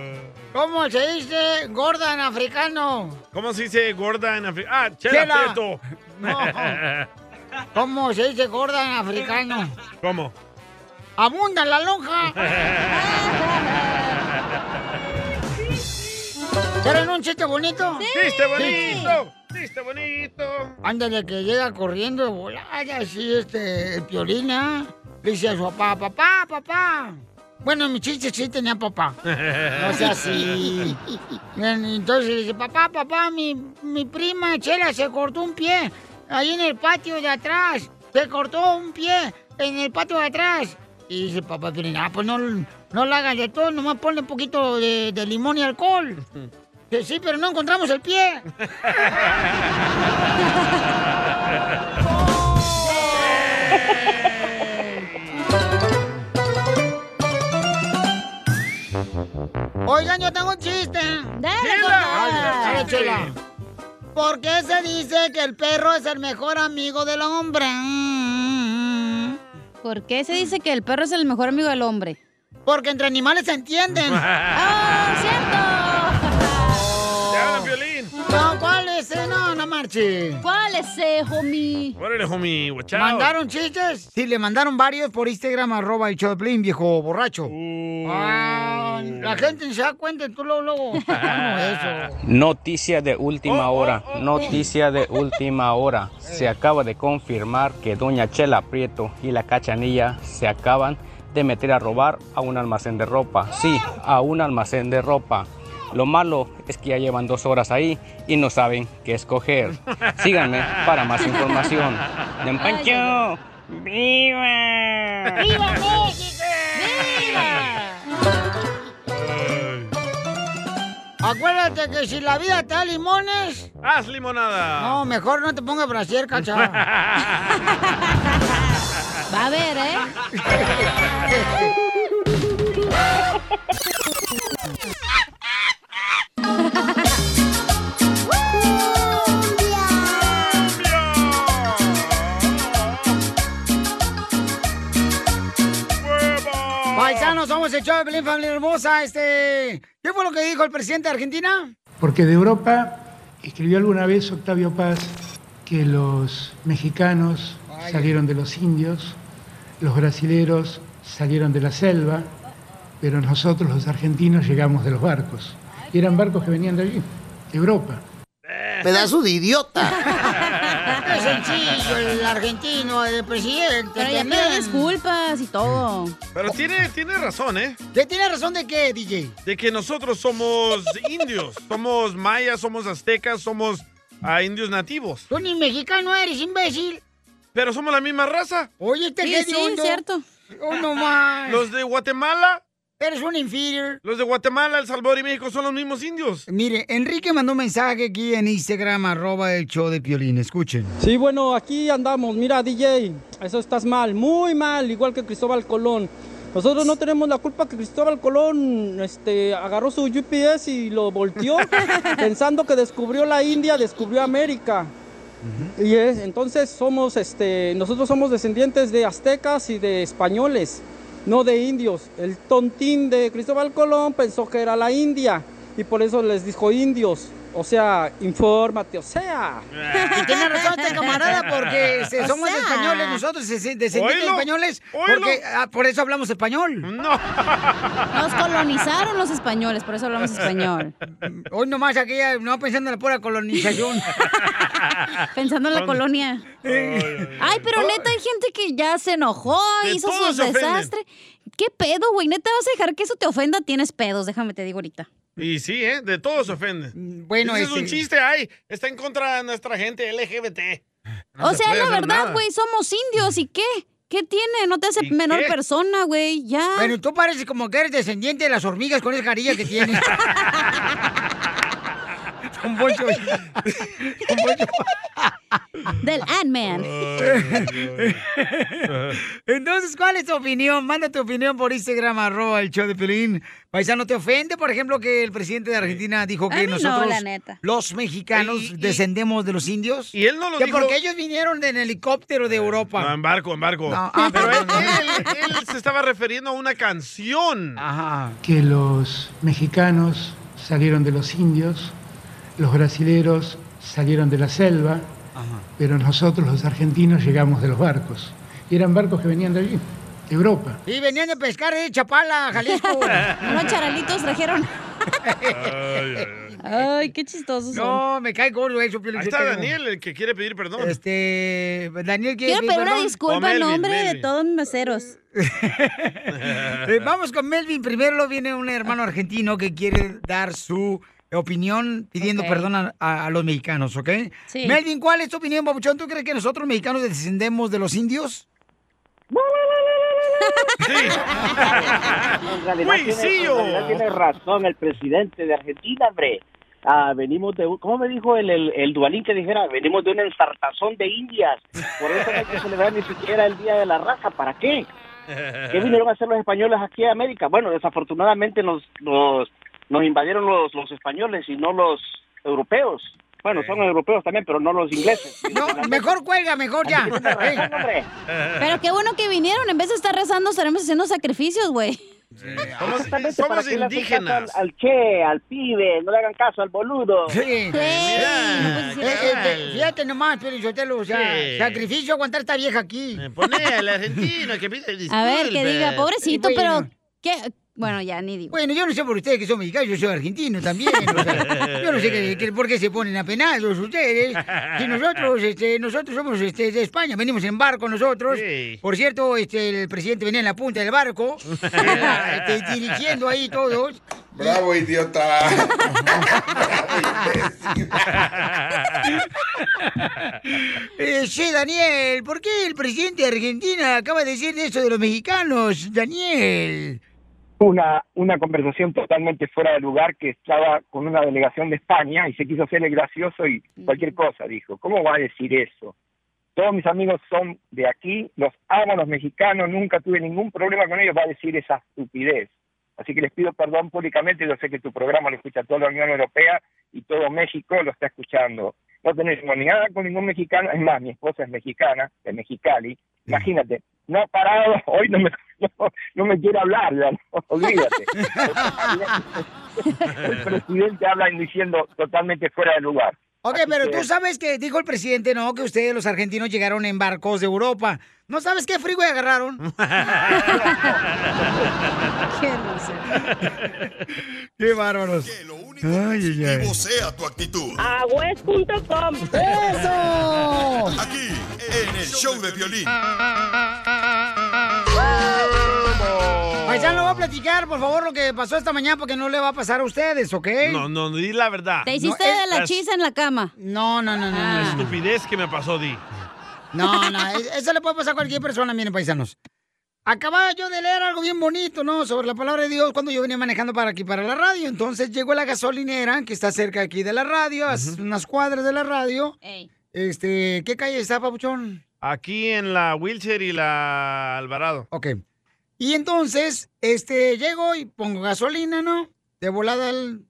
Speaker 2: ¿Cómo se dice gorda en africano?
Speaker 1: ¿Cómo se dice gorda en africano? Ah, chela,
Speaker 2: Chela.
Speaker 1: Prieto.
Speaker 2: No. ¿Cómo se dice gorda en africano?
Speaker 1: ¿Cómo?
Speaker 2: abunda en la lonja. ¿Quieren un chiste bonito?
Speaker 1: Sí. ¡Chiste bonito! ¡Chiste bonito!
Speaker 2: Ándale, que llega corriendo de volada, así, este, el piolina. Le dice a su papá, papá, papá. Bueno, mi chiste sí tenía papá. No sea así. Bien, Entonces le dice, papá, papá, mi, mi prima Chela se cortó un pie ahí en el patio de atrás. Se cortó un pie en el patio de atrás. Y dice papá Piolín, ah, pues no, no la hagas de todo, nomás ponle un poquito de, de limón y alcohol. Que sí, pero no encontramos el pie. Oigan, yo tengo un chiste.
Speaker 4: Dale, compa.
Speaker 2: Dale, Chela. ¿Por qué se dice que el perro es el mejor amigo del hombre?
Speaker 4: ¿Por qué se dice que el perro es el mejor amigo del hombre?
Speaker 2: Porque entre animales se entienden.
Speaker 4: ¡Ah, cierto!
Speaker 1: ¡Te hablan, Piolín!
Speaker 2: No, ¿cuál es? eh? No, no marche.
Speaker 4: ¿Cuál es ese, homie?
Speaker 1: Órale, homie, guachao.
Speaker 2: ¿Mandaron chistes? Sí, le mandaron varios por Instagram, arroba el show de Piolín, viejo borracho.
Speaker 1: Uh.
Speaker 2: Ah, la gente se da cuenta, tú luego, luego. ¿Cómo eso?
Speaker 29: Noticia de última hora, noticia de última hora. Se acaba de confirmar que Doña Chela Prieto y la Cachanilla se acaban de meter a robar a un almacén de ropa. Sí, a un almacén de ropa. Lo malo es que ya llevan dos horas ahí y no saben qué escoger. Síganme para más información. ¡Dempancho! ¡Viva!
Speaker 30: ¡Viva
Speaker 2: Acuérdate que si la vida te da limones...
Speaker 1: ¡Haz limonada!
Speaker 2: No, mejor no te pongas brasier, cachao.
Speaker 4: Va a ver, ¿eh?
Speaker 2: Paisanos, somos el show de Pelín Familia Hermosa. Este, ¿Qué fue lo que dijo el presidente de Argentina?
Speaker 7: Porque de Europa escribió alguna vez Octavio Paz que los mexicanos salieron de los indios, los brasileros salieron de la selva, pero nosotros los argentinos llegamos de los barcos. Y eran barcos que venían de allí, de Europa.
Speaker 12: Pedazo de idiota.
Speaker 2: Es sencillo el argentino, el presidente.
Speaker 4: Pero ya pidió disculpas y todo.
Speaker 1: Pero tiene, tiene razón, ¿eh?
Speaker 2: ¿Qué tiene razón de qué, DJ?
Speaker 1: De que nosotros somos indios, somos mayas, somos aztecas, somos ah, indios nativos.
Speaker 2: Tú ni mexicano eres, imbécil.
Speaker 1: Pero somos la misma raza.
Speaker 2: Oye, este te
Speaker 1: Sí,
Speaker 2: quedé
Speaker 1: sí,
Speaker 2: hondo.
Speaker 1: cierto. Oh,
Speaker 2: Uno Oh, más.
Speaker 1: Los de Guatemala.
Speaker 2: Eres un inferior.
Speaker 1: Los de Guatemala, El Salvador y México son los mismos indios.
Speaker 2: Mire, Enrique mandó un mensaje aquí en Instagram, arroba el show de Piolín. Escuchen.
Speaker 17: Sí, bueno, aquí andamos. Mira, DJ, eso estás mal, muy mal, igual que Cristóbal Colón. Nosotros no tenemos la culpa que Cristóbal Colón este, agarró su GPS y lo volteó pensando que descubrió la India, descubrió América. Y es, entonces somos, este, nosotros somos descendientes de aztecas y de españoles, no de indios. El tontín de Cristóbal Colón pensó que era la India y por eso les dijo indios. O sea, infórmate, o sea.
Speaker 2: Y tiene razón este camarada porque este,
Speaker 17: O
Speaker 2: somos
Speaker 17: sea.
Speaker 2: españoles nosotros, este, descendientes de
Speaker 17: Oílo,
Speaker 2: españoles,
Speaker 17: oílo.
Speaker 2: porque ah, por eso hablamos español.
Speaker 1: No.
Speaker 4: Nos colonizaron los españoles, por eso hablamos español.
Speaker 2: Hoy nomás aquella, ah, no pensando en la pura colonización.
Speaker 4: Pensando en la colonia. Ay, pero neta, hay gente que ya se enojó,
Speaker 2: De
Speaker 4: hizo
Speaker 2: todo
Speaker 4: su
Speaker 2: se ofenden.
Speaker 4: desastre. ¿Qué pedo, güey? Neta, vas a dejar que eso te ofenda, tienes pedos, déjame te digo ahorita.
Speaker 1: Y sí, ¿eh? De todo se ofende.
Speaker 2: bueno,
Speaker 1: Ese es un
Speaker 2: este-
Speaker 1: chiste, ay. Está en contra de nuestra gente LGBT. No
Speaker 4: o
Speaker 1: se
Speaker 4: sea,
Speaker 1: puede
Speaker 4: la
Speaker 1: hacer
Speaker 4: verdad,
Speaker 1: nada.
Speaker 4: güey, somos indios, ¿y qué? ¿Qué tiene? No te hace menor
Speaker 2: qué?
Speaker 4: persona, güey, ya.
Speaker 2: Bueno, tú pareces como que eres descendiente de las hormigas con esa carilla que tienes. Don Poncho. Don Poncho.
Speaker 4: Del Ant-Man.
Speaker 2: Entonces, ¿cuál es tu opinión? Manda tu opinión por Instagram, arroba el show de Pelín. Paisano, ¿te ofende, por ejemplo, que el presidente de Argentina dijo
Speaker 4: A
Speaker 2: que
Speaker 4: mí no,
Speaker 2: nosotros,
Speaker 4: la neta.
Speaker 2: los mexicanos, descendemos de los indios?
Speaker 1: Y él no lo
Speaker 2: que
Speaker 1: dijo- Eh,
Speaker 2: porque ellos vinieron en helicóptero de Europa.
Speaker 1: No, en barco, en barco.
Speaker 2: No, ah,
Speaker 1: Pero él, él- él se estaba refiriendo a una canción.
Speaker 2: Ajá.
Speaker 7: Que los mexicanos salieron de los indios, los brasileros salieron de la selva, pero nosotros los argentinos llegamos de los barcos. Y eran barcos que venían de allí,
Speaker 10: Europa.
Speaker 2: Y venían de pescar de Chapala, Jalisco.
Speaker 4: No, charalitos trajeron. Ay, qué chistosos
Speaker 2: No, me cae gordo eso, Piolín.
Speaker 1: Ahí está
Speaker 2: Sotelo.
Speaker 1: Daniel, el que quiere pedir perdón.
Speaker 2: Este, Daniel quiere
Speaker 4: Quiero
Speaker 2: pedir
Speaker 4: pedir una
Speaker 2: perdón?
Speaker 4: disculpa en nombre de todos mis meseros.
Speaker 2: Eh, Vamos con Melvin. Primero lo viene un hermano argentino que quiere dar su opinión pidiendo
Speaker 4: Ok.
Speaker 2: perdón a, a- a los mexicanos, ¿ok?
Speaker 4: Sí.
Speaker 2: Melvin, ¿cuál es tu opinión, Babuchón? ¿Tú crees que nosotros mexicanos descendemos de los indios?
Speaker 16: En realidad tiene,
Speaker 2: Juicio.
Speaker 16: en
Speaker 4: oh.
Speaker 16: realidad tiene razón el presidente de Argentina, hombre. Ah, venimos de un- ¿cómo me dijo el, el, el Duvalín que dijera? Venimos de una ensartazón de indias. Por eso no hay que celebrar ni siquiera el Día de la Raza. ¿Para qué? ¿Qué vinieron a hacer los españoles aquí a América? Bueno, desafortunadamente nos, nos, nos invadieron los, los españoles y no los europeos. Bueno, son
Speaker 4: Eh.
Speaker 16: europeos también, pero no los ingleses.
Speaker 2: No, mejor cuelga, mejor ya.
Speaker 4: Eh, Pero qué bueno que vinieron. En vez de estar rezando, estaremos haciendo sacrificios, güey.
Speaker 16: Exactamente,
Speaker 4: eh, somos
Speaker 16: ¿para qué le hacen caso
Speaker 4: indígenas.
Speaker 16: Al, al che, al pibe, no le hagan caso al boludo.
Speaker 2: Sí.
Speaker 4: pues,
Speaker 2: Eh, eh, eh, fíjate nomás, Piolín Sotelo, o sea,
Speaker 16: Sí.
Speaker 2: sacrificio aguantar esta vieja aquí.
Speaker 1: Pone al argentino que pide disculpas.
Speaker 4: A ver, que diga, pobrecito,
Speaker 2: Eh, bueno.
Speaker 4: pero... ¿qué? Bueno, ya ni digo.
Speaker 2: Bueno, yo no sé por ustedes que son mexicanos, yo soy argentino también. o sea, yo no sé que- que por qué se ponen apenados ustedes. Si nosotros, este, nosotros somos este, de España, venimos en barco nosotros.
Speaker 1: Sí.
Speaker 2: Por cierto, este, el presidente venía en la punta del barco, era, este, dirigiendo ahí todos.
Speaker 18: Bravo, idiota.
Speaker 2: Eh, sí, Daniel, ¿por qué el presidente de Argentina acaba de decir eso de los mexicanos, Daniel?
Speaker 20: una, una conversación totalmente fuera de lugar que estaba con una delegación de España y se quiso hacer el gracioso y
Speaker 25: Mm.
Speaker 20: cualquier cosa, dijo. ¿Cómo va a decir eso? Todos mis amigos son de aquí, los amo a los mexicanos, nunca tuve ningún problema con ellos, va a decir esa estupidez. Así que les pido perdón públicamente, yo sé que tu programa lo escucha toda la Unión Europea y todo México lo está escuchando. No tenemos ni nada con ningún mexicano, es más, mi esposa es mexicana, de Mexicali, imagínate, no ha parado, hoy no me, no, no me quiere hablar, ya, no, olvídate. El presidente habla diciendo totalmente fuera de lugar.
Speaker 2: Ok,
Speaker 20: Así
Speaker 2: pero
Speaker 20: que-
Speaker 2: tú sabes que dijo el presidente, ¿no? Que ustedes, los argentinos, llegaron en barcos de Europa. ¿No sabes qué frigo agarraron? ¡Qué bárbaros!
Speaker 8: Ay, ay, sea tu actitud.
Speaker 16: Agüez.com.
Speaker 2: ¡Eso!
Speaker 8: Aquí, en el show de violín.
Speaker 2: Paisano, voy a platicar, por favor, lo que pasó esta mañana, porque no le va a pasar a ustedes, ¿ok?
Speaker 1: No, no, di la verdad.
Speaker 4: Te hiciste
Speaker 1: No,
Speaker 4: de la
Speaker 1: es-
Speaker 4: chisa en la cama.
Speaker 2: No, no, no,
Speaker 1: La estupidez que me pasó, Di.
Speaker 2: No, no, e- eso le puede pasar a cualquier persona, miren, paisanos. Acababa yo de leer algo bien bonito, ¿no? Sobre la palabra de Dios cuando yo venía manejando para aquí, para la radio. Entonces llegó a la gasolinera, que está cerca aquí de la radio, a unas cuadras de la radio. Este, ¿qué calle está, Papuchón?
Speaker 1: Aquí en la wheelchair y la Alvarado.
Speaker 2: Ok. Y entonces, este, llego y pongo gasolina, ¿no? De volada al-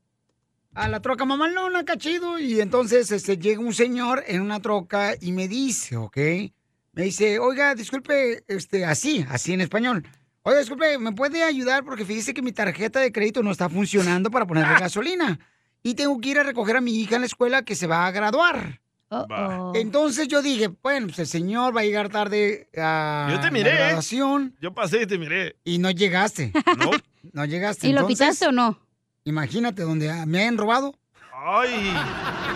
Speaker 2: a la troca mamalona, cachido. Y entonces, este, llega un señor en una troca y me dice, ¿ok? Me dice, oiga, disculpe, este, así, así en español. Oiga, disculpe, ¿me puede ayudar? Porque fíjese que mi tarjeta de crédito no está funcionando para ponerle gasolina. Y tengo que ir a recoger a mi hija en la escuela que se va a graduar. oh. Entonces yo dije, bueno, pues el señor va a llegar tarde a
Speaker 1: Yo te
Speaker 2: la
Speaker 1: miré, ¿eh?
Speaker 2: graduación.
Speaker 1: Yo pasé y te miré.
Speaker 2: Y no llegaste.
Speaker 1: No.
Speaker 2: No llegaste.
Speaker 4: ¿Y lo
Speaker 2: Entonces,
Speaker 4: pichaste o no?
Speaker 2: Imagínate donde ah, me han robado.
Speaker 1: Ay,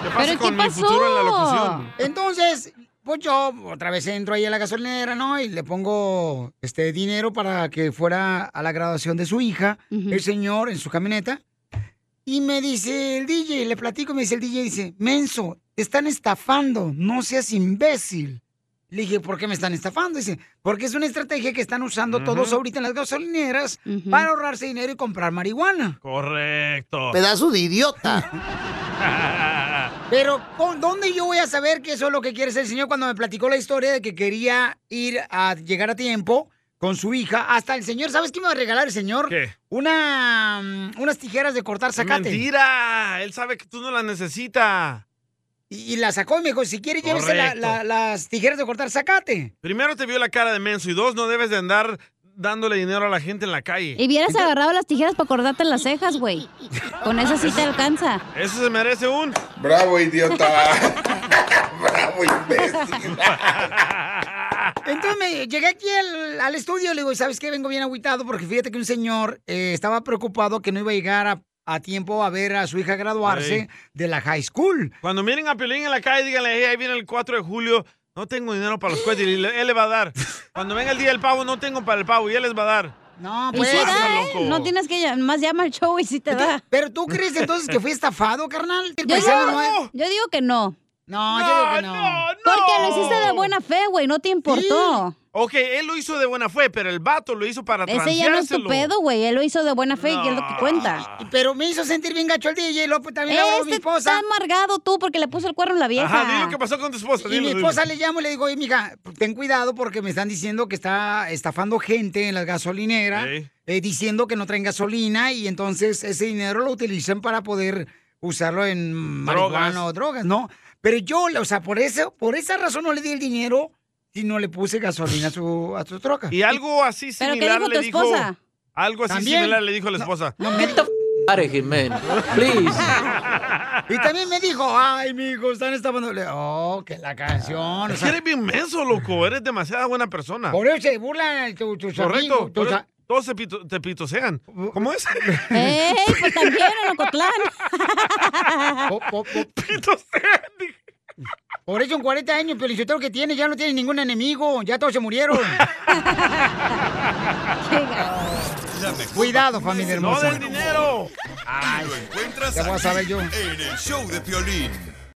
Speaker 1: ¿qué pasa con mi futuro en la locución?
Speaker 2: Entonces, pues yo otra vez entro ahí a la gasolinera, ¿no? Y le pongo este dinero para que fuera a la graduación de su hija, el señor en su camioneta. Y me dice el DJ, le platico, me dice el DJ, dice, Menso, te están estafando, no seas imbécil. Le dije, ¿por qué me están estafando? Dice, porque es una estrategia que están usando todos
Speaker 1: Ujú.
Speaker 2: ahorita en las gasolineras para ahorrarse dinero y comprar marihuana.
Speaker 1: Correcto.
Speaker 2: Pedazo de idiota. Pero, ¿con ¿dónde yo voy a saber que eso es lo que quiere ser el señor cuando me platicó la historia de que quería ir a llegar a tiempo con su hija? Hasta el señor, ¿sabes qué me va a regalar el señor?
Speaker 1: ¿Qué?
Speaker 2: Una, mm, unas tijeras de cortar zacate.
Speaker 1: Mentira, él sabe que tú no la necesitas.
Speaker 2: Y, y la sacó y me dijo, si quiere, llévese la-
Speaker 1: Correcto.
Speaker 2: la- las tijeras de cortar zacate.
Speaker 1: Primero te vio la cara de menso y dos, no debes de andar dándole dinero a la gente en la calle.
Speaker 4: Y hubieras agarrado las tijeras para cortarte las cejas, güey. Con esa sí te alcanza.
Speaker 1: Eso se merece un...
Speaker 18: Bravo, idiota. Bravo, imbécil.
Speaker 2: Entonces me llegué aquí al, al estudio y le digo, ¿sabes qué? Vengo bien agüitado porque fíjate que un señor eh, estaba preocupado que no iba a llegar a, a tiempo a ver a su hija graduarse
Speaker 1: Ey.
Speaker 2: de la high school.
Speaker 1: Cuando miren a Piolín en la calle, díganle, "Hey, ahí viene el 4 de julio, no tengo dinero para los cohetes, y le- él le va a dar. Cuando venga el día del pavo, no tengo para el pavo, y él les va a dar.
Speaker 2: No,
Speaker 4: Y sí
Speaker 1: pues,
Speaker 4: da, ¿eh?
Speaker 1: loco.
Speaker 4: No tienes que llamar, más llama al show y sí te da.
Speaker 2: Pero tú crees entonces que fui estafado, carnal?
Speaker 4: Yo,
Speaker 2: paisano
Speaker 4: digo,
Speaker 2: no es-
Speaker 4: yo digo que no.
Speaker 2: No, yo digo que no. no,
Speaker 4: Porque lo hiciste de buena fe, güey, no te importó.
Speaker 1: Ok, él lo hizo de buena fe, pero el vato lo hizo para
Speaker 4: Ese ya no es tu
Speaker 1: transeárselo.
Speaker 4: pedo, güey. Él lo hizo de buena fe y es lo que cuenta.
Speaker 2: Pero me hizo sentir bien gacho el DJ, lo, también le hablo a
Speaker 4: Este
Speaker 2: mi esposa.
Speaker 4: está amargado tú porque le puso el cuerno a la vieja.
Speaker 1: Ajá, dilo qué pasó con tu esposa.
Speaker 2: Y mi esposa le llamo y le digo, oye, mija, pues, ten cuidado porque me están diciendo que está estafando gente en las gasolineras, eh, diciendo que no traen gasolina y entonces ese dinero lo utilizan para poder usarlo en marihuana o drogas, ¿no? Pero yo, o sea, por eso, por esa razón no le di el dinero y no le puse gasolina a su, a su troca.
Speaker 1: Y algo así similar le dijo. Algo así
Speaker 2: También.
Speaker 1: similar le dijo la esposa.
Speaker 2: Y también me dijo, ay, mijo, están estafando. Le- Oh, que la canción. o
Speaker 1: Es
Speaker 2: sea,
Speaker 1: que eres bien menso, loco. Eres demasiada buena persona.
Speaker 2: por eso se burlan tu- tus
Speaker 1: Correcto.
Speaker 2: amigos, tus
Speaker 1: por
Speaker 2: a-
Speaker 1: eso Todos se pito- te pitosean. ¿Cómo es?
Speaker 4: ¡Ey! Pues también en Ocotlán.
Speaker 2: Por eso en 40 años, el Pelicotero que tiene, ya no tiene ningún enemigo, ya todos se murieron. Cuidado, familia
Speaker 8: No
Speaker 2: hermosa.
Speaker 8: del
Speaker 2: dinero!
Speaker 8: Y lo encuentras
Speaker 2: Ya voy a
Speaker 8: aquí,
Speaker 2: saber yo.
Speaker 8: en el show de Piolín.